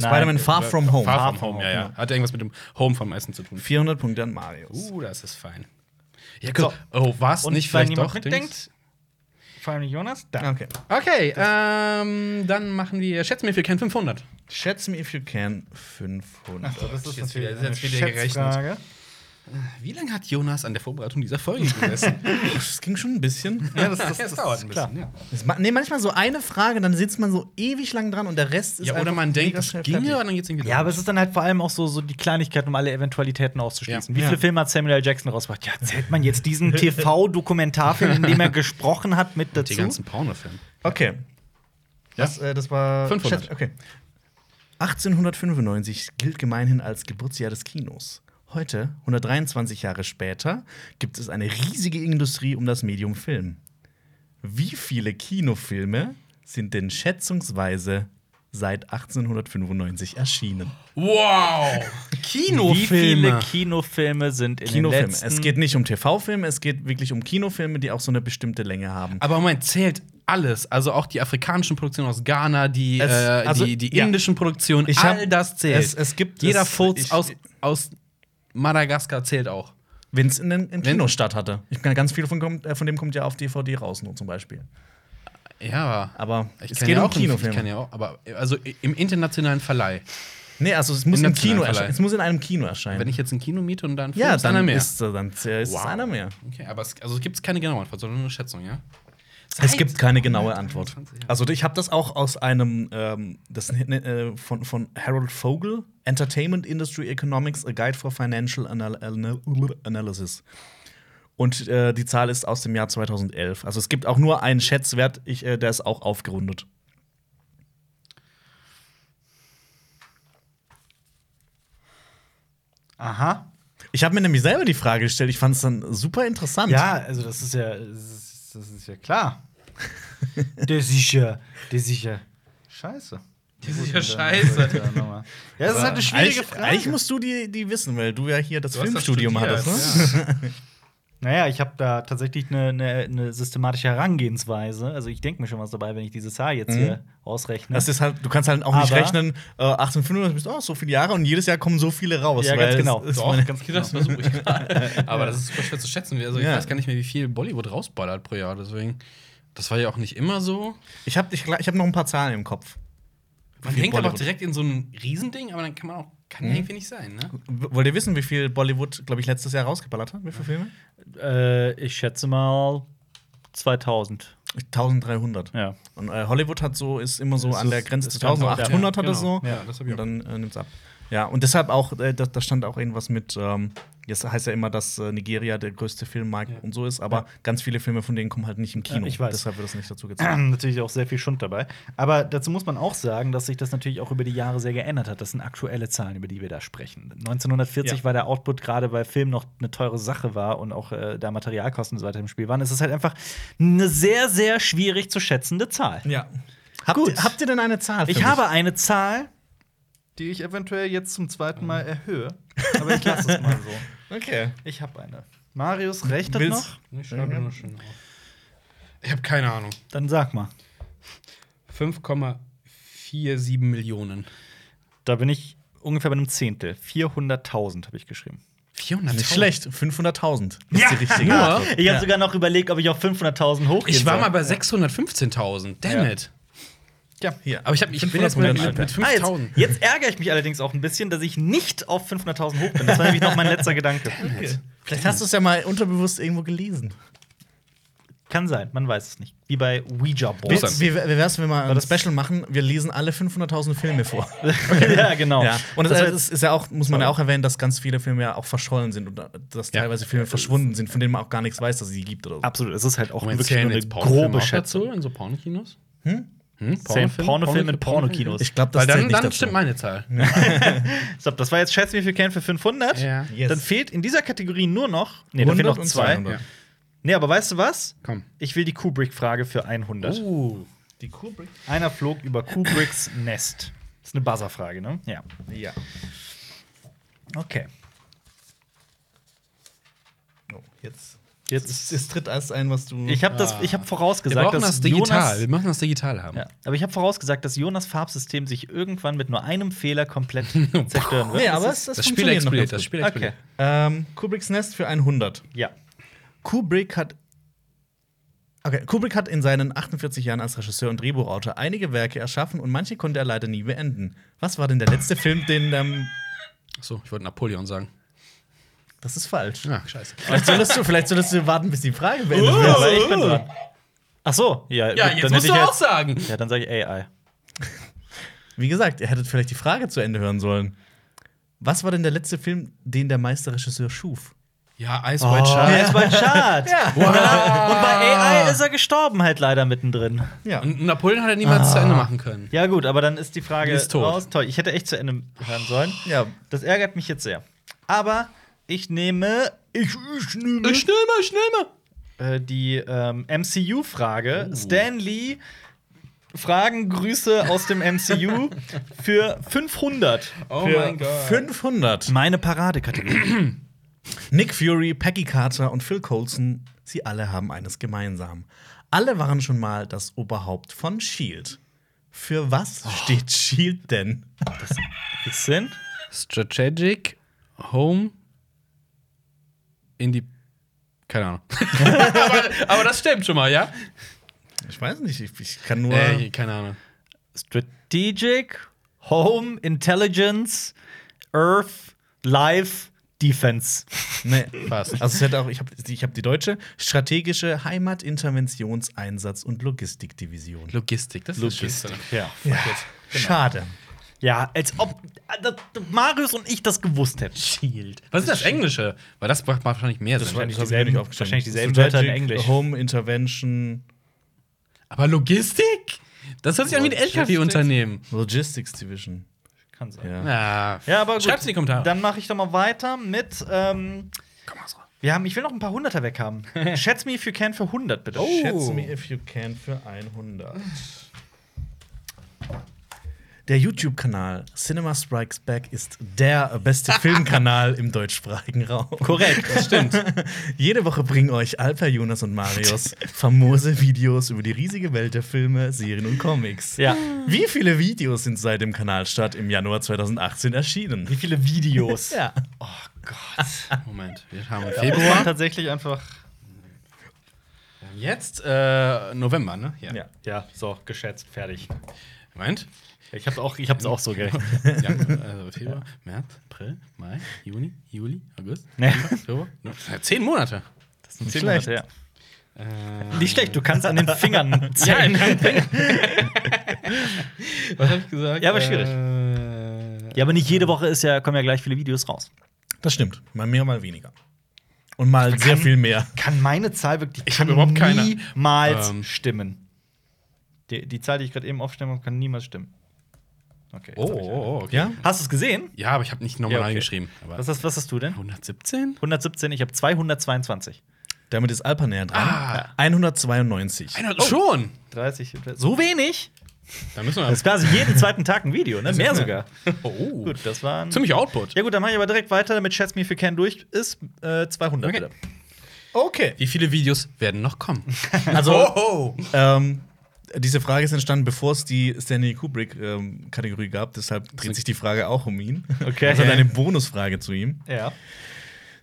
A: Spider-Man Far
C: Oder
A: From Home.
C: Far From Home, ja, ja. Hat irgendwas mit dem Home vom Essen zu tun.
A: 400 Punkte an Marius.
C: Uh, das ist fein. Ja, gut. Oh, was?
D: Und
C: Nicht
D: weil
C: vielleicht
D: niemand
C: doch
D: mitdenkt, vor allem nicht Jonas, da.
A: Okay.
C: Dings? Okay, ähm, dann machen wir. Schätzen wir für Ken 500.
A: Schätze me if you can 500.
D: So, das ist
C: Jetzt
D: natürlich
C: wieder- jetzt
D: eine
C: wieder gerechnet.
D: Schätzfrage.
C: Wie lange hat Jonas an der Vorbereitung dieser Folge gesessen?
A: Das ging schon ein bisschen.
D: Ja, das, das, das,
C: dauert
D: ist
C: ein
D: klar.
C: bisschen. Ja.
A: Das ma- Nee, manchmal so eine Frage, dann sitzt man so ewig lang dran und der Rest ist.
C: Ja, oder
A: einfach
C: man denkt,
A: mega
C: das
A: schnell
C: ginge,
A: fertig.
C: und dann geht's irgendwie
B: Ja, aber es ist dann halt vor allem auch so, so die Kleinigkeit, um alle Eventualitäten auszuschließen.
C: Ja.
B: Wie viele
A: Ja.
B: Filme hat Samuel L. Jackson rausgebracht? Ja, zählt man jetzt diesen TV-Dokumentarfilm, in dem er gesprochen hat, mit
C: die
B: dazu?
C: ganzen Pornofilme.
A: Okay. Das, äh, das war.
C: 500.
A: Schätz- Okay. 1895 gilt gemeinhin als Geburtsjahr des Kinos. Heute, 123 Jahre später, gibt es eine riesige Industrie um das Medium Film. Wie viele Kinofilme sind denn schätzungsweise seit 1895 erschienen?
C: Wow!
B: Wie viele
C: Kinofilme.
B: Kinofilme sind in den
A: Kinofilme.
B: letzten
A: Es geht nicht um TV-Filme, es geht wirklich um Kinofilme, die auch so eine bestimmte Länge haben.
C: Aber Moment, zählt alles. Also auch die afrikanischen Produktionen aus Ghana, die,
A: Es-
C: äh,
A: also,
C: die, die
A: ja.
C: indischen Produktionen,
A: Ich hab-
C: all das zählt.
A: es- es gibt-
C: Jeder
A: es-
C: Furz
A: ich-
C: aus, aus Madagaskar zählt auch.
A: Wenn es in den im Kino statt hatte. Ich meine, ganz viel von, kommt, äh, von dem kommt ja auf DVD raus, nur zum Beispiel.
C: Ja,
A: Aber
C: ich
A: es
C: kenne
A: geht
C: ja
A: um
C: auch Kinofilme. Ich
A: Kinofilme.
C: kenne ja auch, aber also im internationalen Verleih.
A: Nee, also es muss im
C: nationalen
A: Kino
C: Verleih.
A: erscheinen. Es muss in einem Kino erscheinen.
C: Wenn ich jetzt ein Kino miete und dann
A: ja,
C: ist einer
A: dann
C: mehr.
A: ist, äh, dann äh, ist
C: Wow.
A: es einer mehr.
C: okay, aber es also gibt es keine genaue Antwort, sondern eine Schätzung, ja?
A: Es gibt keine genaue Antwort.
C: 21, ja.
A: Also ich habe das auch aus einem, ähm, das ne- äh, von, von Harold Vogel, Entertainment Industry Economics, A Guide for Financial Anal Anal Analysis. Und äh, die Zahl ist aus dem Jahr 2011. Also es gibt auch nur einen Schätzwert, ich, äh, der ist auch aufgerundet.
D: Aha.
A: Ich habe mir nämlich selber die Frage gestellt, ich fand es dann super interessant.
D: Ja, also das ist ja, das ist, das ist ja klar. der sicher, der sicher. Scheiße.
C: Das ist ja
D: Dann- dann nochmal. Ja, das ist halt eine schwierige
A: Eigentlich,
D: Frage.
A: eigentlich musst du die, die wissen, weil du ja hier das
C: Du hast das
A: Filmstudium
C: studiert,
A: hattest. Ne?
D: Naja, ich habe da tatsächlich eine, eine, eine systematische Herangehensweise. Also ich denke mir schon was dabei, wenn ich diese Zahl jetzt
B: Mhm.
D: hier ausrechne.
B: Also,
A: Das ist halt, du kannst halt auch nicht
D: Aber-
A: rechnen, äh, 18,500 bist auch so viele Jahre und jedes Jahr kommen so viele raus.
D: Ja,
A: weil
D: ganz
A: es
D: genau.
A: Ist
C: Doch,
A: meine-
C: ganz genau. Das versuche ich gerade. Aber das ist super schwer zu schätzen. Also, ich
A: Ja.
C: weiß gar nicht mehr, wie viel Bollywood rausballert pro Jahr. Deswegen, das war ja auch nicht immer so.
A: ich habe ich, ich hab noch ein paar Zahlen im Kopf.
C: Man
A: viel
C: denkt aber auch
A: Bollywood.
C: direkt in so ein Riesending, aber dann kann man auch, kann ja irgendwie nicht sein, ne?
A: W- Wollt ihr wissen, wie viel Bollywood, glaube ich, letztes Jahr rausgeballert hat? Wie viele Filme?
B: Äh, ich schätze mal 2000.
A: 1300.
B: Ja.
A: Und äh, Hollywood hat so, ist immer so
B: Es
A: an
B: ist-
A: der Grenze
B: es
A: zu
B: kann so-
A: 1800 hat es
C: genau.
A: so.
C: Ja, das hab ich
A: und
C: auch.
A: dann äh, nimmt es ab. Ja, und deshalb auch, äh, da, da stand auch irgendwas mit, ähm, jetzt heißt ja immer, dass äh, Nigeria der größte Filmmarkt und so ist, aber ganz viele Filme von denen kommen halt nicht im Kino.
D: Ja, ich weiß.
A: Deshalb wird das nicht dazu gezählt.
D: natürlich auch sehr viel Schund dabei. Aber dazu muss man auch sagen, dass sich das natürlich auch über die Jahre sehr geändert hat. Das sind aktuelle Zahlen, über die wir da sprechen. 1940
A: Ja.
D: war der Output gerade, weil Film noch eine teure Sache war und auch äh, da Materialkosten und so weiter im Spiel waren. Es ist halt einfach eine sehr, sehr schwierig zu schätzende Zahl.
A: Ja. Habt,
D: Gut.
A: Ihr, habt ihr denn eine Zahl? für
D: Ich
A: mich?
D: habe eine Zahl, die ich eventuell jetzt zum zweiten Mal erhöhe. Aber ich lasse es mal so.
A: Okay.
D: Ich habe eine. Marius rechnet
A: Willst-
D: noch?
C: Ich schreibe nur schön auf. Ich habe keine Ahnung.
D: Dann sag mal.
C: 5,47 Millionen.
B: Da bin ich
D: Ungefähr bei einem Zehntel. 400.000 habe ich geschrieben.
C: 400
A: Nicht schlecht. 500.000 ist die richtige
C: Ja.
A: Antwort.
B: Ich habe sogar noch überlegt, ob ich auf 500.000 hochgehe.
C: Ich war mal bei 615.000. Damn
D: Ja.
C: it.
A: Hier,
C: Aber ich, hab, ich bin jetzt
A: 500
C: mit,
A: Punkten.
C: mit, mit
B: Ah,
C: 5.000.
B: jetzt, jetzt ärgere ich mich allerdings auch ein bisschen, dass ich nicht auf 500.000 hoch bin. Das war nämlich noch mein letzter Gedanke.
A: Vielleicht hast du es ja mal unterbewusst irgendwo gelesen.
B: Kann sein, man weiß es nicht. Wie bei Ouija
A: Wie,
B: Board.
A: wie, wie wär's, wenn wir mal ein Special machen? Wir lesen alle 500.000 Filme vor.
B: ja, genau.
A: Ja. Und das,
B: Das heißt,
A: ist, ist ja auch, muss man ja auch erwähnen, dass ganz viele Filme ja auch verschollen sind und dass teilweise Filme verschwunden sind, von denen man auch gar nichts weiß, dass es sie gibt oder so.
B: absolut, es ist halt auch
C: Moment,
B: wirklich
C: zählen
B: nur eine
C: jetzt Pornofilme
B: grobe
C: auch
B: Schätzung.
C: dazu In so Pornokinos? Hm?
B: Zählen Pornofilme in Pornokinos.
A: Ich glaube, das
C: Weil
A: zählt
C: dann,
A: nicht
C: dann
A: dazu.
C: stimmt meine Zahl.
B: Stopp, das war jetzt Schätz mir für Ken für 500.
C: Ja.
A: Yes.
B: Dann fehlt in dieser Kategorie nur noch. Nee, da
A: 100
B: fehlen noch
A: und
B: zwei.
A: 200.
C: Ja.
B: Nee, aber weißt du was?
C: Komm.
B: Ich will die Kubrick-Frage für 100.
C: Uh.
A: Die Kubrick?
B: Einer flog über Kubricks Nest. Das ist eine Buzzer-Frage, ne? Ja.
A: Ja.
B: Okay.
A: Oh, jetzt. Jetzt es tritt alles ein, was du.
B: Ich habe das,
C: Ah.
B: ich habe
C: Wir
B: vorausgesagt,
C: brauchen
B: dass
C: das digital.
B: Jonas,
C: Wir müssen das digital haben.
B: ja, aber ich habe vorausgesagt, dass Jonas Farbsystem sich irgendwann mit nur einem Fehler komplett zerstören wird.
A: nee, aber es,
C: Das Spiel explodiert. Das
A: Spiel.
C: Spiel explodiert.
B: Okay.
A: Ähm, Kubricks Nest für 100.
B: Ja.
A: Kubrick hat. Okay, Kubrick hat in seinen 48 Jahren als Regisseur und Drehbuchautor einige Werke erschaffen und manche konnte er leider nie beenden. Was war denn der letzte Film, den. Ähm,
C: Achso, ich wollte Napoleon sagen.
A: das ist falsch.
C: Ja, scheiße.
A: Vielleicht, solltest du, vielleicht solltest du warten, bis die Frage beendet
B: Ja,
A: wird.
B: aber ich bin dran. Ach so, ja,
C: Ja,
B: gut,
C: jetzt
B: dann
C: musst
B: hätte
C: du
B: ich
C: auch sagen.
B: Ja, dann sage ich AI.
A: Wie gesagt, ihr hättet vielleicht die Frage zu Ende hören sollen. Was war denn der letzte Film, den der Meisterregisseur schuf?
C: Oh. Ja, Ice White Shark.
B: Er ist bei Chart. Und bei AI ist er gestorben halt leider mittendrin.
A: Ja.
C: Und Napoleon hat er niemals zu Ende machen können.
B: Ja, gut, aber dann ist die Frage
C: Die ist tot.
B: raus. Toll, ich hätte echt zu Ende hören sollen.
A: ja.
B: Das ärgert mich jetzt sehr. Aber ich nehme. Ich, ich nehme.
C: Schnell mal, schnell mal.
B: Äh, die ähm,
C: Oh.
B: MCU-Frage. Stan Lee. Fragen, Grüße aus dem MCU für 500.
C: Oh
A: Für
C: mein Gott.
A: 500.
B: Meine Paradekategorie.
A: Nick Fury, Peggy Carter und Phil Coulson, sie alle haben eines gemeinsam. Alle waren schon mal das Oberhaupt von Shield. E Für was steht Shield E denn?
B: Was denn?
C: Strategic Home in die. Keine Ahnung. aber, aber das stimmt schon mal, ja?
A: Ich weiß nicht, ich, ich kann nur.
C: Äh, keine Ahnung.
B: Strategic, Home, Intelligence, Earth, Life, Defense.
A: Nee.
C: Fast.
A: Also es hätte auch, ich habe ich hab die deutsche strategische Heimatinterventionseinsatz und Logistikdivision.
C: Logistik, das ist das Schlimmste.
B: Ja.
A: Ja,
B: Genau.
A: Schade.
B: Ja, als ob äh, das- Marius und ich das gewusst hätten.
C: Shield. Was ist das Englische? Weil das macht wahrscheinlich mehr Sinn.
B: wahrscheinlich
A: Das hab ich
B: dieselben-
A: mir nicht aufgeschrieben.
B: wahrscheinlich dieselben Wörter in Englisch.
A: Home Intervention,
C: Aber Logistik? Das hört sich an wie ein LKW-Unternehmen.
A: Logistics Division.
B: Kann sein.
A: Ja.
C: Ja.
B: Ja, aber gut.
C: Schreib's in die Kommentare.
B: Dann mache ich doch mal weiter mit. Ähm,
C: Komm mal so.
B: wir haben, ich will noch ein paar Hunderter weg haben. Schätz me if you can für 100, bitte.
C: Oh.
A: Schätze me if you can für 100. Der YouTube-Kanal Cinema Strikes Back ist der beste Filmkanal im deutschsprachigen Raum.
B: Korrekt, stimmt.
A: Jede Woche bringen euch Alper, Jonas und Marius famose Videos über die riesige Welt der Filme, Serien und Comics.
B: Ja.
A: Wie viele Videos sind seit dem Kanalstart im Januar 2018 erschienen?
B: Wie viele Videos?
A: Ja.
C: Oh Moment, wir haben
B: Muss man
C: Februar.
B: tatsächlich einfach.
C: Wir haben Jetzt äh, November, ne? Ja.
A: ja.
B: Ja, so, geschätzt, fertig.
C: Moment.
B: Ich hab's auch, ich hab's auch so gerechnet.
C: Ja, äh, Februar, März, April, Mai, Juni, Juli, August,
B: Nee.
C: Februar. Ja, Zehn Monate.
B: Das sind
A: Nicht
B: zehn Monate,
A: schlecht.
B: ja.
C: Äh,
B: Nicht schlecht, du kannst an den Fingern
C: ja,
B: zählen.
C: in Was habe ich gesagt?
B: Ja, aber schwierig.
C: Äh,
B: Ja, aber nicht jede Woche ist ja, kommen ja gleich viele Videos raus.
A: Das stimmt. Mal mehr, mal weniger. Und mal sehr viel mehr.
B: Kann meine Zahl wirklich
C: Ich hab überhaupt keine.
B: niemals
C: Ähm.
B: stimmen? Die, die Zahl, die ich gerade eben aufstellen habe, kann niemals stimmen. Okay. jetzt
C: Oh,
B: hab ich eine.
C: oh, oh, okay.
A: Ja?
B: Hast du es gesehen?
C: Ja, aber ich habe nicht
B: Ja,
C: nochmal
B: okay.
C: reingeschrieben. Aber
B: Was hast, was hast du denn?
C: 117?
B: 117, ich habe 222.
A: Damit ist Alper näher dran.
C: Ah.
A: 192.
C: Oh. Schon!
B: 30, so wenig?
C: Da müssen
B: Oh. Das ist quasi jeden zweiten Tag ein Video, ne? Mehr sogar.
C: Oh,
B: Gut, das waren.
C: ziemlich Output.
B: Ja, gut, dann mache ich aber direkt weiter, damit Schätz Me If You Can durch ist. Äh, 200.
C: Okay.
B: bitte.
A: Okay.
C: Wie viele Videos werden noch kommen?
A: Also,
C: Oh,
A: Ähm, diese Frage ist entstanden, bevor es die Stanley Kubrick-Kategorie gab. Deshalb dreht sich die Frage auch um ihn.
B: Okay.
A: Also eine Bonusfrage zu ihm.
B: Ja.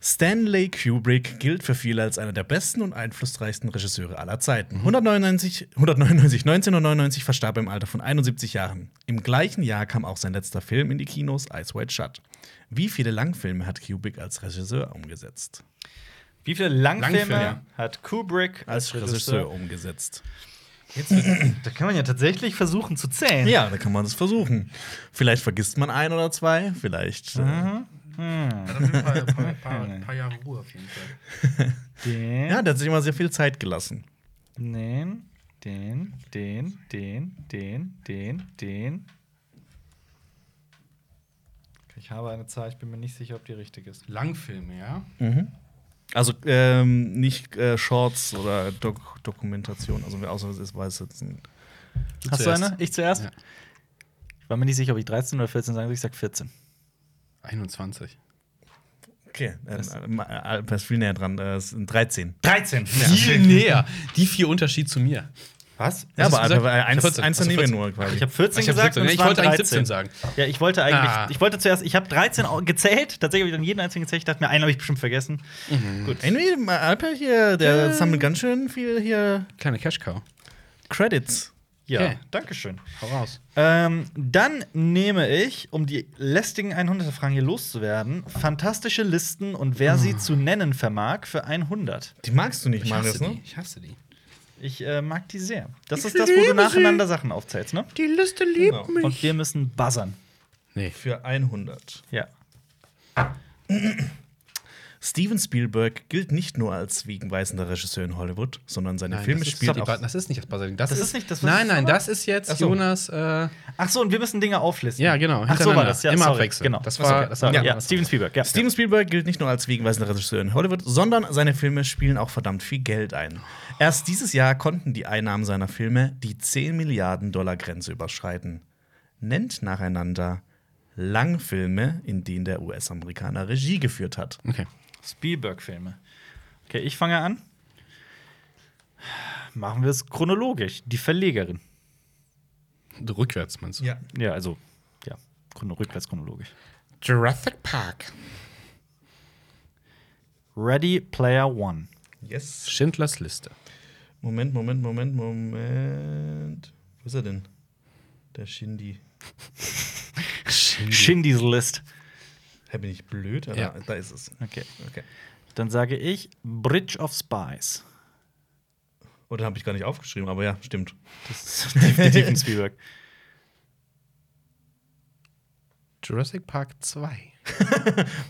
A: Stanley Kubrick gilt für viele als einer der besten und einflussreichsten Regisseure aller Zeiten. 199, 199, 1999 verstarb er im Alter von 71 Jahren. Im gleichen Jahr kam auch sein letzter Film in die Kinos, Ice White Shut. Wie viele Langfilme hat Kubrick als Regisseur umgesetzt?
B: Wie viele Langfilme
C: Langfilme.
B: hat Kubrick
A: Als Regisseur umgesetzt.
B: Da kann man ja tatsächlich versuchen zu zählen.
A: Ja, da kann man das versuchen. Vielleicht vergisst man ein oder zwei, vielleicht. Äh,
C: Ein paar Jahre Ruhe auf jeden Fall.
B: Den,
A: ja, der hat sich immer sehr viel Zeit gelassen.
B: den, den, den, den, den, den, den. Ich habe eine Zahl, ich bin mir nicht sicher, ob die richtig ist.
C: Langfilme, ja?
A: Also ähm, nicht äh, Shorts oder Dok Dokumentation, also wer außer es ist, weiß jetzt ein
B: Hast
C: zuerst.
B: du eine? Ich zuerst?
C: Ja.
B: Ich war mir nicht sicher, ob ich 13 oder 14 sagen soll. Ich sag 14.
C: 21.
A: Okay, äh, äh, Alper ist viel näher dran. Äh, es sind 13.
B: 13.
C: Viel näher. Die vier Unterschied zu mir.
B: Was?
A: Ja,
C: hast
A: aber
C: du
A: Alper
C: gesagt?
A: war
C: Ich hab
A: eins,
C: 14.
A: eins
C: Hast du
A: daneben
C: 14?
A: nur quasi.
B: Ich habe 14
C: Ich hab
B: gesagt
C: 14,
B: und
C: ne?
B: es
C: Ich
B: waren
C: wollte eigentlich
B: 13.
C: 17 sagen.
B: Ja, ich wollte eigentlich,
C: Ah.
B: ich wollte zuerst, ich habe 13 au- gezählt, tatsächlich habe ich dann jeden einzigen gezählt, ich dachte mir, einen habe ich bestimmt vergessen. Gut.
A: Irgendwie, äh, Alper hier, der sammelt ganz schön viel hier
C: Kleine Cash-Cow.
A: Credits.
B: Ja,
C: Okay.
B: Dankeschön.
C: Hau raus.
B: Ähm, dann nehme ich, um die lästigen 100er-Fragen hier loszuwerden, fantastische Listen und wer
C: Hm.
B: sie zu nennen vermag für 100.
A: Die magst du nicht,
C: Ich hasse
A: Marius,
C: die.
A: ne?
C: Ich hasse die.
B: Ich äh, mag die sehr. Das
A: Ich
B: ist das, wo
A: liebe
B: du
A: sie.
B: nacheinander Sachen aufzählst, ne?
C: Die Liste liebt
A: Genau.
B: Und wir müssen buzzern.
C: Nee.
A: Für 100.
B: Ja.
A: Steven Spielberg gilt nicht nur als wiegenweisender Regisseur in Hollywood, sondern seine
C: Nein,
A: Filme
C: das ist
A: spielt
C: die
A: auch.
C: Button- Das ist nicht das Buzzing. Das,
B: Das
C: ist
B: ist nicht das, was
C: Nein,
B: ist,
C: nein,
B: oder?
C: das ist jetzt
A: Ach so.
C: Jonas. Äh,
B: Ach so, und wir müssen Dinge auflisten.
C: ja, genau.
B: Ach so war
C: hintereinander.
B: das. Ja,
C: Immer
B: sorry,
C: abwechseln.
B: Genau.
C: Das war, das war
B: ja,
C: ja.
B: Steven Spielberg. Ja.
A: Steven Spielberg gilt nicht nur als wiegenweisender Regisseur in Hollywood, sondern seine Filme spielen auch verdammt viel Geld ein. Erst dieses Jahr konnten die Einnahmen seiner Filme die 10 Milliarden Dollar Grenze überschreiten. Nennt nacheinander Langfilme, in denen der US-Amerikaner Regie geführt hat.
C: Okay.
B: Spielberg-Filme. Okay, ich fange an. Machen wir es chronologisch. Die Verlegerin.
C: Rückwärts meinst du?
A: Ja.
B: Ja, also, ja, chrono- rückwärts chronologisch.
C: Jurassic Park.
B: Ready Player One.
A: Yes.
C: Schindlers Liste.
A: Moment, Moment, Moment, Moment. Wo ist er denn? Der Shindy.
B: Shindy's List.
A: Hä, bin ich blöd?
C: Ja.
A: Da ist es.
B: Okay.
A: Okay.
B: Dann sage ich Bridge of Spies.
A: Oder habe Oh, ich gar nicht aufgeschrieben, aber ja, stimmt.
B: Das ist definitiv ein Spielberg.
C: Jurassic Park 2.
A: Oh,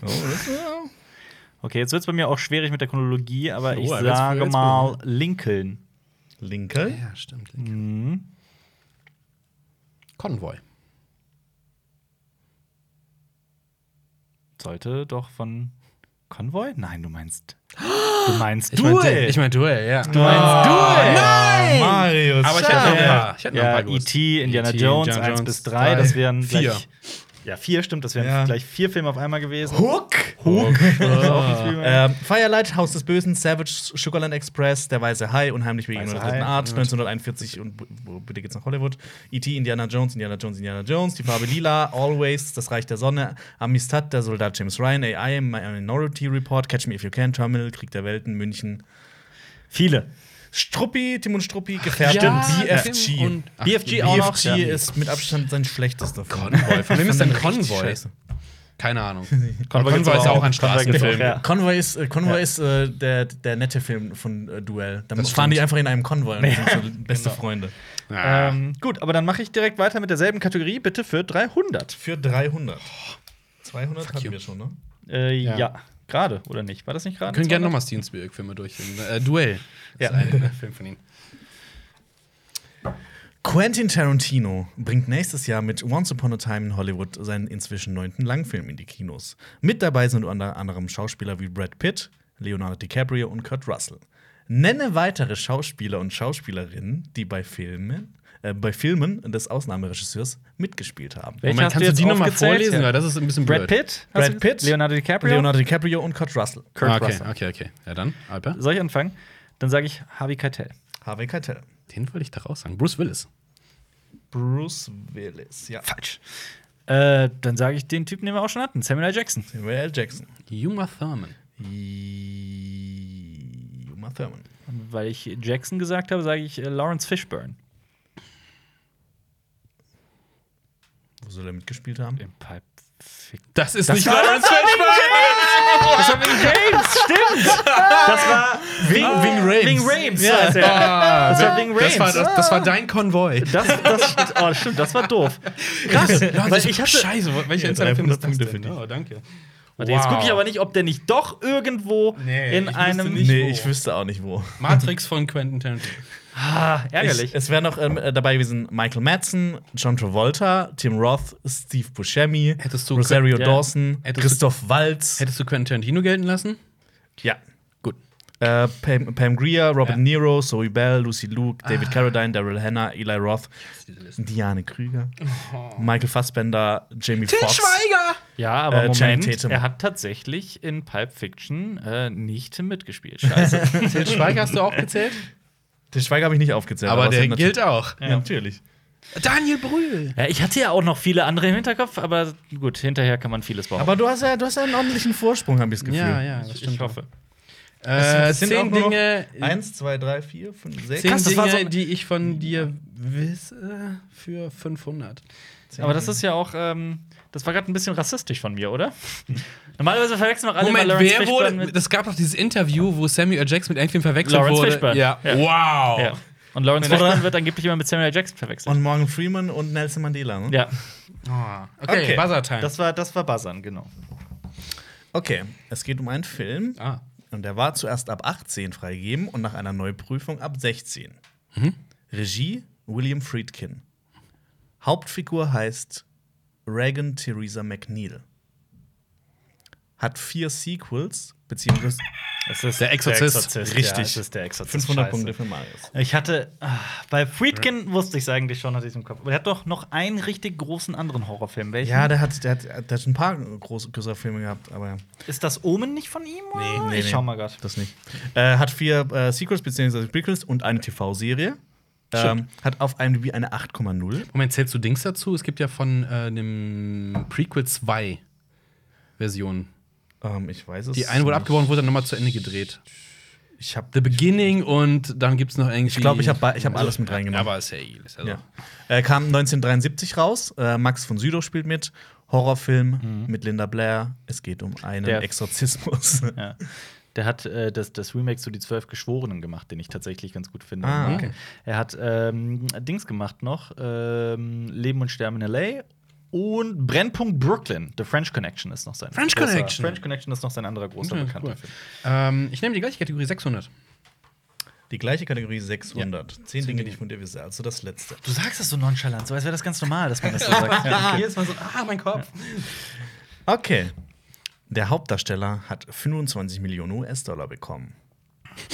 A: das ist
B: Okay, jetzt wird es bei mir auch schwierig mit der Chronologie, aber
C: Oh,
B: ich
C: jetzt-
B: sage
C: jetzt-
B: mal Lincoln.
A: Lincoln.
C: Ja, stimmt.
B: Mhm.
C: Konvoi.
B: Sollte doch von Konvoi? Nein, du meinst. Du meinst
C: Ich mein,
B: Duel.
C: ich mein Ah. Duel, ja.
B: du meinst Duel.
A: Nein! Marius,
C: Aber ich hätte noch ein
A: schade.
C: paar. Ich hätte noch ein
B: Ja,
C: paar gewusst.
B: E.T., Indiana
C: E.T.,
B: Jones,
C: Indiana
B: 1
C: Jones,
B: bis 3,
C: drei,
B: das wären
C: vier.
B: gleich. Ja, 4 stimmt, das wären
A: Ja.
B: gleich vier Filme auf einmal gewesen.
A: Hook.
B: Hook. Das ist auch ein
C: Ah.
B: Spielberg.
A: Ähm, Firelight, Haus des Bösen, Savage, Sugarland Express, Der Weiße Hai, Unheimlich wegen
B: Weiße
A: der dritten
B: Hai,
A: Art, 1941 und wo- wo, bitte geht's nach Hollywood. E.T., Indiana Jones, Indiana Jones, Indiana Jones, Die Farbe Lila, Always, Das Reich der Sonne, Amistad, Der Soldat James Ryan, AI, Minority Report, Catch Me If You Can, Terminal, Krieg der Welten, München.
B: Viele.
A: Struppi, Tim und Struppi, Gefährten, BFG.
C: Tim und- Ach,
B: BFG auch noch.
A: BFG ist mit Abstand sein schlechtester Film.
C: Konvoi. Von wem ist denn
A: Richtig
C: Konvoi?
A: scheiße.
C: Keine Ahnung.
B: Konvoi
C: Konvoi
B: gibt's
C: ist ja
B: auch.
C: auch ein
B: Konvoi gibt's
C: Straßenfilm.
B: auch, ja.
A: Konvoi ist, äh, Konvoi
B: Ja.
A: ist äh, der, der nette Film von äh, Duell. Da
C: Das
A: fahren
C: stimmt.
A: die einfach in einem Konvoi und sind so beste Freunde.
C: Ah.
B: Ähm, gut, aber dann mache ich direkt weiter mit derselben Kategorie, bitte für 300.
A: Für 300. 200 hatten
C: you.
A: wir schon, ne?
B: Äh, ja.
C: Ja.
B: Gerade, oder nicht? War das nicht gerade?
C: Wir können gerne
B: 200?
C: nochmal Steven Spielberg-Filme durchgehen. Äh, Duell.
B: Ja.
C: Ist ein äh, Film von ihm.
A: Quentin Tarantino bringt nächstes Jahr mit Once Upon a Time in Hollywood seinen inzwischen neunten Langfilm in die Kinos. Mit dabei sind unter anderem Schauspieler wie Brad Pitt, Leonardo DiCaprio und Kurt Russell. Nenne weitere Schauspieler und Schauspielerinnen, die bei Filmen, äh, bei Filmen des Ausnahmeregisseurs mitgespielt haben.
B: Welche
C: Moment,
B: hast
C: kannst du
B: jetzt
C: die nochmal
B: aufgezählt?
C: vorlesen?
B: Ja.
C: Weil das ist ein bisschen
B: Brad
C: blöd.
B: Pitt?
A: Brad
B: hast du-
A: Pitt?
B: Leonardo DiCaprio?
A: Leonardo Dicaprio und Kurt Russell.
B: Kurt
C: ah, okay,
B: Russell.
C: okay, okay. Ja, dann, Alper.
B: Soll ich anfangen? Dann sage ich Harvey Keitel.
A: Harvey Keitel.
C: Den wollte ich da raus sagen. Bruce Willis.
A: Bruce Willis. Ja.
B: Falsch. Äh, dann sage ich den Typen, den wir auch schon hatten, Samuel L. Jackson.
A: Samuel L. Jackson.
C: Juma Thurman.
A: Uma Thurman.
B: Und weil ich Jackson gesagt habe, sage ich äh, Lawrence Fishburne.
A: Wo soll er mitgespielt haben?
B: Im Pipe Fiction.
C: Das ist nicht Lawrence
B: Das war wegen James, stimmt! Das war wegen,
C: Wing Rames.
B: Wing Rames.
A: Ja.
B: heißt er.
C: Das
B: war wegen
C: Ah. das war,
B: Rames.
C: das, das war dein Konvoi.
B: Das, das, oh, stimmt, das war doof. Krass, weil ich hatte.
C: Scheiße, wo- welcher
A: Ja,
C: Insiderfilm
A: 300
C: ist das
A: Punkte
C: denn?
A: für dich.
C: Oh, danke.
B: Warte, jetzt
C: Wow.
B: gucke ich aber nicht, ob der nicht doch irgendwo
C: Nee,
B: in
C: ich wüsste
B: einem.
C: nicht.
A: nee,
C: wo.
A: ich wüsste auch nicht wo.
C: Matrix von Quentin Tarantino.
B: Ah, ärgerlich.
A: Ich, es wären noch ähm, äh, dabei gewesen Michael Madsen, John Travolta, Tim Roth, Steve Buscemi,
C: Hättest du-
A: Rosario
B: Ja.
A: Dawson,
C: Hättest du-
A: Christoph Waltz.
C: Hättest du Quentin Tarantino gelten lassen?
A: ja.
C: Gut.
A: Äh, Pam, Pam Grier, Robert Niro, Zoe Bell, Lucy Luke,
C: Ah.
A: David Carradine, Daryl Hannah, Eli Roth, Diane Krüger,
C: Oh.
A: Michael Fassbender, Jamie Foxx.
E: Ja, aber
A: Äh, Channing
E: Moment,
A: Tatum.
E: er hat tatsächlich in Pulp Fiction äh, nicht mitgespielt. Scheiße.
C: Til Schweiger hast du auch gezählt?
A: Den Schweiger habe ich nicht aufgezählt.
C: aber der
A: es sind
C: gilt auch.
A: natürlich- Ja, natürlich.
C: Daniel Brühl.
E: ja, ich hatte ja auch noch viele andere im Hinterkopf, aber gut, hinterher kann man vieles bauen.
A: Aber du hast ja, du hast ja einen ordentlichen Vorsprung, habe ich das Gefühl.
C: Ja, ja, das
E: ich
C: stimmt.
E: hoffe.
C: Äh,
A: Es sind auch
C: zehn
A: nur noch
C: Dinge,
A: Eins, zwei, drei, vier, fünf, sechs.
C: zehn
E: Krass, das war
C: Dinge
E: so ein-
C: die ich von dir wisse, für 500.
A: zehn.
E: Aber das ist ja auch, ähm, das war gerade ein bisschen rassistisch von mir, oder? Normalerweise verwechseln wir alle
C: Moment,
E: immer Lawrence
C: wer
E: Fishburne
C: wurde.
E: mit
C: Das gab doch dieses Interview, wo Samuel L. Jackson mit irgendwem verwechselt
E: Lawrence
C: wurde.
E: Fishburne.
C: Ja.
E: Ja.
C: Wow.
E: ja. Und Lawrence
A: Oder-
E: Fishburne wird angeblich immer mit Samuel Jackson verwechselt.
A: Und Morgan Freeman und Nelson Mandela, ne?
E: ja.
C: Oh, Okay,
A: Okay.
C: Buzzer Time.
D: Das war, das war Buzzern, genau.
A: Okay, es geht um einen Film
C: ah.
A: und der war zuerst ab 18 freigegeben und nach einer Neuprüfung ab 16. Regie William Friedkin. Hauptfigur heißt Reagan Theresa McNeil. Hat vier Sequels, beziehungsweise
D: Es ist
C: Der Exorzist.
D: Richtig. Ja, es ist der Exorzist.
A: 500
D: Scheiße.
A: Punkte für Marius.
D: Ich hatte, ah, bei Friedkin wusste ich es eigentlich schon, hatte ich im Kopf. Aber er hat doch noch einen richtig großen anderen Horrorfilm. Welchen?
A: Ja, der hat, der, hat, der hat ein paar große, größere Filme gehabt, aber
D: Ist das Omen nicht von ihm?
A: Nee,
D: oder?
A: nee,
D: Ich
A: nee.
D: schau mal grad.
A: das nicht. Äh, hat vier äh, Sequels bzw. Prequels und eine TV-Serie. Ähm, hat auf IMDb eine 8,0.
C: Moment, zählst du Dings dazu? Es gibt ja von äh, dem Prequel 2 Version.
A: Ähm, ich weiß es.
C: Die eine wurde
A: nicht.
C: abgebrochen, wurde dann nochmal zu Ende gedreht.
A: Ich habe
C: The Beginning und dann gibt es noch irgendwie.
A: Ich glaub, ich hab ba- ich hab alles mit reingenommen.
C: Aber ist ja eh. Ist ja so.
A: Ja. Äh, kam 1973 raus. Äh, Max von Sydow spielt mit. Horrorfilm mit Linda Blair. Es geht um einen
B: Der-
A: Exorzismus.
B: Ja. Der hat äh, das, das Remake zu Die Zwölf Geschworenen gemacht, den ich tatsächlich ganz gut finde.
A: Ah,
C: okay.
B: Er hat ähm, Dings gemacht noch: ähm, Leben und Sterben in L.A. und Brennpunkt Brooklyn. The French Connection ist noch sein.
C: French
B: großer-
C: Connection.
B: French Connection Hm, ist noch sein anderer großer
C: Ja,
B: bekannter
C: Mhm, cool.
B: Film.
C: Ähm, ich nehme die gleiche Kategorie 600.
A: Die gleiche Kategorie 600. Zehn Dinge, die ich von dir wisse. Also das letzte.
B: Du sagst das so nonchalant, so als wäre das ganz normal, dass man das so sagt. Ja, okay.
C: Jedes Mal so, ah, mein Kopf.
A: Okay. Der Hauptdarsteller hat 25 Millionen US-Dollar bekommen.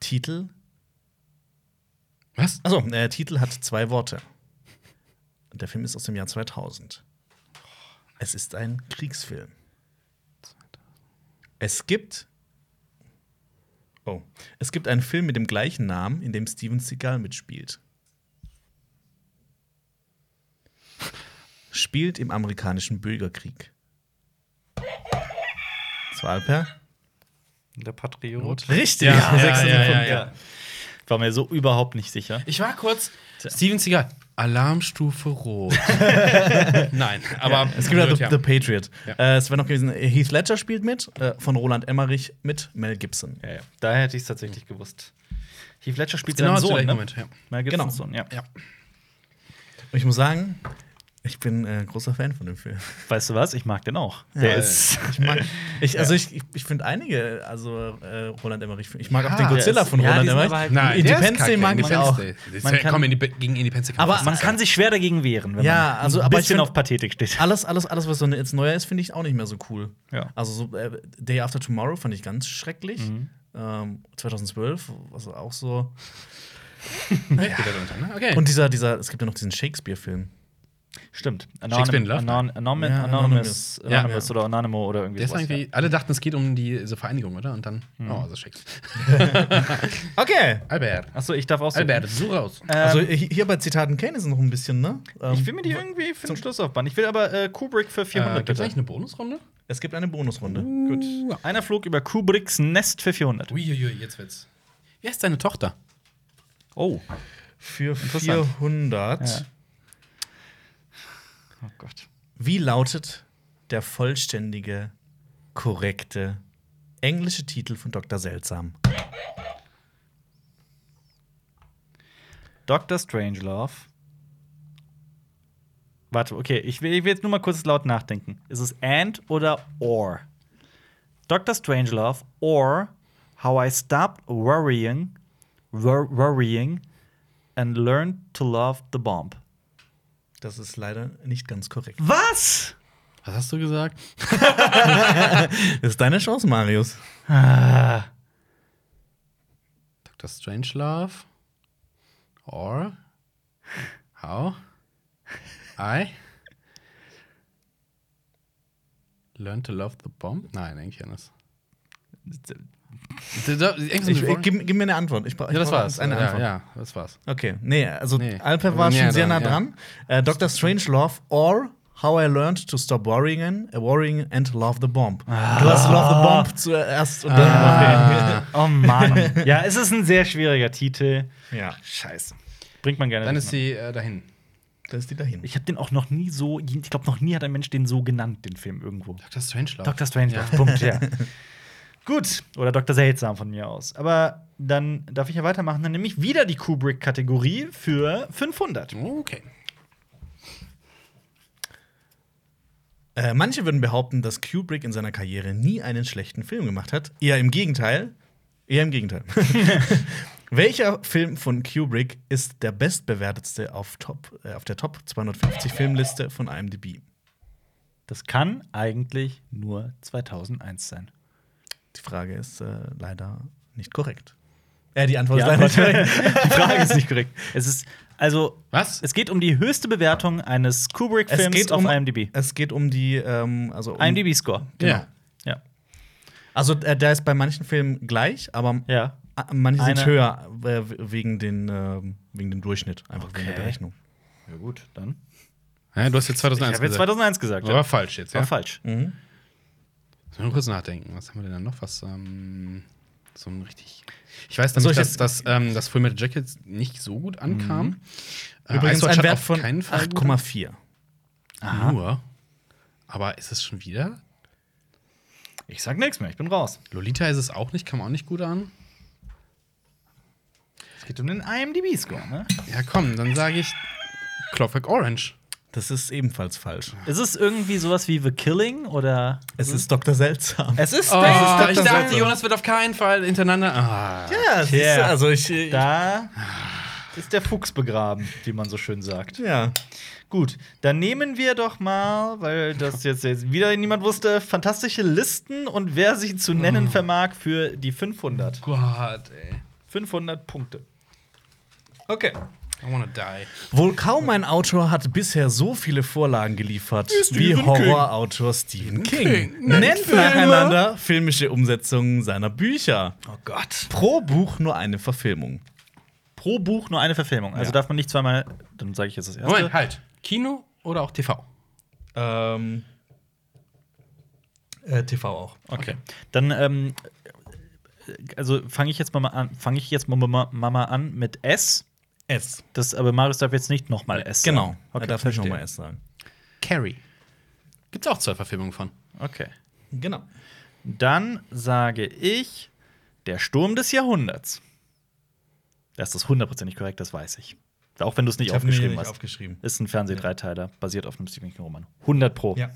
A: Titel.
C: Was?
A: Achso, äh, Titel hat zwei Worte. Der Film ist aus dem Jahr 2000. Es ist ein Kriegsfilm. Es gibt. Oh. Es gibt einen Film mit dem gleichen Namen, in dem Steven Seagal mitspielt. Spielt im amerikanischen Bürgerkrieg. Das war Alper.
D: Der Patriot.
A: Richtig.
C: Ja, ja, ja,
B: Also
C: ja, ja.
B: War mir so überhaupt nicht sicher.
C: Ich war kurz. Steven Seagal. Alarmstufe Rot. Nein, aber
A: Es gibt ja The,
C: ja. Genau,
A: The Patriot.
C: Ja.
A: Äh, es wäre noch gewesen, Heath Ledger spielt mit, äh, von Roland Emmerich mit Mel Gibson.
B: Ja, ja. Da hätte ich es tatsächlich gewusst. Heath Ledger spielt
C: Genau,
B: seinen
C: zu
B: Sohn.
C: gleichen
B: Ne?
C: Moment, ja.
B: Mel
A: Genau.
B: Gibsons Sohn, ja.
C: Ja.
A: Und ich muss sagen, ich bin äh, großer Fan von dem Film.
B: Weißt du was? Ich mag den auch. Der
C: Ja,
B: ist.
A: Ich mag, ich, also ich, ich- ich finde einige, also äh, Roland Emmerich, ich mag auch
C: Ja,
A: den Godzilla
B: der ist-
A: von
B: ja,
A: Roland
B: die sind
A: Emmerich.
B: aber halt-
C: Nein,
A: Independence Day mag ich auch.
B: Man kann-
C: Komm, Indip gegen Independence Day kann
A: Aber
C: man
B: Man
C: was
B: kann
C: sagen.
B: sich schwer dagegen wehren, wenn
A: Ja,
B: man
A: also,
B: ein
A: aber ich
B: bisschen
A: find-
B: auf Pathetik steht.
A: Alles, alles, alles, was so jetzt neuer ist, finde ich auch nicht mehr so cool.
B: Ja.
A: Also so äh, Day After Tomorrow fand ich ganz schrecklich.
C: Mhm.
A: Ähm, 2012, also auch so.
C: Geht da drunter, ne? Okay.
A: Und dieser, dieser, es gibt ja noch diesen Shakespeare-Film.
B: Stimmt.
C: Shakespeare in Love?
B: Anon Anon
A: Ja, Anonymous.
B: Anonymous, Anonymous, oder Anonymous oder irgendwie
C: der ist
B: sowas.
C: irgendwie, alle dachten, es geht um die, diese Vereinigung, oder? Und dann.
A: Hm.
C: Oh, also schick's.
A: Okay.
C: Albert.
B: Achso, ich darf auch so. Ähm,
C: Albert, so raus.
A: Also
C: Ähm,
A: hi- hier bei Zitaten Kane ist es noch ein bisschen, ne? Ähm,
B: Ich will mir die irgendwie für den Schluss aufbauen. Ich will aber äh, Kubrick für 400
C: Äh, Gibt es
B: bitte.
C: eigentlich eine Bonusrunde?
A: es gibt eine Bonusrunde.
C: Gut.
B: Einer flog über Kubricks Nest für 400.
C: Uiuiui, jetzt wird's. Wer ist deine Tochter?
B: Oh.
A: Für
B: Interessant.
A: 400.
B: Ja. Oh Gott.
A: Wie lautet der vollständige, korrekte englische Titel von Dr. Seltsam?
B: Dr. Strangelove. Warte, okay, ich will, ich will jetzt nur mal kurz laut nachdenken. Ist es and oder or? Dr. Strangelove or How I Stopped Worrying, wor worrying and Learned to Love the Bomb.
A: Das ist leider nicht ganz korrekt.
B: Was?
C: Was hast du gesagt?
A: Das ist deine Chance, Marius.
B: Ah.
C: Dr. Strangelove or how I learned to love the bomb? Nein, eigentlich anders. Irgendwas
A: Ich,
C: mit
A: äh,
C: Bomb?
A: gib, gib mir eine Antwort. Ich brauch, ich
C: ja, das
A: brauch
C: war's.
A: Eine
C: ja,
A: Antwort.
C: ja, das war's.
A: Okay, nee, also
C: Nee.
A: Alper
C: Aber
A: war
C: näher
A: schon sehr nah
C: dran,
A: dran. Äh, Dr. Strangelove or How I Learned to Stop Worrying, äh, Worrying and Love the Bomb. Du hast Love the Bomb zuerst und dann.
C: Ah.
B: Oh Mann. ja, es ist ein sehr schwieriger Titel.
A: Ja,
B: Scheiße.
F: Bringt man gerne.
C: Dann
F: mit.
C: ist sie äh, dahin.
A: da ist die dahin.
B: Ich habe den auch noch nie so, ich glaube, noch nie hat ein Mensch den so genannt, den Film irgendwo.
C: Dr. Strangelove.
B: Dr. Strange, Punkt, ja. Gut, oder Dr. Seltsam von mir aus. Aber dann darf ich ja weitermachen. Dann nehme ich wieder die Kubrick-Kategorie für 500.
C: Okay.
A: Äh, manche würden behaupten, dass Kubrick in seiner Karriere nie einen schlechten Film gemacht hat. Eher im Gegenteil. Eher im Gegenteil. Welcher Film von Kubrick ist der bestbewertetste auf, Top, äh, auf der Top 250 Filmliste von IMDb?
B: Das kann eigentlich nur 2001 sein.
A: Die Frage ist äh, leider nicht korrekt. Äh, die Antwort
B: Die
A: ist leider nicht
B: Antwort-
A: korrekt.
B: Die Frage ist nicht korrekt. Es ist, also,
C: Was?
B: es geht um die höchste Bewertung eines
A: Es
B: Kubrick-Films
A: geht
B: auf
A: um
B: IMDb.
A: Es geht um die, ähm, also um,
B: IMDb-Score.
C: Ja.
B: Ja.
A: Also äh, der ist bei manchen Filmen gleich, aber
B: Ja.
A: äh, manche sind
B: Eine-
A: höher äh, w- wegen, den, ähm, wegen dem Durchschnitt, einfach wegen der
B: Okay.
A: Berechnung.
B: Ja, gut, dann.
C: Ja, du hast jetzt
B: Ich
C: 2001
B: habe jetzt
C: gesagt.
B: 2001 gesagt.
C: War falsch jetzt,
B: War
C: ja?
B: falsch.
A: Mhm.
C: Sollen wir kurz nachdenken? Was haben wir denn da noch? Was, ähm, so ein richtig. Ich Mhm. weiß
A: Soll
C: nämlich,
A: ich
C: dass,
A: jetzt-
C: dass, ähm, dass Full Metal Jacket nicht so gut ankam. Äh,
A: Übrigens
C: Icewatch
A: ein
C: hat
A: Wert
C: auf
A: von
C: keinen Fall gut
A: 8,4.
C: ankam. Nur. Aber ist es schon wieder?
B: Ich sag nichts mehr, ich bin raus.
C: Lolita ist es auch nicht, kam auch nicht gut an.
B: Es geht um den IMDb-Score, ne?
C: Ja, komm, dann sage ich Clockwork Orange.
A: Das ist ebenfalls falsch.
B: Ist es irgendwie sowas wie The Killing oder.
A: Es ist Dr. Seltsam.
B: Es ist.
C: Oh,
B: das ist
C: ich dachte,
B: Seltsam.
C: Jonas wird auf keinen Fall hintereinander. Ah.
A: Ja, siehst du,
B: Ja.
A: also ich, ich
B: Da ist der Fuchs begraben, wie man so schön sagt.
A: ja.
B: Gut, dann nehmen wir doch mal, weil das jetzt, jetzt wieder niemand wusste, fantastische Listen und wer sie zu
C: Oh.
B: nennen vermag für die 500.
C: Gott, ey.
B: 500 Punkte. Okay.
C: I wanna die.
A: Wohl kaum ein Autor hat bisher so viele Vorlagen geliefert wie
C: Stephen
A: Horrorautor Stephen King.
C: King.
A: Nennt
C: Nennt Filme.
A: nacheinander filmische Umsetzungen seiner Bücher.
B: Oh Gott.
A: Pro Buch nur eine Verfilmung.
B: Pro Buch nur eine Verfilmung. Also
A: Ja.
B: darf man nicht zweimal, dann sage ich jetzt das erste.
C: Moment, halt. Kino oder auch TV?
A: Ähm, äh, TV auch.
B: Okay. Dann, ähm, also fange ich jetzt mal an, fange ich jetzt mal Mama, Mama an mit S.
A: S.
B: Das, aber Marius darf jetzt nicht nochmal S. sagen.
A: Genau.
B: Okay,
A: er darf nicht
B: verstehe.
A: nochmal S sagen.
C: Carrie. Gibt's auch zwei Verfilmungen von.
B: Okay.
A: Genau.
B: Dann sage ich der Sturm des Jahrhunderts. Das ist hundertprozentig korrekt, das weiß ich. Auch wenn du es nicht
A: Ich habe mir
B: aufgeschrieben
A: nicht
B: hast.
A: aufgeschrieben.
B: Ist ein Fernsehdreiteiler, basiert auf einem Stephen King Roman. 100 pro.
A: Ja.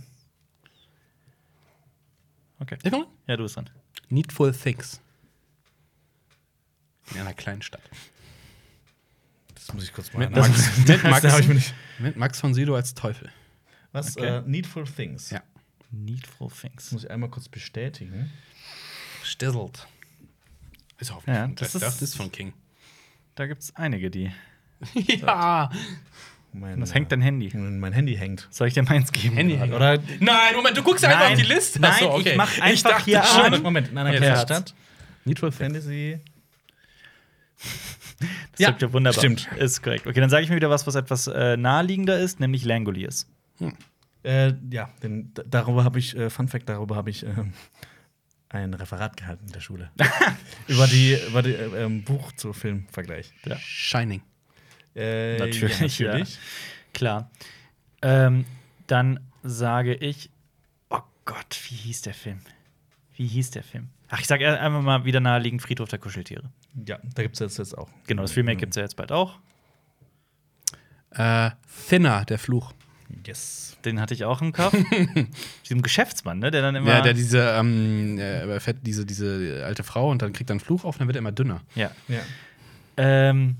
B: Okay.
C: Ich komm.
B: Ja, du bist dran.
C: Needful Things. In einer kleinen Stadt.
A: Das muss ich kurz mal
C: Mit
A: nachgucken.
C: Max, mit,
A: Das hab ich mir
C: Max,
A: nicht.
C: mit Max von Sido als Teufel.
A: Was?
B: Okay.
A: Äh, Needful Things.
C: Ja.
B: Needful Things.
A: Das muss ich einmal kurz bestätigen.
C: Stizzled. Ist hoffentlich
B: Ja,
C: von-
B: das
C: ich dachte,
B: ist-
C: das ist von King.
B: Da gibt's einige, die.
C: ja.
A: Mein, äh,
B: Was hängt dein Handy?
A: Mein Handy hängt.
B: Soll ich dir meins geben?
C: Handy hängt.
A: Oder
C: Nein, Moment, du guckst einfach auf die Liste.
B: Nein,
C: Achso, okay.
B: ich mach einfach
C: dachte
B: hier
C: schon.
B: an.
A: Moment, in einer
B: Okay.
A: kleinen
B: Herz.
A: Stadt.
C: Needful
A: Fantasy.
B: Das habt ihr wunderbar.
A: stimmt.
B: Ist korrekt. Okay, dann sage ich mir wieder was, was etwas äh, naheliegender ist, nämlich Langoliers.
A: Äh, ja, denn d- darüber habe ich, äh, Fun Fact, darüber habe ich ähm, ein Referat gehalten in der Schule. über die, über die äh, ähm, Buch zu Film-Vergleich.
C: Shining.
A: Äh,
B: Natürlich,
A: Ja,
B: ja.
A: natürlich.
B: Klar. Ähm, dann sage ich. Oh Gott, wie hieß der Film? Wie hieß der Film? Ach, ich sage einfach mal wieder naheliegend Friedhof der Kuscheltiere.
A: Ja, da gibt es jetzt, jetzt auch.
B: Genau, das
C: Mhm.
B: Remake gibt's ja jetzt bald auch.
C: Äh, Thinner, der Fluch.
A: Yes.
B: Den hatte ich auch im Kopf. Diesem Geschäftsmann, ne? Der dann immer.
C: Ja, der diese, ähm, äh, fett, diese, diese alte Frau und dann kriegt er einen Fluch auf und dann wird er immer dünner.
B: ja.
A: Ja.
B: Ähm,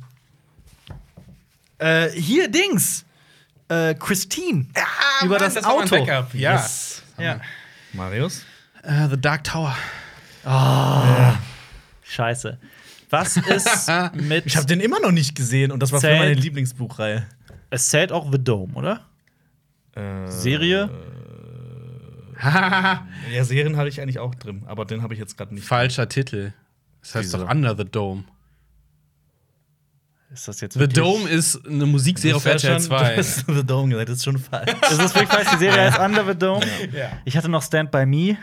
B: äh, hier Dings. Äh, Christine. Über das, Auto.
C: Ja.
A: Yes.
B: Ja.
A: Marius?
C: Äh, The Dark Tower.
B: Scheiße. Was ist mit.
A: Ich habe den immer noch nicht gesehen und das war früher
B: Zählt-
A: meine Lieblingsbuchreihe.
B: es zählt auch The Dome, oder?
A: Äh,
B: Serie?
A: Ja, Serien habe ich eigentlich auch drin, aber den habe ich jetzt gerade nicht.
C: Falscher Titel. Das heißt
A: Wieso?
C: doch Under the Dome.
B: Ist das jetzt
C: Äh, The Dome ist eine Musikserie auf RTL 2.
A: Das ist The Dome gesagt, das ist schon falsch.
B: Ist es wirklich falsch? Die Serie heißt Under the Dome.
C: Ja.
B: Ich hatte noch Stand By Me.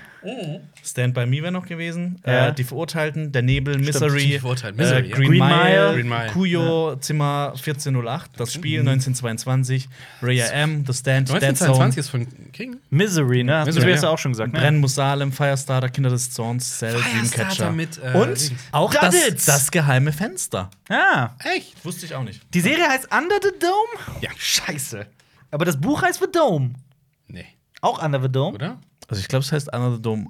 A: Stand by Me wäre noch gewesen.
B: Ja.
A: Äh, die Verurteilten, der Nebel,
C: die
A: Misery,
C: Verurteilten,
A: äh,
C: Misery, ja.
A: Green,
B: Green
A: Mile,
B: Mile.
C: Green Mile,
A: Cuyo, Zimmer 1408, das Spiel 1922, Ray M, The Stand, Dead Zone,
C: 1922 ist von King.
A: Äh,
B: Misery, ne?
C: Misery,
B: Misery, hast du
C: ja.
B: auch schon gesagt, ne?
A: Brennen muss Salem, Firestarter, Kinder des Zorns, Cell, Dreamcatcher.
C: mit, äh,
A: Und
C: Dings.
A: auch das,
B: Duddits.
A: das geheime Fenster.
B: Ah.
C: Echt?
A: Wusste ich auch nicht.
B: Die Serie heißt Under the Dome?
C: Ja.
B: Scheiße. Aber das Buch heißt The Dome.
C: Nee.
B: Auch Under the Dome.
C: Oder?
A: Also ich glaube, es heißt Another Dome.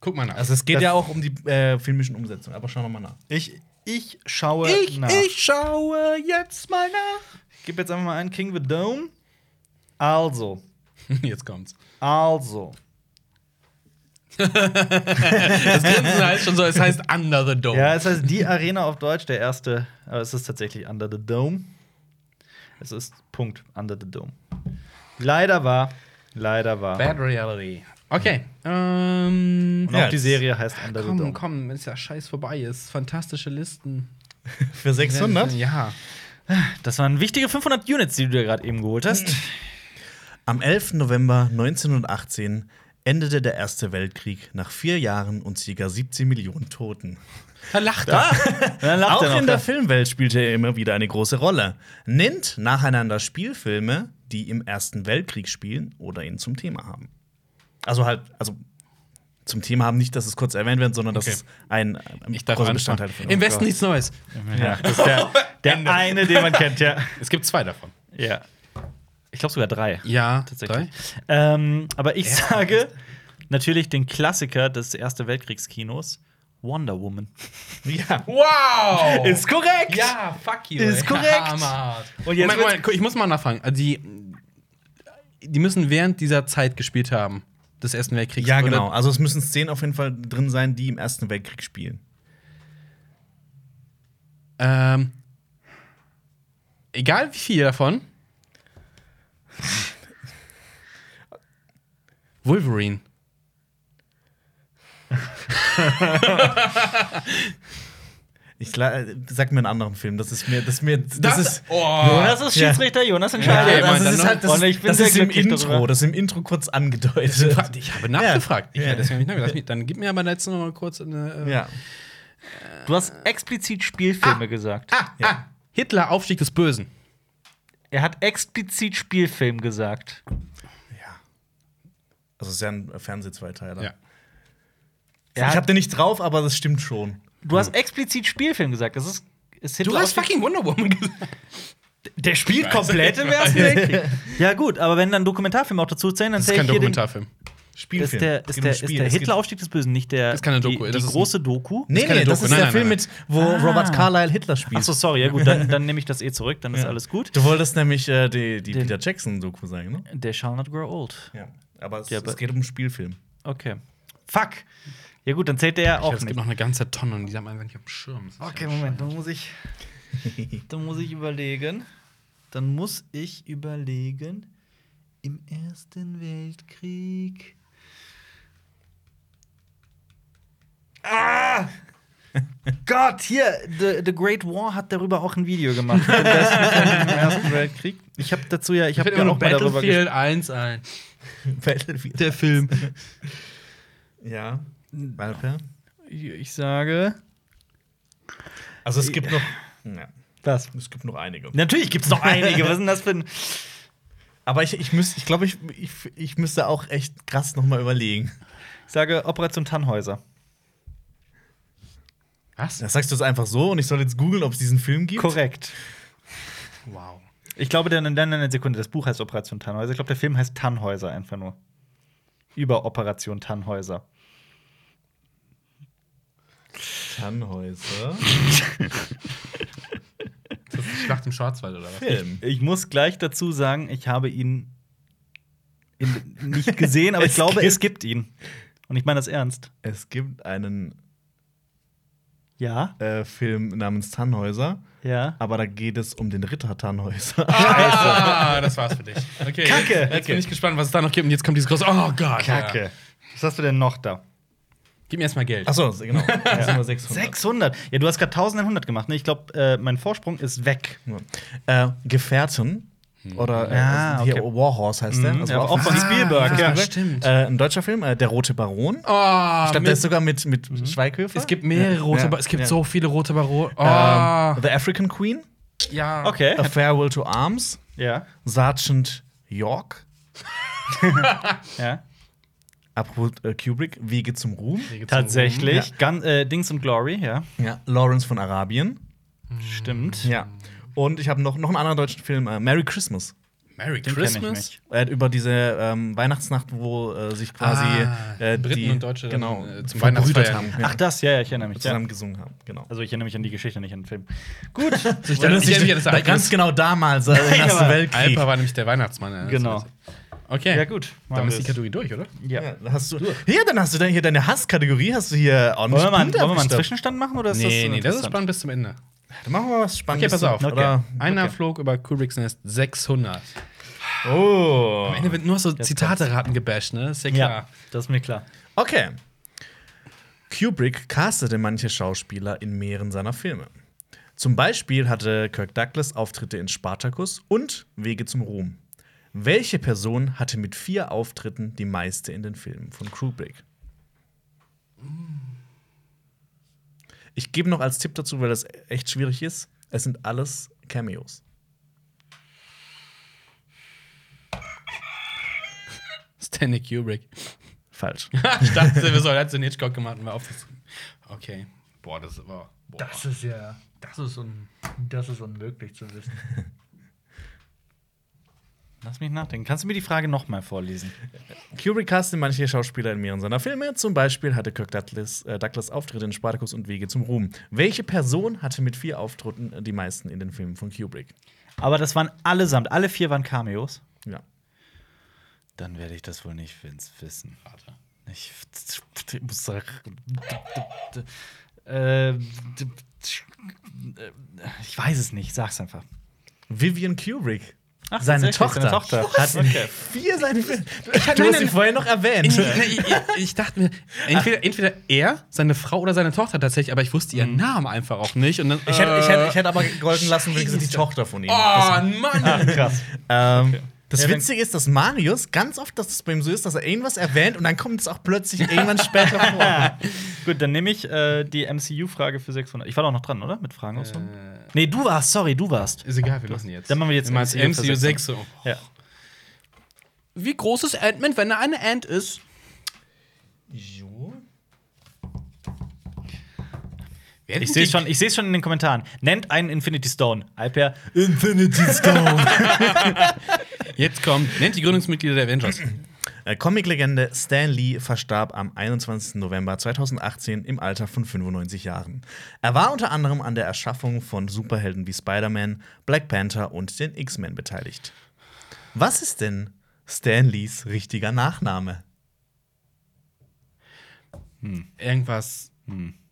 C: Guck mal nach.
A: Also es geht
B: Das-
A: ja auch um die äh, filmischen Umsetzungen, aber schau nochmal nach.
B: Ich, ich schaue nach.
C: schaue jetzt mal nach.
B: Ich gebe jetzt einfach mal ein King the Dome. Also,
C: Jetzt kommt's.
B: also.
C: Das Grinsen heißt schon so, es heißt Under the Dome.
B: Ja, es heißt die Arena auf Deutsch, der erste. Aber es ist tatsächlich Under the Dome. Es ist Punkt Under the Dome. Leider war, leider war.
C: Bad Reality. Okay. Ähm,
B: Und
A: Ja,
B: auch die
A: das-
B: Serie heißt Under the
C: komm,
B: Dome.
C: komm, ist ja scheiß vorbei. Ist fantastische Listen.
A: Für 600?
C: Ja.
B: Das waren wichtige 500 Units, die du dir gerade eben geholt hast.
A: Am 11. November 1918 endete der Erste Weltkrieg nach vier Jahren und ca. 17 Millionen Toten.
C: Da lacht er.
B: Dann lacht er
A: Auch
B: noch
A: in der
B: da.
A: Filmwelt spielte er immer wieder eine große Rolle. Nennt nacheinander Spielfilme, die im Ersten Weltkrieg spielen oder ihn zum Thema haben. Also halt, also zum Thema haben nicht, dass es kurz erwähnt wird, sondern dass
C: Okay.
A: es ein, ein
C: Ich darf anfangen.
A: von
C: Im Westen nichts Neues.
B: ja, das ist der, der eine, den man kennt, ja.
C: Es gibt zwei davon.
B: ja. Ich glaube sogar drei.
C: Ja,
B: Tatsächlich. Ähm, aber ich sage natürlich den Klassiker des Ersten Weltkriegskinos, Wonder Woman.
A: Ja.
C: Wow!
B: korrekt!
C: ja, fuck you.
B: Ist korrekt.
C: Hammerhart.
B: Und jetzt
C: Moment, Moment, ich muss mal nachfragen. Also Die, die müssen während dieser Zeit gespielt haben, des Ersten Weltkriegs.
A: ja,
C: oder?
A: genau. Also es müssen Szenen auf jeden Fall drin sein, die im Ersten Weltkrieg spielen.
C: Ähm, egal wie viel davon. Wolverine.
A: Ich la- äh, sag mir einen anderen Film. Das ist mir, das ist mir, das, ist.
C: Oh.
B: Jonas ist
A: Ja.
B: Schiedsrichter, Jonas
A: Ja,
B: entscheidet. Also,
C: Okay, Mann,
A: das
C: dann
A: ist
C: noch-
A: halt, das,
B: Und ich bin
A: das
B: sehr
A: ist im
B: glücklich
A: Intro,
B: darüber.
A: das ist im Intro kurz angedeutet.
C: Ich habe nachgefragt. Ich
A: Ja.
C: werde das gar nicht nachgefragt. Lass mich- Dann gib mir aber jetzt noch mal kurz eine. äh,
A: Ja.
B: Du hast explizit Spielfilme gesagt.
C: Ah, ah, Hitler, Aufstieg des Bösen.
B: Er hat explizit Spielfilm gesagt.
A: Also es ist ja ein Fernsehzweiteiler.
C: Ja.
A: Ich habe den nicht drauf, aber das stimmt schon.
B: Du hast explizit Spielfilm gesagt. Das ist, ist Hitler aus-
C: Wonder Woman gesagt.
B: Der spielt
C: Ich weiß,
B: komplett
C: ich
B: im Ersten Weltkrieg. Ja, gut, aber wenn dann Dokumentarfilme auch dazu zählen, dann
C: Das ist
B: zähle
C: kein
B: ich hier den.
C: Dokumentarfilm.
A: Spielfilm.
B: Ist der,
A: Es
B: ist
A: geht um
B: der, ist
A: Spiel.
B: der
A: Es geht-
B: Hitlerausstieg des Bösen, nicht der.
C: ist keine Doku,
B: Die,
C: das
B: die
C: ist ein-
B: große Doku?
A: Nee,
C: keine
A: nee, das
C: Doku.
A: ist der
C: Nein, nein,
A: Film
C: nein.
A: mit, wo Robert Carlyle Hitler spielt.
B: Achso, sorry, ja gut, dann, dann nehme ich das eh zurück, dann ist alles gut.
A: Du wolltest nämlich äh, die, die
B: Den-
A: Peter Jackson-Doku sagen, ne?
B: Der shall not grow old.
A: Ja. Aber es,
B: Ja,
A: es
B: aber-
A: geht um einen Spielfilm.
B: Okay. Fuck! Ja gut, dann zählt der ja auch
C: es gibt
B: nicht.
C: noch eine ganze Tonne und die haben einfach nicht auf dem Schirm.
B: Okay, Moment, dann muss ich. dann muss ich überlegen. Dann muss ich überlegen. Im Ersten Weltkrieg. Ah! Gott, hier, The, The Great War hat darüber auch ein Video gemacht. Den besten Film Im Ersten Weltkrieg. Ich habe dazu ja, ich
C: Ich
B: habe
C: fällt
B: ja
C: immer
B: auch
C: noch
B: mal darüber gesprochen.
C: Battlefield 1 ein.
A: Battlefield.
B: Der Film.
A: Ja. Alper.
B: Ich sage.
A: Also es gibt noch. Ja.
B: Was?
A: Es gibt noch einige.
B: Natürlich gibt's noch einige. Was ist denn das für ein.
A: Aber ich, ich, müß- ich glaube, ich, ich, ich müsste auch echt krass nochmal überlegen.
B: Ich sage Operation Tannhäuser.
C: Was?
A: Das sagst du es einfach so und ich soll jetzt googeln, ob es diesen Film gibt.
B: Korrekt.
C: Wow.
B: Ich glaube, dann, dann eine Sekunde. Das Buch heißt Operation Tannhäuser. Ich glaube, der Film heißt Tannhäuser einfach nur. Über Operation Tannhäuser.
A: Tannhäuser.
C: Das ist Schlacht im Schwarzwald oder was?
A: Film.
B: Ich muss gleich dazu sagen, ich habe ihn in, nicht gesehen, aber ich
A: Es
B: glaube,
A: gibt-
B: es gibt ihn. Und ich meine das ernst.
A: Es gibt einen
B: Ja,
A: äh, Film namens Tannhäuser.
B: ja.
A: Aber da geht es um den Ritter Tannhäuser.
C: Ah, das war's für dich.
B: Kacke.
C: Okay. Jetzt, jetzt
B: Kacke.
C: bin ich gespannt, was es da noch gibt. Und jetzt kommt dieses große. Oh Gott. Ja.
B: Kacke. Was hast du denn noch da?
C: Gib mir erstmal Geld.
A: Achso, genau. Das sind nur 600.
B: 600. Ja, du hast gerade 1100 gemacht, ne? Ich glaube, äh, mein Vorsprung ist weg.
A: Äh, Gefährten. Oder äh,
B: Ah,
A: hier
B: okay.
A: Warhorse heißt der.
B: Mhm,
A: Also
B: ja,
A: auch
B: auch von Spielberg,
C: ah,
B: ja.
C: Stimmt.
A: äh, ein deutscher Film, äh, Der Rote Baron.
C: oh,
A: Ich glaube, der
C: mit-
A: ist sogar mit, mit Schweighöfer.
C: es gibt mehrere rote
A: Ja.
C: Bar- Es gibt
A: Ja.
C: so viele rote Barone. Oh,
A: ähm, The African Queen,
C: ja.
B: Okay.
A: A Farewell to Arms,
B: Ja,
A: Sergeant York,
B: ja.
A: apropos äh, Kubrick, Wege zum Ruhm,
B: Tatsächlich. Gan äh, Dings und Glory, ja.
A: ja. Lawrence von Arabien.
B: Stimmt.
A: Ja. Und ich habe noch, noch einen anderen deutschen Film, äh, Merry Christmas.
C: Merry
B: Den kenn ich
C: Christmas.
B: nicht.
A: Äh, über diese ähm, Weihnachtsnacht, wo äh, sich quasi
C: Ah,
A: äh,
C: Briten
A: die
C: und Deutsche dann,
A: genau,
C: äh, zum
A: verbrüdert
C: Weihnachtsfeiern.
A: haben.
B: Ach, das, ja, ja, ich erinnere mich. Ja.
A: zusammen gesungen haben, genau.
B: Also, ich erinnere mich an die Geschichte, nicht an den Film.
C: Gut. Ich
A: Ja,
C: erinnere
A: das
C: mich an das
A: da- ganz
C: Ereignis.
A: genau damals, also im
B: Nein,
A: Ersten
B: aber
A: Weltkrieg.
C: Alper war nämlich der Weihnachtsmann. äh,
B: Genau.
C: Okay.
B: Ja, gut.
C: Dann
B: Machen
C: ist die
B: wir's.
C: Kategorie durch, oder?
B: Ja.
A: Ja, da hast du, hier, dann hast du dann hier deine Hasskategorie, hast du hier ordentlich
B: Wollen wir, mal, wollen
A: Punkte
B: wir mal einen
A: abgestaubt.
B: Zwischenstand machen oder ist das
C: Nee, nee, das ist
B: uninteressant?
C: spannend bis zum Ende.
A: Dann machen wir was Spannendes.
C: Okay, pass auf.
A: Okay. Oder,
C: Einer
B: Okay.
C: flog über Kubricks Nest 600.
A: oh.
C: Am Ende wird nur so Zitate raten gebasht, ne? Ist ja
B: Ja,
C: klar.
B: das ist mir klar.
A: Okay. Kubrick castete manche Schauspieler in mehreren seiner Filme. Zum Beispiel hatte Kirk Douglas Auftritte in Spartacus und Wege zum Ruhm. Welche Person hatte mit vier Auftritten die meiste in den Filmen von Kubrick? Ich gebe noch als Tipp dazu, weil das echt schwierig ist. Es sind alles Cameos.
C: Stanley Kubrick.
A: Falsch.
C: ich dachte, wir sollen jetzt den Hitchcock gemacht und wir auf. Okay. Boah, das war. Boah.
D: ist ja. Das ist, un, das ist unmöglich zu wissen.
B: Lass mich nachdenken. Kannst du mir die Frage nochmal vorlesen?
A: Kubrick castete manche Schauspieler in mehreren seiner Filme. Zum Beispiel hatte Kirk Douglas, äh, Douglas Auftritte in Spartacus und Wege zum Ruhm. Welche Person hatte mit vier Auftritten äh, die meisten in den Filmen von Kubrick?
B: Aber das waren allesamt, alle vier waren Cameos.
A: Ja.
B: Dann werde ich das wohl nicht wins- wissen.
C: Warte.
B: Ich ich muss sagen, äh, ich weiß es nicht, sag's einfach.
A: Vivian Kubrick.
B: Ach,
A: seine
B: tatsächlich,
A: Tochter.
B: seine Tochter.
A: Hat
B: Okay.
A: vier seine Filme. Ich hatte
C: nein,
A: sie
C: nein.
A: vorher noch erwähnt.
C: Ich, ich, ich dachte mir, entweder, entweder er, seine Frau oder seine Tochter tatsächlich, aber ich wusste ihren Namen einfach auch nicht. Und dann,
A: Ich hätte, ich, hätte, ich hätte aber golden lassen, wenn gesagt, die Tochter von ihm.
C: Oh, Mann!
B: Krass.
A: Ähm, Das
B: Ja, dann-
A: Witzige ist, dass Marius ganz oft, dass es bei ihm so ist, dass er irgendwas erwähnt und dann kommt es auch plötzlich irgendwann später vor.
B: Gut, dann nehme ich äh, die MCU-Frage für 600. Ich war doch noch dran, oder? Mit Fragen aus. Nee, du warst, sorry, du warst.
C: Ist egal, wir lassen jetzt.
B: Dann machen wir jetzt
C: meinst
B: MCU
C: MCU 6.
B: Ja.
C: Wie groß ist Ant-Man, wenn er eine Ant ist?
A: Jo.
B: Ich sehe es schon, ich seh's schon in den Kommentaren. Nennt einen Infinity Stone. Alper,
A: Infinity Stone.
C: Jetzt kommt, nennt die Gründungsmitglieder der Avengers.
A: Äh, Comiclegende Stan Lee verstarb am 21. November 2018 im Alter von 95 Jahren. Er war unter anderem an der Erschaffung von Superhelden wie Spider-Man, Black Panther und den X-Men beteiligt. Was ist denn Stan Lees richtiger Nachname?
C: Irgendwas,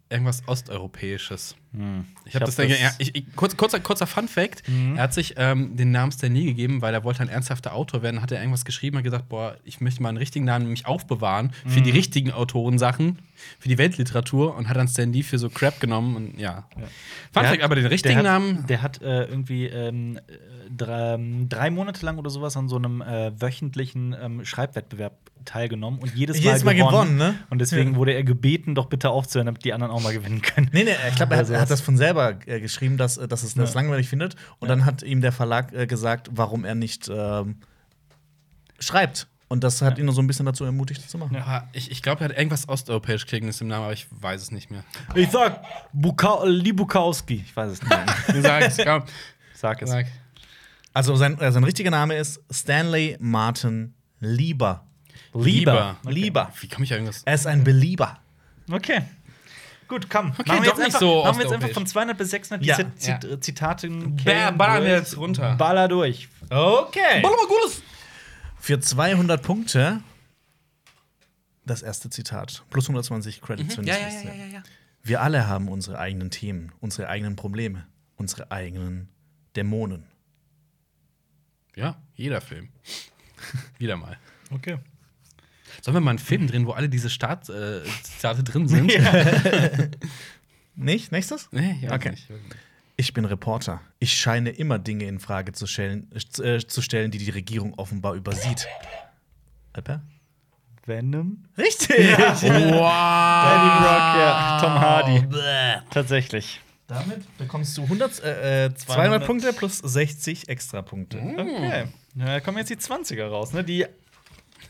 C: irgendwas osteuropäisches. Hm. Ich habe
B: hab
C: das, denke
B: das-
C: ja, ich, ich, kurz, kurzer, kurzer Fun Fact: Er hat sich ähm, den Namen Stan Lee gegeben, weil er wollte ein ernsthafter Autor werden. Hat er irgendwas geschrieben, hat gesagt, boah, ich möchte meinen richtigen Namen nämlich aufbewahren für die richtigen Autorensachen, für die Weltliteratur und hat dann Stan Lee für so Crap genommen und ja. Fun
B: Der
C: Fact,
B: hat-
C: aber den richtigen
B: der hat,
C: Namen.
B: Der hat äh, irgendwie ähm, äh, drei, ähm, drei Monate lang oder sowas an so einem äh, wöchentlichen ähm, Schreibwettbewerb teilgenommen und jedes Mal,
A: Jedes Mal gewonnen, ne?
B: Und deswegen wurde er gebeten, doch bitte aufzuhören, damit die anderen auch mal gewinnen können.
A: Nee, nee, ich glaube, er, hat- er hat das von selber äh, geschrieben, dass, äh, dass es das langweilig findet. Und dann hat ihm der Verlag äh, gesagt, warum er nicht ähm, schreibt. Und das hat ihn nur so ein bisschen dazu ermutigt, das zu machen.
C: Aber ich ich glaube, er hat irgendwas osteuropäisch klingendes im Namen, aber ich weiß es nicht mehr.
B: Ich sag Buka Libukowski. Ich weiß es nicht.
C: Du sagst, komm,
B: Sag es.
C: sag.
A: Also sein, äh, sein richtiger Name ist Stanley Martin Lieber.
C: Lieber.
A: Lieber.
C: Wie komme ich auf irgendwas?
A: Er ist ein Belieber.
B: Okay. Gut, komm.
C: Okay,
B: machen wir jetzt
C: doch nicht
B: einfach,
C: so
B: machen wir jetzt
C: osteuropäisch.
B: einfach von 200 bis 600 die
A: Ja,
B: Zit Zit Zitate.
C: Bär, ballern wir jetzt runter.
B: Baller durch.
A: Okay.
C: mal Gutes!
A: Für 200 Punkte das erste Zitat. Plus 120 Credits,
C: Ja, ja,
A: es
C: Mhm. ja,
A: wisst,
C: ja, ja.
A: Wir alle haben unsere eigenen Themen, unsere eigenen Probleme, unsere eigenen Dämonen.
C: Ja, jeder Film. Wieder mal.
G: Okay.
C: Sollen wir mal einen Film drehen, wo alle diese Start, äh, Zitate drin sind?
A: Nicht? Nächstes?
C: Nee, ja,
A: Okay.
C: nicht.
A: Ich bin Reporter. Ich scheine immer Dinge in Frage zu stellen, äh, zu stellen, die die Regierung offenbar übersieht. Alper?
B: Venom?
A: Richtig!
C: Wow.
B: Eddie Brock, ja. Tom Hardy. Tatsächlich.
A: Damit bekommst du 100, äh, äh, 200,
B: 200
A: Punkte plus 60 Extrapunkte.
B: Mhm.
C: Hm.
B: Okay. Na, da kommen jetzt die 20er raus, ne? Die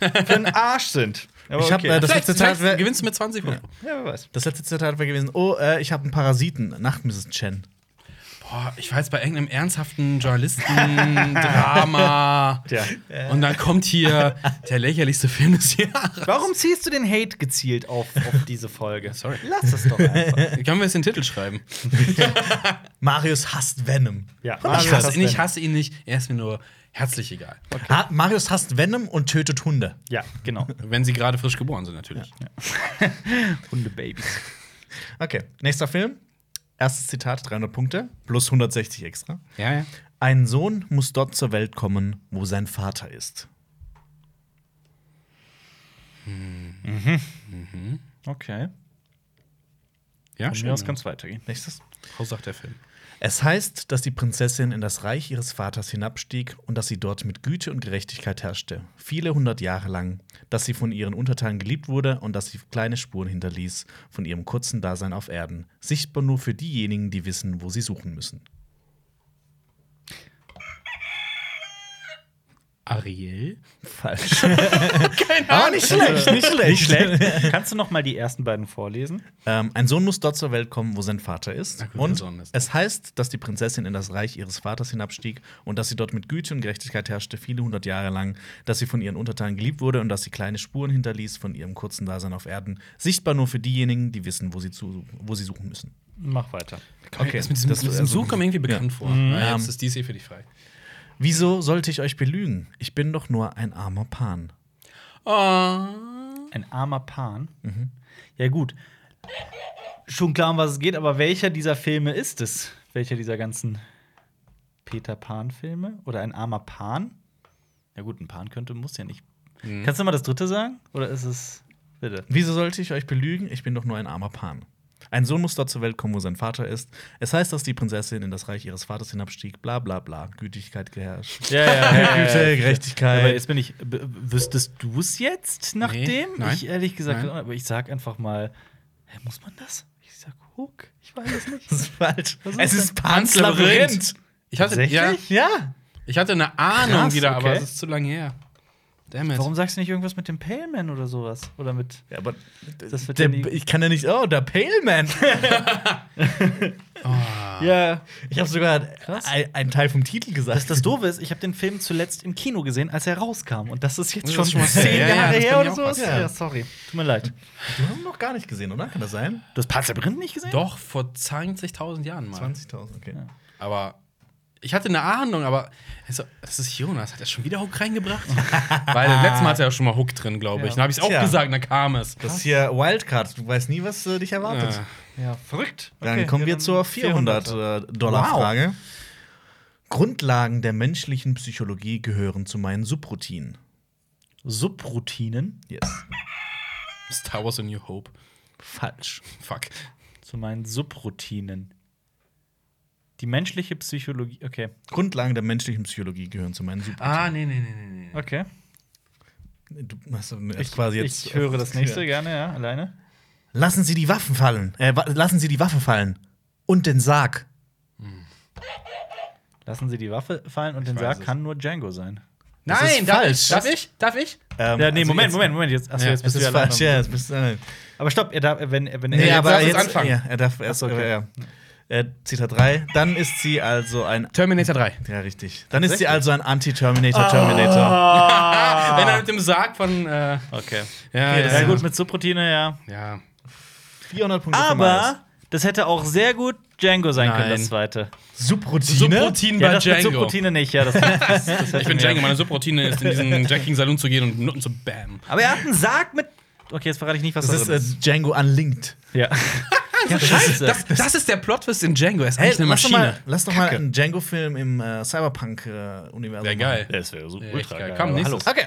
B: für den Arsch sind. Aber
A: Ich hab, äh, das-
C: Vielleicht,
A: letzte Zitat
C: vielleicht
A: wär-
C: gewinnst du mit 20 Euro.
B: ja, wer weiß.
A: Das letzte Zitat war gewesen: Oh, äh, ich habe einen Parasiten. Nacht, Mrs. Chen.
C: Boah, ich war jetzt bei irgendeinem ernsthaften Journalisten-Drama.
B: Tja.
C: Und dann kommt hier der lächerlichste Film des Jahres.
B: Warum ziehst du den Hate gezielt auf, auf diese Folge?
C: Sorry.
B: Lass es doch einfach.
C: Können wir jetzt den Titel schreiben?
A: Marius hasst Venom.
B: ja,
C: Ich hasse ihn, ich hasse ihn nicht. Er ist mir nur herzlich egal.
A: Ha Marius hasst Venom und tötet Hunde.
B: Ja, genau.
C: Wenn sie gerade frisch geboren sind, natürlich.
B: Hundebabys.
A: Okay, nächster Film. Erstes Zitat: 300 Punkte plus 160 extra.
C: Ja, ja.
A: Ein Sohn muss dort zur Welt kommen, wo sein Vater ist.
B: Okay.
C: Ja,
B: Von
C: schön.
B: mir aus kann's weitergehen.
A: Nächstes.
C: Haussacht der Film.
A: Es heißt, dass die Prinzessin in das Reich ihres Vaters hinabstieg und dass sie dort mit Güte und Gerechtigkeit herrschte, viele hundert Jahre lang, dass sie von ihren Untertanen geliebt wurde und dass sie kleine Spuren hinterließ von ihrem kurzen Dasein auf Erden, sichtbar nur für diejenigen, die wissen, wo sie suchen müssen.
C: Ariel?
A: Falsch. Aber Ah, nicht schlecht, nicht schlecht.
B: Nicht schlecht. Kannst du noch mal die ersten beiden vorlesen?
A: Ähm, ein Sohn muss dort zur Welt kommen, wo sein Vater ist.
C: Na gut, der
A: und
C: Sohn ist-
A: es heißt, dass die Prinzessin in das Reich ihres Vaters hinabstieg und dass sie dort mit Güte und Gerechtigkeit herrschte viele hundert Jahre lang, dass sie von ihren Untertanen geliebt wurde und dass sie kleine Spuren hinterließ von ihrem kurzen Dasein auf Erden, sichtbar nur für diejenigen, die wissen, wo sie, zu, wo sie suchen müssen.
B: Mach weiter.
A: Okay,
C: Das mit diesem,
A: das-
C: das, mit diesem
A: also-
C: Such kommt mir irgendwie bekannt vor. Ja,
A: Ähm.
C: jetzt ist DC für dich frei.
A: Wieso sollte ich euch belügen? Ich bin doch nur ein armer Pan.
C: Oh.
B: Ein armer Pan. Ja, gut. Schon klar, um was es geht, aber welcher dieser Filme ist es? Welcher dieser ganzen Peter Pan-Filme? Oder ein armer Pan? Ja, gut, ein Pan könnte, muss ja nicht. Kannst du mal das dritte sagen? Oder ist es. Bitte.
A: Wieso sollte ich euch belügen? Ich bin doch nur ein armer Pan. Ein Sohn muss dort zur Welt kommen, wo sein Vater ist. Es heißt, dass die Prinzessin in das Reich ihres Vaters hinabstieg, bla bla bla. Gütigkeit geherrscht.
B: Ja, ja,
A: Güte,
B: Äh, Aber
A: Gerechtigkeit.
B: jetzt bin ich. b- Wüsstest du es jetzt nach
C: Nee,
B: dem?
C: nein.
B: Ich ehrlich gesagt,
C: Nein.
B: aber ich sag einfach mal, hä, muss man das? Ich sag, Hook, ich weiß es nicht.
A: Das ist falsch.
B: Was ist
A: es
B: denn?
A: ist Pans Labyrinth.
C: Ich hatte, ja,
B: Tatsächlich?
A: Ja.
C: ich hatte eine Ahnung
B: Krass,
C: wieder, aber
B: okay.
C: es ist zu lange her. Damn it.
B: Warum sagst du nicht irgendwas mit dem Pale Man oder sowas? Oder mit.
A: ja aber
B: Das wird
A: der,
B: ja nie-
A: ich kann ja nicht. Oh, der Pale Man.
C: Ah.
B: Ja.
A: Ich habe sogar ein, einen Teil vom Titel gesagt.
B: Dass das Doofe ist, ich habe den Film zuletzt im Kino gesehen, als er rauskam. Und das ist jetzt
C: Das
B: schon,
C: ist schon mal
B: zehn
C: her. Ja, ja,
B: Jahre
C: das
B: her
C: kann
B: oder
C: ja auch
B: sowas.
A: passieren.
B: sorry. Tut mir leid.
A: Wir haben noch gar nicht gesehen, oder? Kann das sein?
B: Du hast Panzerbrenn nicht gesehen?
C: Doch, vor 20.000 Jahren mal.
A: 20.000, okay.
C: Aber ich hatte eine Ahnung, aber also, das ist Jonas. Hat er schon wieder Hook reingebracht? Weil letztes Mal hatte er schon mal Hook drin, glaube ich.
B: Ja.
C: Dann habe ich es auch
A: Tja.
C: gesagt, dann kam es.
A: Das ist hier Wildcard. Du weißt nie, was äh, dich erwartet.
C: Ja.
B: Ja, verrückt.
A: Dann
B: Okay,
A: kommen
B: ja,
A: wir zur
B: 400.
A: 400-Dollar-Frage. Grundlagen der menschlichen Psychologie gehören zu meinen Subroutinen.
B: Subroutinen
A: Yes.
C: Star Wars A New Hope.
A: Falsch.
C: Fuck.
B: zu meinen Subroutinen. Die menschliche Psychologie. Okay.
A: Grundlagen der menschlichen Psychologie gehören zu meinen Subroutinen.
C: Ah, nee, nee, nee, nee. nee.
B: Okay.
A: Du hast ich, quasi jetzt
B: ich höre das nächste
A: Ja.
B: gerne, ja, alleine.
A: Lassen Sie die Waffen fallen. Äh, wa- lassen Sie die Waffe fallen. Und den Sarg.
B: Lassen Sie die Waffe fallen und den
C: weiß
B: Sarg
C: es.
B: kann nur Django sein.
A: Das ist
C: darf
A: falsch.
C: ich? Darf ich? Darf ich?
A: Ähm,
B: ja, nee,
A: also
B: Moment,
A: jetzt-
B: Moment, Moment. Jetzt, achso,
C: Ja,
B: jetzt bist
A: das
B: du ja
A: ist falsch.
B: alleine.
A: Ja, das bist, äh,
B: Aber stopp, er darf, wenn, wenn
A: nee,
B: er
C: jetzt
A: aber
C: darfst du's
A: jetzt,
C: anfangen.
A: Ja, er darf erst.
B: Ach so, okay.
A: äh, ja. äh, Zitat 3. Dann ist sie also ein.
C: Terminator 3.
A: Ja, richtig. Dann ist sie also ein Anti-Terminator-Terminator.
C: Ah, Wenn er mit dem Sarg von. Äh,
B: Okay.
C: ja,
B: Ja,
C: ja,
B: gut, mit Subroutine, ja.
C: Ja.
A: 400 Punkte für Miles.
B: Aber das hätte auch sehr gut Django sein können,
C: Nein.
B: das zweite.
A: Subroutine?
C: Subroutine
B: Ja,
C: bei
B: das mit
C: Django.
B: Subroutine nicht, ja. Das, das, das hätte
C: Ich bin
B: mir-
C: Django. Meine Subroutine ist, in diesen Jacking-Saloon zu gehen und Nutten zu bam.
B: Aber er hat einen Sarg mit. Okay, jetzt verrate ich nicht, was
A: Das
B: da
A: ist
B: drin
A: äh, Django Unlinked.
B: Ja.
C: Scheiße.
B: scheiße.
C: Das, das ist der Plot-Twist in Django. Er ist
A: Hey,
C: eigentlich eine
A: lass doch mal,
C: Maschine.
A: lass doch mal einen Django-Film im äh, Cyberpunk-Universum.
C: Wäre geil.
E: Das wäre so
C: Ja, echt
E: ultra
C: geil.
E: geil.
C: Komm,
E: aber
C: nächstes.
A: Okay.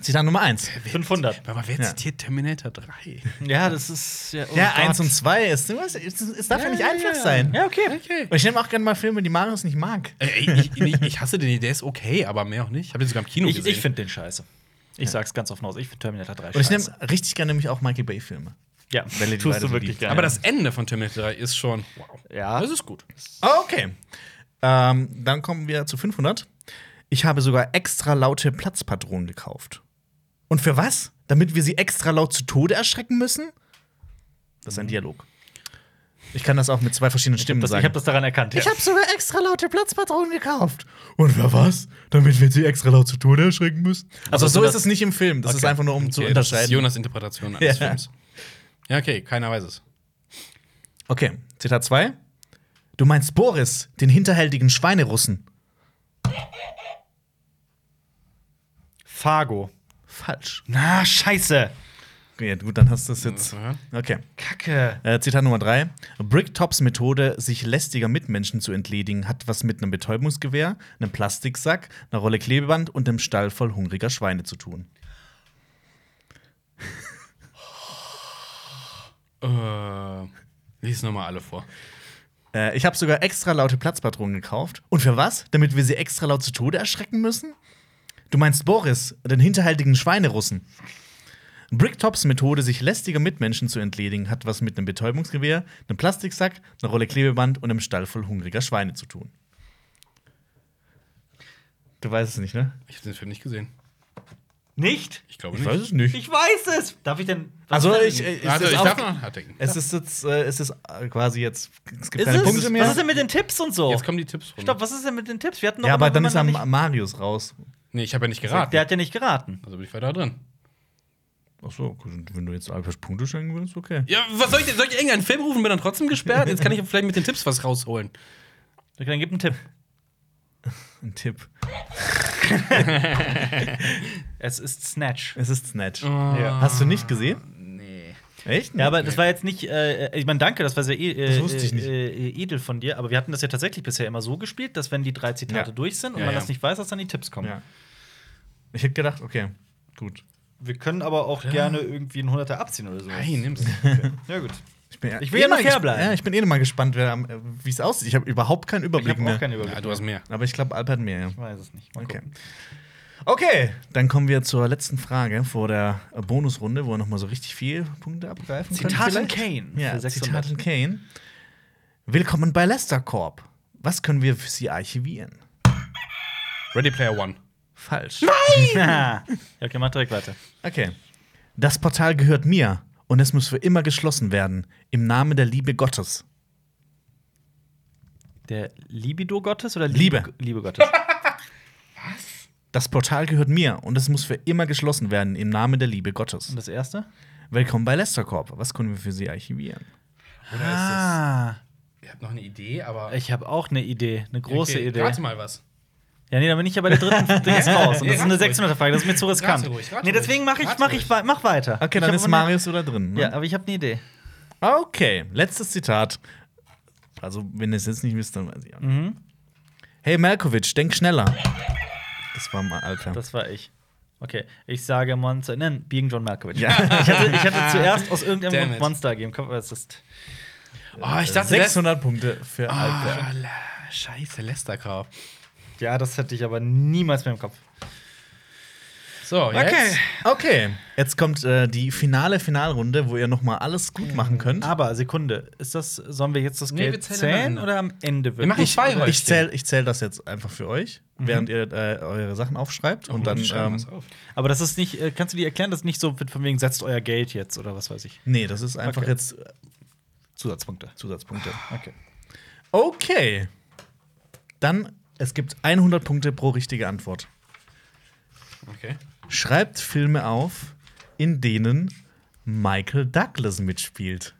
A: Zitat Nummer Oh 1.
E: 500.
C: Aber wer
A: Ja.
C: zitiert Terminator 3?
B: Ja, das ist ja. Oh
A: ja,
B: Gott.
A: 1 und 2 ist. Es, es, es darf ja, nicht einfach
C: ja.
A: sein.
B: Ja, okay.
C: Okay.
A: Und ich nehme auch gerne mal Filme, die Marius nicht mag.
C: Ey, ich, ich, ich hasse den, Idee, der ist okay, aber mehr auch nicht. Ich habe den sogar im Kino
B: Ich,
C: gesehen.
B: ich finde den scheiße. Ich sag's ganz offen aus. Ich finde Terminator 3
A: Und ich
B: scheiße.
A: nehme richtig gerne nämlich auch Michael Bay-Filme.
B: ja, wenn
E: Tust du wirklich gerne.
C: aber das Ende von Terminator 3 ist schon. Wow.
B: Ja.
C: Das ist gut.
A: Okay. Ähm, dann kommen wir zu 500. Ich habe sogar extra laute Platzpatronen gekauft. Und für was? Damit wir sie extra laut zu Tode erschrecken müssen? Das ist ein Dialog. Ich kann das auch mit zwei verschiedenen Stimmen
E: Das, ich
A: sagen.
E: habe das daran erkannt. Ja.
A: Ich habe sogar extra laute Platzpatronen gekauft. Und für was? Damit wir sie extra laut zu Tode erschrecken müssen. Also,
E: Aber
A: so
E: so
A: ist
E: das-
A: es nicht im Film. Das ist einfach nur, um zu
C: Okay, das ist
A: unterscheiden.
C: Jonas Interpretation eines
A: Ja.
C: Films. Ja, okay, keiner weiß es.
A: Okay, Zitat 2. Du meinst Boris, den hinterhältigen Schweinerussen.
B: Fargo.
A: Falsch.
B: Na, scheiße.
A: Ja, gut, dann hast du es jetzt. Okay.
B: Kacke.
A: Äh, Zitat Nummer 3. Bricktops Methode, sich lästiger Mitmenschen zu entledigen, hat was mit einem Betäubungsgewehr, einem Plastiksack, einer Rolle Klebeband und einem Stall voll hungriger Schweine zu tun.
C: Äh, lies nochmal alle vor.
A: Äh, ich habe sogar extra laute Platzpatronen gekauft. Und für was? Damit wir sie extra laut zu Tode erschrecken müssen? Du meinst Boris, den hinterhältigen Schweinerussen. Bricktops Methode, sich lästiger Mitmenschen zu entledigen, hat was mit einem Betäubungsgewehr, einem Plastiksack, einer Rolle Klebeband und einem Stall voll hungriger Schweine zu tun. Du weißt es nicht, ne?
C: Ich habe den Film nicht gesehen.
B: Nicht?
C: Ich glaube
A: Ich
C: nicht.
A: weiß es nicht.
B: Ich weiß es. Darf ich denn. was
A: Also,
B: denn?
A: ich, äh,
C: also,
A: es
C: ich
A: ist
C: darf
A: auch,
C: noch nachdenken.
A: es ist jetzt, äh, es ist äh, quasi jetzt, es gibt
B: Ist
A: keine
B: es?
A: Punkte
B: Was
A: mehr.
B: ist denn mit den Tipps und so?
C: Jetzt kommen die Tipps runter.
B: Stopp, was ist denn mit den Tipps? Wir hatten noch
A: Ja, aber
B: immer,
A: dann
B: wenn
A: ist
B: man
A: am
B: nicht-
A: Marius raus.
C: Nee, ich habe ja nicht geraten.
B: Der hat ja nicht geraten.
C: Also bin ich weiter drin.
A: Achso, wenn du jetzt einfach Punkte schenken willst, okay.
C: Ja, was soll ich denn? Soll ich irgendeinen Film rufen, bin dann trotzdem gesperrt? Jetzt kann ich vielleicht mit den Tipps was rausholen.
B: Dann gib einen Tipp.
A: Ein Tipp.
B: Es ist Snatch.
A: Es ist Snatch. Hast du nicht gesehen?
C: Nee.
A: Echt?
B: Ja, aber das war jetzt nicht, äh, ich meine, danke, das war sehr e- äh,
A: Das wusste ich nicht.
B: Äh, äh, edel von dir, aber wir hatten das ja tatsächlich bisher immer so gespielt, dass wenn die drei Zitate
A: Ja.
B: durch sind und
C: Ja,
B: man
C: ja.
B: das nicht weiß, dass dann die Tipps kommen.
A: Ja. Ich hätte gedacht, okay, gut.
B: Wir können aber auch gerne irgendwie einen Hunderter abziehen oder so.
C: Nein, nimm's.
B: Ja, gut.
A: bin
B: Ich will ja noch
A: mal
B: fair
A: gesp-
B: bleiben.
A: Ja, ich bin eh noch mal gespannt, wer am- äh, wie es aussieht. Ich habe überhaupt keinen
B: Ich
A: Überblick
B: habe
A: mehr.
B: auch keinen Überblick.
C: Ja, du hast mehr.
A: aber ich glaube, Alpert mehr. Ja.
B: Ich weiß es nicht. Mal
A: Okay.
B: gucken.
A: Okay, dann kommen wir zur letzten Frage vor der äh, Bonusrunde, wo wir noch mal so richtig viel Punkte abgreifen können.
B: Zitat in
A: vielleicht.
B: Kane.
A: Ja,
B: für 600.
A: Zitat in Kane. Willkommen bei Lester Corp. Was können wir für Sie archivieren?
C: Ready Player One.
A: Falsch.
B: Ah. Ja, okay, mach direkt weiter.
A: Okay. Das Portal gehört mir und es muss für immer geschlossen werden. Im Namen der Liebe Gottes.
B: Der Libido Gottes oder
A: Liebe.
B: Liebe Gottes.
A: Das Portal gehört mir und es muss für immer geschlossen werden. Im Namen der Liebe Gottes.
B: Und das erste?
A: Willkommen bei Lester Corp. Was können wir für Sie archivieren?
C: Oder ist das. Ihr habt noch eine Idee, aber.
B: Ich habe auch eine Idee, eine große
C: Okay,
B: Idee.
C: Rate mal was.
B: Ja, nee, dann bin ich ja bei der dritten Dings raus. Und
C: Nee,
B: das ist eine
C: rate
B: 600 Frage, das ist mir zu riskant.
C: Rate ruhig, rate
B: nee, deswegen
C: ruhig,
B: mache ich,
C: rate
B: mach ich,
C: ruhig.
B: wa- mach weiter.
A: Okay,
B: Ich
A: dann
B: hab
A: ist
B: aber eine-
A: Marius wieder drin. Ne?
B: Ja, aber ich habe eine Idee.
A: Okay, letztes Zitat. Also, wenn ihr es jetzt nicht wisst, dann weiß ich auch nicht. Hey Malkovich, denk schneller. Das war mal Alter.
B: Das war ich. Okay, ich sage Monster. Nein, Being John Malkovich.
A: Ja.
B: Ich, hatte, ich hatte zuerst aus irgendeinem
C: Damn
B: Grund
C: it.
B: Monster gegeben. Komm, aber es ist.
C: Oh, ich dachte,
A: 600 Punkte für Alper.
C: Ah, la- Scheiße, Lester Corp.
B: Ja, das hätte ich aber niemals mehr im Kopf.
C: So, jetzt.
B: Okay.
A: Okay, jetzt kommt äh, die finale Finalrunde, wo ihr noch mal alles gut machen könnt.
B: Aber Sekunde, ist das, sollen wir jetzt das
C: Nee,
B: Geld
C: wir zählen
B: zählen
C: aneinander.
B: oder am Ende
C: Wir machen
B: wirklich?
C: zwei heute.
A: Ich zähle ich zähl das jetzt einfach für euch,
B: Mhm.
A: während ihr äh, eure Sachen aufschreibt.
B: Oh,
A: und dann. Ähm,
C: auf.
B: Aber das ist nicht, äh, kannst du dir erklären, das ist nicht so wird von wegen setzt euer Geld jetzt oder was weiß ich.
A: nee, das ist einfach
B: Okay.
A: jetzt äh,
B: Zusatzpunkte.
A: Zusatzpunkte.
B: Okay.
A: Okay. Dann, es gibt 100 Punkte pro richtige Antwort.
C: Okay.
A: Schreibt Filme auf, in denen Michael Douglas mitspielt.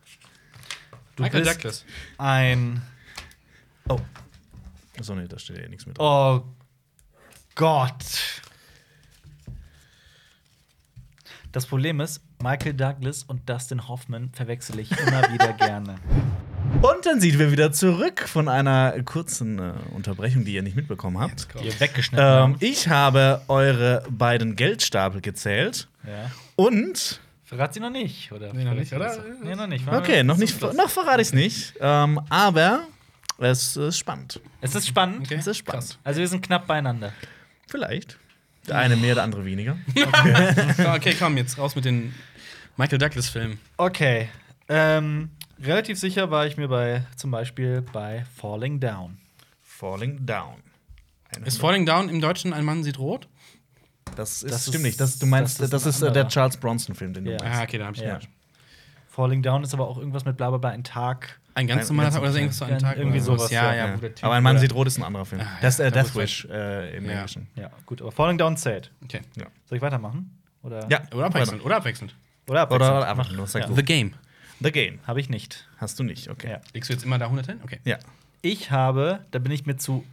C: Du Michael
B: bist-
C: Douglas.
B: Ein
A: Oh. Achso, nee, da steht ja eh nichts mit. drauf.
B: Oh Gott. Das Problem ist, Michael Douglas und Dustin Hoffman verwechsel ich immer wieder gerne.
A: Und dann sind wir wieder zurück von einer kurzen äh, Unterbrechung, die ihr nicht mitbekommen habt.
H: Ihr weggeschnitten.
A: Ähm, ich habe eure beiden Geldstapel gezählt
B: Ja.
A: und
B: Verrat sie noch nicht, oder?
C: Nee, noch nicht, oder?
B: Nee, noch nicht.
A: okay, noch nicht, noch verrate ich es nicht, ähm, aber es ist spannend.
B: Es ist spannend.
C: Okay.
A: Es ist spannend.
B: Also wir sind knapp beieinander.
A: Vielleicht der eine mehr, der andere weniger.
C: Ja, Ah, okay, komm, jetzt raus mit den Michael Douglas-Filmen.
B: Okay. Ähm, relativ sicher war ich mir bei zum Beispiel bei Falling Down.
A: Falling Down. Eine
C: Ist Falling Down im Deutschen ein Mann sieht rot?
A: das, ist,
B: das
A: stimmt
B: ist-
A: nicht. Das, du meinst,
B: das
A: das
B: ist
A: ist,
B: ein
A: äh, der
B: anderer.
A: Charles Bronson-Film, den
B: Ja.
A: du meinst.
C: Ah, okay, da hab ich
B: Ja.
C: falsch.
B: Falling Down ist aber auch irgendwas mit Blablabla ein Tag.
C: Ein ganz
A: Ein-
C: normaler
A: ganz
C: Tag oder so irgendwas so einen
B: ganz-
C: Tag?
B: irgendwie
C: oder
B: sowas,
C: Ja,
B: ja.
C: ja,
A: Ja.
C: guter Typ.
A: Aber ein Mann
C: oder-
A: sieht rot ist ein anderer Film.
C: Ah,
A: das ist
C: ja,
A: äh,
C: da
A: Death
C: muss
A: Wish äh, im
C: Ja.
A: Englischen.
B: Ja, gut. Aber Falling Down zählt.
C: Okay.
B: Soll ich weitermachen? Oder?
A: Ja,
C: Oder abwechselnd, oder abwechselnd.
B: Oder abwechselnd?
A: Oder einfach nur sag
B: Ja.
A: du.
C: The Game.
A: The Game.
B: Habe ich nicht.
A: Hast du nicht, okay.
B: Ja.
C: Legst du jetzt immer da 100 hin? Okay.
A: Ja.
B: Ich habe, da bin ich mir zu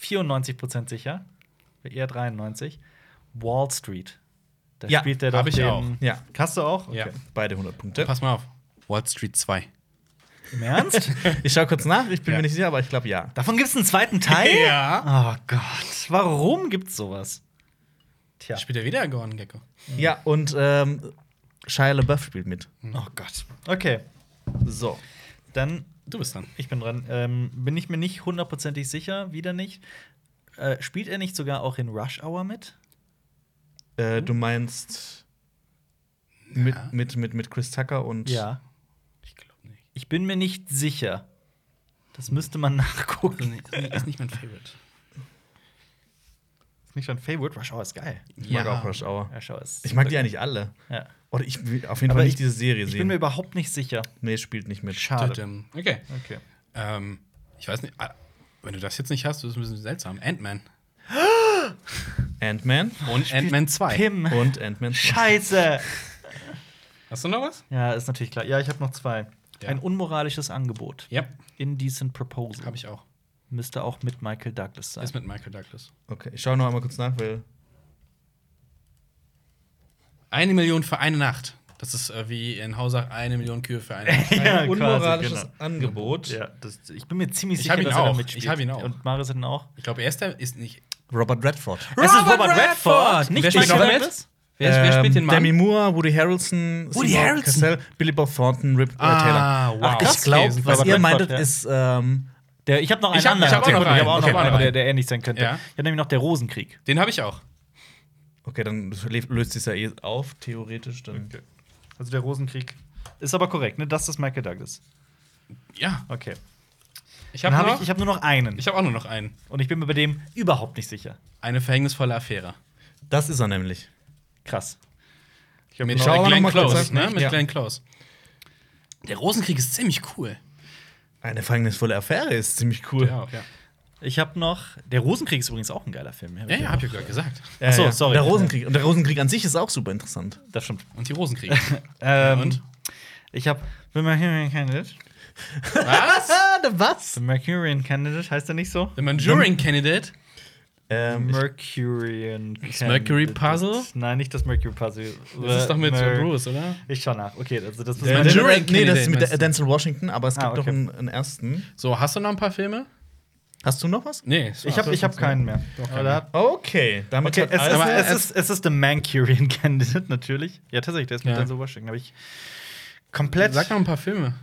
B: 94% sicher, eher 93, Wall Street. Da
A: Ja,
B: spielt der doch
C: hab ich
B: den,
C: auch.
A: Ja.
B: Hast du auch?
C: Ja.
A: Beide 100 Punkte.
C: Pass mal auf. Wall Street 2.
B: Im Ernst?
A: Ich schau kurz nach, ich bin
C: Ja.
A: mir nicht sicher, aber ich glaube ja.
B: Davon gibt es einen zweiten Teil?
C: Ja.
B: Oh Gott, warum gibt's sowas? Tja.
C: Da spielt er wieder Gordon Gecko.
B: Mhm.
A: Ja, und ähm, Shia LaBeouf spielt mit.
B: Oh Gott. Okay,
A: So.
B: dann,
C: Du bist dann.
B: ich bin dran. Ähm, bin ich mir nicht hundertprozentig sicher, wieder nicht. Äh, spielt er nicht sogar auch in Rush Hour mit?
A: Äh,
B: Mhm.
A: du meinst mit, mit, mit, mit Chris Tucker und
C: Ich glaube nicht.
B: Ich bin mir nicht sicher. Das müsste man nachgucken.
C: Also, Ist nicht mein Favorite.
B: Ist nicht schon Favorite? Rush Hour ist geil.
A: ich mag auch Rush Hour.
B: Rush Hour ist.
A: Ich mag die eigentlich alle.
B: Ja.
A: Oder ich will auf jeden
B: Aber
A: Fall nicht
B: ich-
A: diese Serie
B: Ich bin
A: sehen.
B: mir überhaupt nicht sicher.
A: nee, spielt nicht mit.
B: Schade.
C: Tü-tüm. Okay.
B: Okay.
C: Ähm, ich weiß nicht. ah, Wenn du das jetzt nicht hast, ist es ein bisschen seltsam. Ant-Man.
A: Ant-Man
C: Und Ant-Man 2.
B: Pim.
A: und Ant-Man.
B: Scheiße.
C: Hast du noch was?
B: Ja, ist natürlich klar. Ja, ich habe noch zwei.
C: Ja.
B: Ein unmoralisches Angebot.
C: Ja,
B: Indecent Proposal.
C: habe ich auch.
B: Müsste auch mit Michael Douglas sein.
C: Ist mit Michael Douglas.
A: Okay, ich schau noch einmal kurz nach, weil
C: Eine Million für eine Nacht. Das ist äh, wie in Hausach eine Million Kühe für eine Nacht.
B: Ja,
A: ein
B: quasi,
A: unmoralisches
B: genau.
A: Angebot.
B: ja, das, ich bin mir ziemlich
C: Ich
B: sicher,
C: hab ihn
B: dass er da
C: auch.
B: mitspielt.
C: Ich hab ihn auch.
B: Und Marius hat ihn auch.
C: Ich glaube, er ist der ist nicht.
A: Robert Redford.
B: Es ist Robert Redford, nicht
C: Nicht wer spielt
B: Michael
C: noch mit?
B: Douglas?
C: Wer, wer spielt den Mann?
A: Ähm, Demi Moore, Woody Harrelson,
C: Woody
A: Seymour
C: Harrelson?
A: Cassell, Billy Bob Thornton, Rip
C: Ah,
A: äh, Taylor.
C: wow.
A: Ich glaube,
C: Okay,
A: was
B: Robert
A: ihr
B: Redford,
A: meintet,
B: ja.
A: ist ähm,
B: Der, ich habe noch einen
C: Ich hab-
B: anderen.
C: ich hab auch noch
B: Ich hab auch
C: einen.
B: noch
C: Okay,
B: einen,
C: einen
B: der, der ähnlich sein könnte.
C: Ja.
B: Ich habe nämlich noch der Rosenkrieg.
C: Den habe ich auch.
A: Okay, dann löst sich ja eh auf, theoretisch. Dann.
B: Also der Rosenkrieg. Ist aber korrekt, ne? Das ist Michael Douglas.
C: Ja,
B: Okay.
C: ich
B: Dann
C: habe
B: hab
C: noch.
B: ich, ich habe nur noch einen.
C: Ich habe auch nur noch einen.
B: und ich bin mir bei dem überhaupt nicht sicher.
C: Eine verhängnisvolle Affäre.
A: Das ist er nämlich.
B: Krass.
C: Mit
A: Schau
C: äh,
A: aber noch
C: Glenn
A: mal kurz
C: Close,
A: nach,
C: ne? Mit
A: ja.
C: Glenn Close. Der Rosenkrieg ist ziemlich cool.
A: Eine verhängnisvolle Affäre ist ziemlich cool.
C: Ja, auch, ja.
B: Ich habe noch. Der Rosenkrieg ist übrigens auch ein geiler Film.
C: Ja, ja, hab ich ja gerade gesagt.
A: Äh,
B: Achso,
A: ja.
B: sorry.
A: Der Rosenkrieg. Und der Rosenkrieg an sich ist auch super interessant.
B: Das stimmt.
C: Und die Rosenkriege.
B: Ähm,
C: und?
B: Ich habe The Mercurian Candidate.
C: Was?
A: was?
B: The Mercurian Candidate heißt er nicht so?
C: The Manchurian Candidate.
A: Ähm, ich-
B: Mercurian Candidate.
C: Mercury Puzzle?
B: Nein, nicht das Mercury Puzzle.
C: Das ist doch mit
B: Mer-
C: Bruce, oder?
B: Ich schau nach. Okay, also das ist
C: Der-
B: mein-
A: äh,
C: der-
A: nee, das
C: Candidate
A: ist mit
C: meinst
A: Dan-
C: du?
A: Denzel Washington, aber es
B: Ah,
A: gibt doch
B: okay.
A: einen, einen ersten.
C: So, hast du noch ein paar Filme?
A: Hast du noch was?
C: Nee, das
B: Ich
C: war's.
B: habe ich hab keinen mehr.
C: keinen
B: Oder?
A: Okay, damit
B: Okay,
A: hat
B: es,
A: alles-
B: es,
C: aber
B: es,
C: es-
B: ist, es ist The Mancurian Candidate, natürlich. Ja, tatsächlich, der ist mit
C: Ja.
B: Denzel Washington. Habe ich komplett.
C: Sag noch ein paar Filme.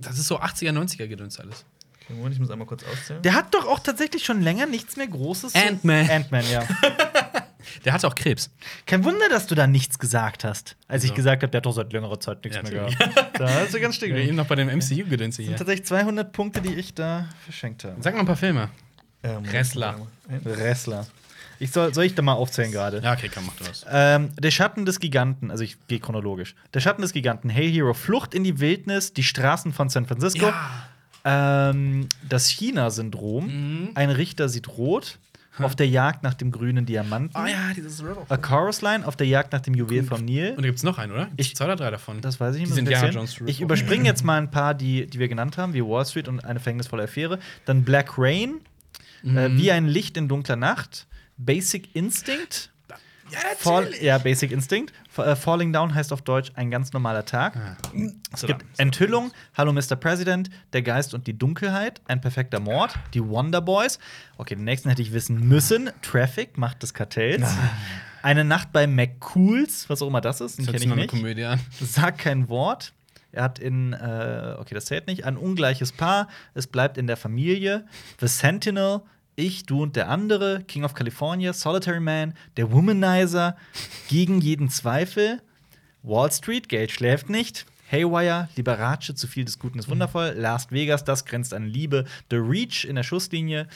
C: Das ist so 80er, 90er gedöns alles.
A: Okay, Moment, ich muss einmal kurz auszählen.
B: der hat doch auch tatsächlich schon länger nichts mehr Großes. zu-
C: Ant-Man.
B: Ant-Man, ja.
C: Der hatte auch Krebs.
B: Kein Wunder, dass du da nichts gesagt hast. Als ich
C: Ja.
B: gesagt habe, der hat doch seit längerer Zeit nichts
C: Ja,
B: mehr gehabt. da hast du ganz still
C: Wir
B: gelegen.
C: eben noch bei dem MCU-Gedönse
B: Das sind
C: hier.
B: tatsächlich 200 Punkte, die ich da verschenkt habe.
C: Sag noch ein paar Filme.
A: Ähm,
C: Wrestler.
B: Wrestler. Ich soll, soll ich da mal aufzählen gerade?
C: Ja, okay, komm, mach du was.
B: Ähm, der Schatten des Giganten, also ich gehe chronologisch. Der Schatten des Giganten, Hey Hero, Flucht in die Wildnis, die Straßen von San Francisco, ähm, das China-Syndrom,
C: Mhm.
B: ein Richter sieht rot, auf der Jagd nach dem grünen Diamanten,
C: Ah ja, dieses River.
B: A Chorus Line, auf der Jagd nach dem Juwel vom Nil.
C: Und da gibt's noch einen, oder? Gibt's
B: Ich-
C: zwei oder drei davon.
B: Das weiß ich nicht
C: Die sind
B: das
C: Jana
B: erzählen.
C: Jones.
B: Ich überspringe jetzt mal ein paar, die, die wir genannt haben, wie Wall Street und eine verhängnisvolle Affäre. Dann
C: Mhm.
B: Black Rain, äh, wie ein Licht in dunkler Nacht, Basic Instinct. Fall, ja, Basic Instinct. F äh, Falling Down heißt auf Deutsch ein ganz normaler
C: Ah.
B: Tag.
A: Hm,
B: Es gibt Enthüllung, Hallo Mr. President, Der Geist und die Dunkelheit, Ein perfekter Mord, Die Wonder Boys. Okay, den nächsten hätte ich wissen müssen. Traffic, Macht des Kartells. Eine Nacht bei McCools, was auch immer das ist, den
C: Das hört
B: kenne
C: sich
B: ich
C: noch eine
B: nicht.
C: Komödie an.
B: Sag kein Wort. Er hat in, äh, okay, das zählt nicht, ein ungleiches Paar. Es bleibt in der Familie. The Sentinel, ich, du und der andere. King of California, Solitary Man, der Womanizer, gegen jeden Zweifel. Wall Street, Geld schläft nicht. Haywire, Liberace, zu viel des Guten ist wundervoll. Las Vegas, das grenzt an Liebe. The Reach in der Schusslinie.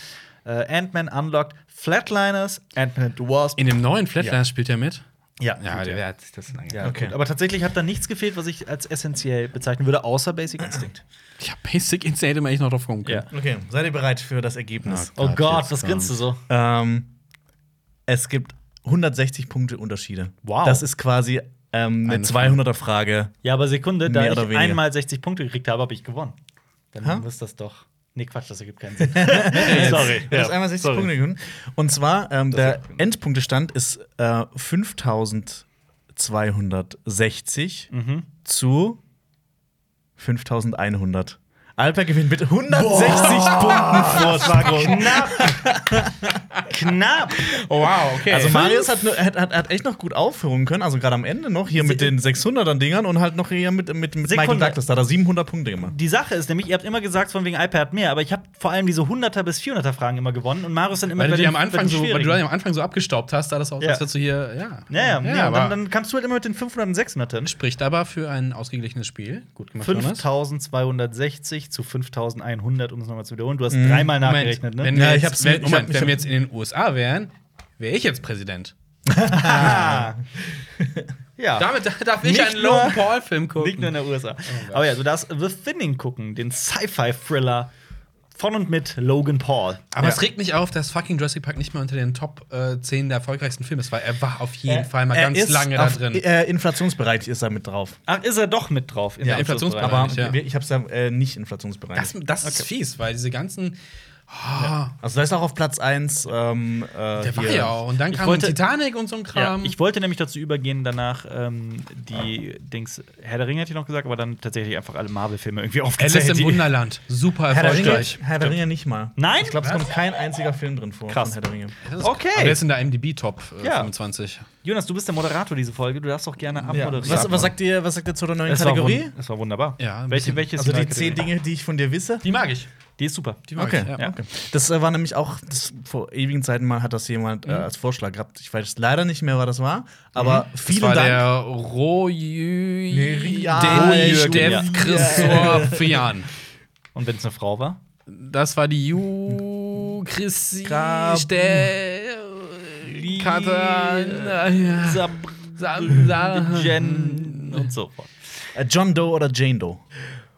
B: Äh, Ant-Man Unlocked, Flatliners, Ant-Man and the Wasp.
C: In dem neuen Flatliners spielt er mit.
B: gut,
C: der hat sich das
B: ja,
C: angeguckt.
B: okay. gut. Aber tatsächlich hat da nichts gefehlt, was ich als essentiell bezeichnen würde, außer Basic Instinct.
C: Ja, Basic Insane hätte man eigentlich noch drauf kommen können.
A: Okay, seid ihr bereit für das Ergebnis?
E: Oh Gott,
C: jetzt
E: was grinst du so?
A: Ähm, es gibt 160 Punkte Unterschiede.
B: Wow.
A: Das ist quasi ähm, eine
C: Eine
A: 200er Frage.
E: Ja, aber Sekunde, da
A: Mehr oder
E: ich
A: weniger.
E: einmal 60 Punkte gekriegt habe, habe ich gewonnen. Dann
A: Hä?
E: muss das doch. Nee, Quatsch, das ergibt keinen Sinn. Sorry.
A: Du hast einmal 60 Punkte gewonnen. Und zwar, ähm, der Endpunktestand ist äh, 5260 zu 5100. Alper gewinnt mit 160 Punkten Vorsprung.
E: Knapp!
B: Oh,
C: Wow, okay.
A: Also Marius hat, nur- hat, hat, hat echt noch gut aufführen können, also gerade am Ende noch hier mit den 600er Dingern und halt noch hier mit, mit, mit Michael
E: Sekunde.
A: Douglas, da hat er 700 Punkte gemacht.
E: Die Sache ist nämlich, ihr habt immer gesagt, von wegen iPad mehr, aber ich habe vor allem diese 100er bis 400er Fragen immer gewonnen und Marius dann immer
C: weil du,
E: bei
C: die
E: den-
C: am Anfang
E: bei den
C: so, weil du
E: schwierigen.
C: die am Anfang so abgestaubt hast, da das aus,
E: Ja.
C: als hättest du hier, ja.
E: Ja, ja, nee, und
C: aber
E: dann, dann kamst du halt immer mit den 500 und 600 hin.
C: spricht aber für ein ausgeglichenes Spiel. Gut gemacht, Jonas.
E: 5260 zu 5100, um es nochmal zu wiederholen. Du hast dreimal
C: Mhm. Moment,
E: nachgerechnet, ne?
C: wenn, äh, wir
A: Ja, ich
C: jetzt,
A: hab's-
C: wenn,
A: ich hab-
C: Moment,
A: ich hab-
C: wenn wir jetzt in den USA wären, wäre ich jetzt Präsident.
E: ja.
C: Damit darf ich
E: Nicht
C: einen Logan
E: nur-
C: Paul-Film
E: Nicht nur in
C: gucken.
E: der USA. Aber ja, du darfst The Thinning gucken, den Sci-Fi-Thriller von und mit Logan Paul.
C: Aber es regt mich auf, dass fucking Jurassic Park nicht mehr unter den Top äh, 10 der erfolgreichsten Filme ist, weil er war auf jeden Fall mal
A: Er
C: ganz
A: ist
C: lange da
A: auf-
C: drin.
A: Äh, inflationsbereit ist er mit drauf.
E: Ach, ist er doch mit drauf? in der
C: Ja,
E: ne?
C: Inflationsbereit.
E: Abschlussreihe.
A: Aber
C: Eigentlich, ja.
A: wir- ich habe es ja äh, nicht inflationsbereit.
C: Das, das ist fies, weil diese ganzen. Oh,
A: also da ist auch auf Platz 1 ähm, äh,
C: Der war
A: hier.
C: ja auch. Und dann
E: Ich
C: kam
E: wollte-
C: Titanic und so ein
E: Ja,
C: Kram.
E: ich wollte nämlich dazu übergehen, danach ähm, die Dings, Herr der Ringe hätte ich noch gesagt, aber dann tatsächlich einfach alle Marvel-Filme irgendwie aufgezählt.
C: Alice im
E: die-
C: Wunderland. Super
A: Herr der, Ringe,
C: erfolgreich.
A: Herr der Ringe nicht mal.
E: Nein?
A: Ich glaube, es kommt kein einziger Film drin vor. Krass. Herr der Ringe.
C: Oh,
E: Okay.
C: Aber der ist in der MDB Top äh,
E: Ja.
C: 25.
E: Jonas, du bist der Moderator diese Folge, du darfst auch gerne abmoderieren.
A: Was, was, sagt ihr, was sagt ihr zu der neuen
E: Das war
A: Kategorie?
E: wun- Das war wunderbar.
C: Ja, ein
E: welche,
C: bisschen.
E: welche ist
A: Also die
E: neue
A: zehn
E: Kategorie?
A: Dinge, die ich von dir wisse?
C: Die mag ich.
E: Die ist super.
C: Die mag
A: Okay,
C: ich. Ja.
E: ja.
A: okay. Das äh, war nämlich auch das, vor ewigen Zeiten mal hat das jemand äh, als Vorschlag gehabt. Ich weiß leider nicht mehr, wer das war, aber
C: Mhm. Das
A: vielen
C: war
A: Dank.
C: der Rojü.
A: Ria-
C: Daniel
A: Jürgen, ja.
C: Dev Christophian.
E: Und wenn es eine Frau war?
C: Das war die Ju Christi
A: Grab-
C: Stel- Katan- ja.
E: Sab
C: Sam- Sa-
E: Jen und so fort.
A: Äh, John Doe oder Jane Doe.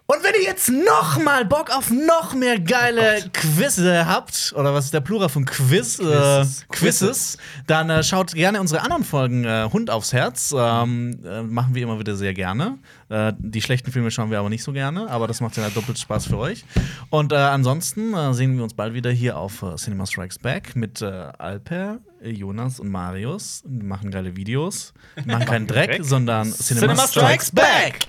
A: Und wenn ihr jetzt noch mal Bock auf noch mehr geile Quizze habt, oder was ist der Plural von Quiz? Quizzes, äh, Quizzes dann äh, schaut gerne unsere anderen Folgen äh, Hund aufs Herz. Ähm, äh, machen wir immer wieder sehr gerne. Äh, die schlechten Filme schauen wir aber nicht so gerne, aber das macht ja doppelt Spaß für euch. Und äh, ansonsten äh, sehen wir uns bald wieder hier auf äh, Cinema Strikes Back mit äh, Alper, Jonas und Marius. Wir machen geile Videos, Wir machen keinen Dreck, sondern Cinema, Strikes Back.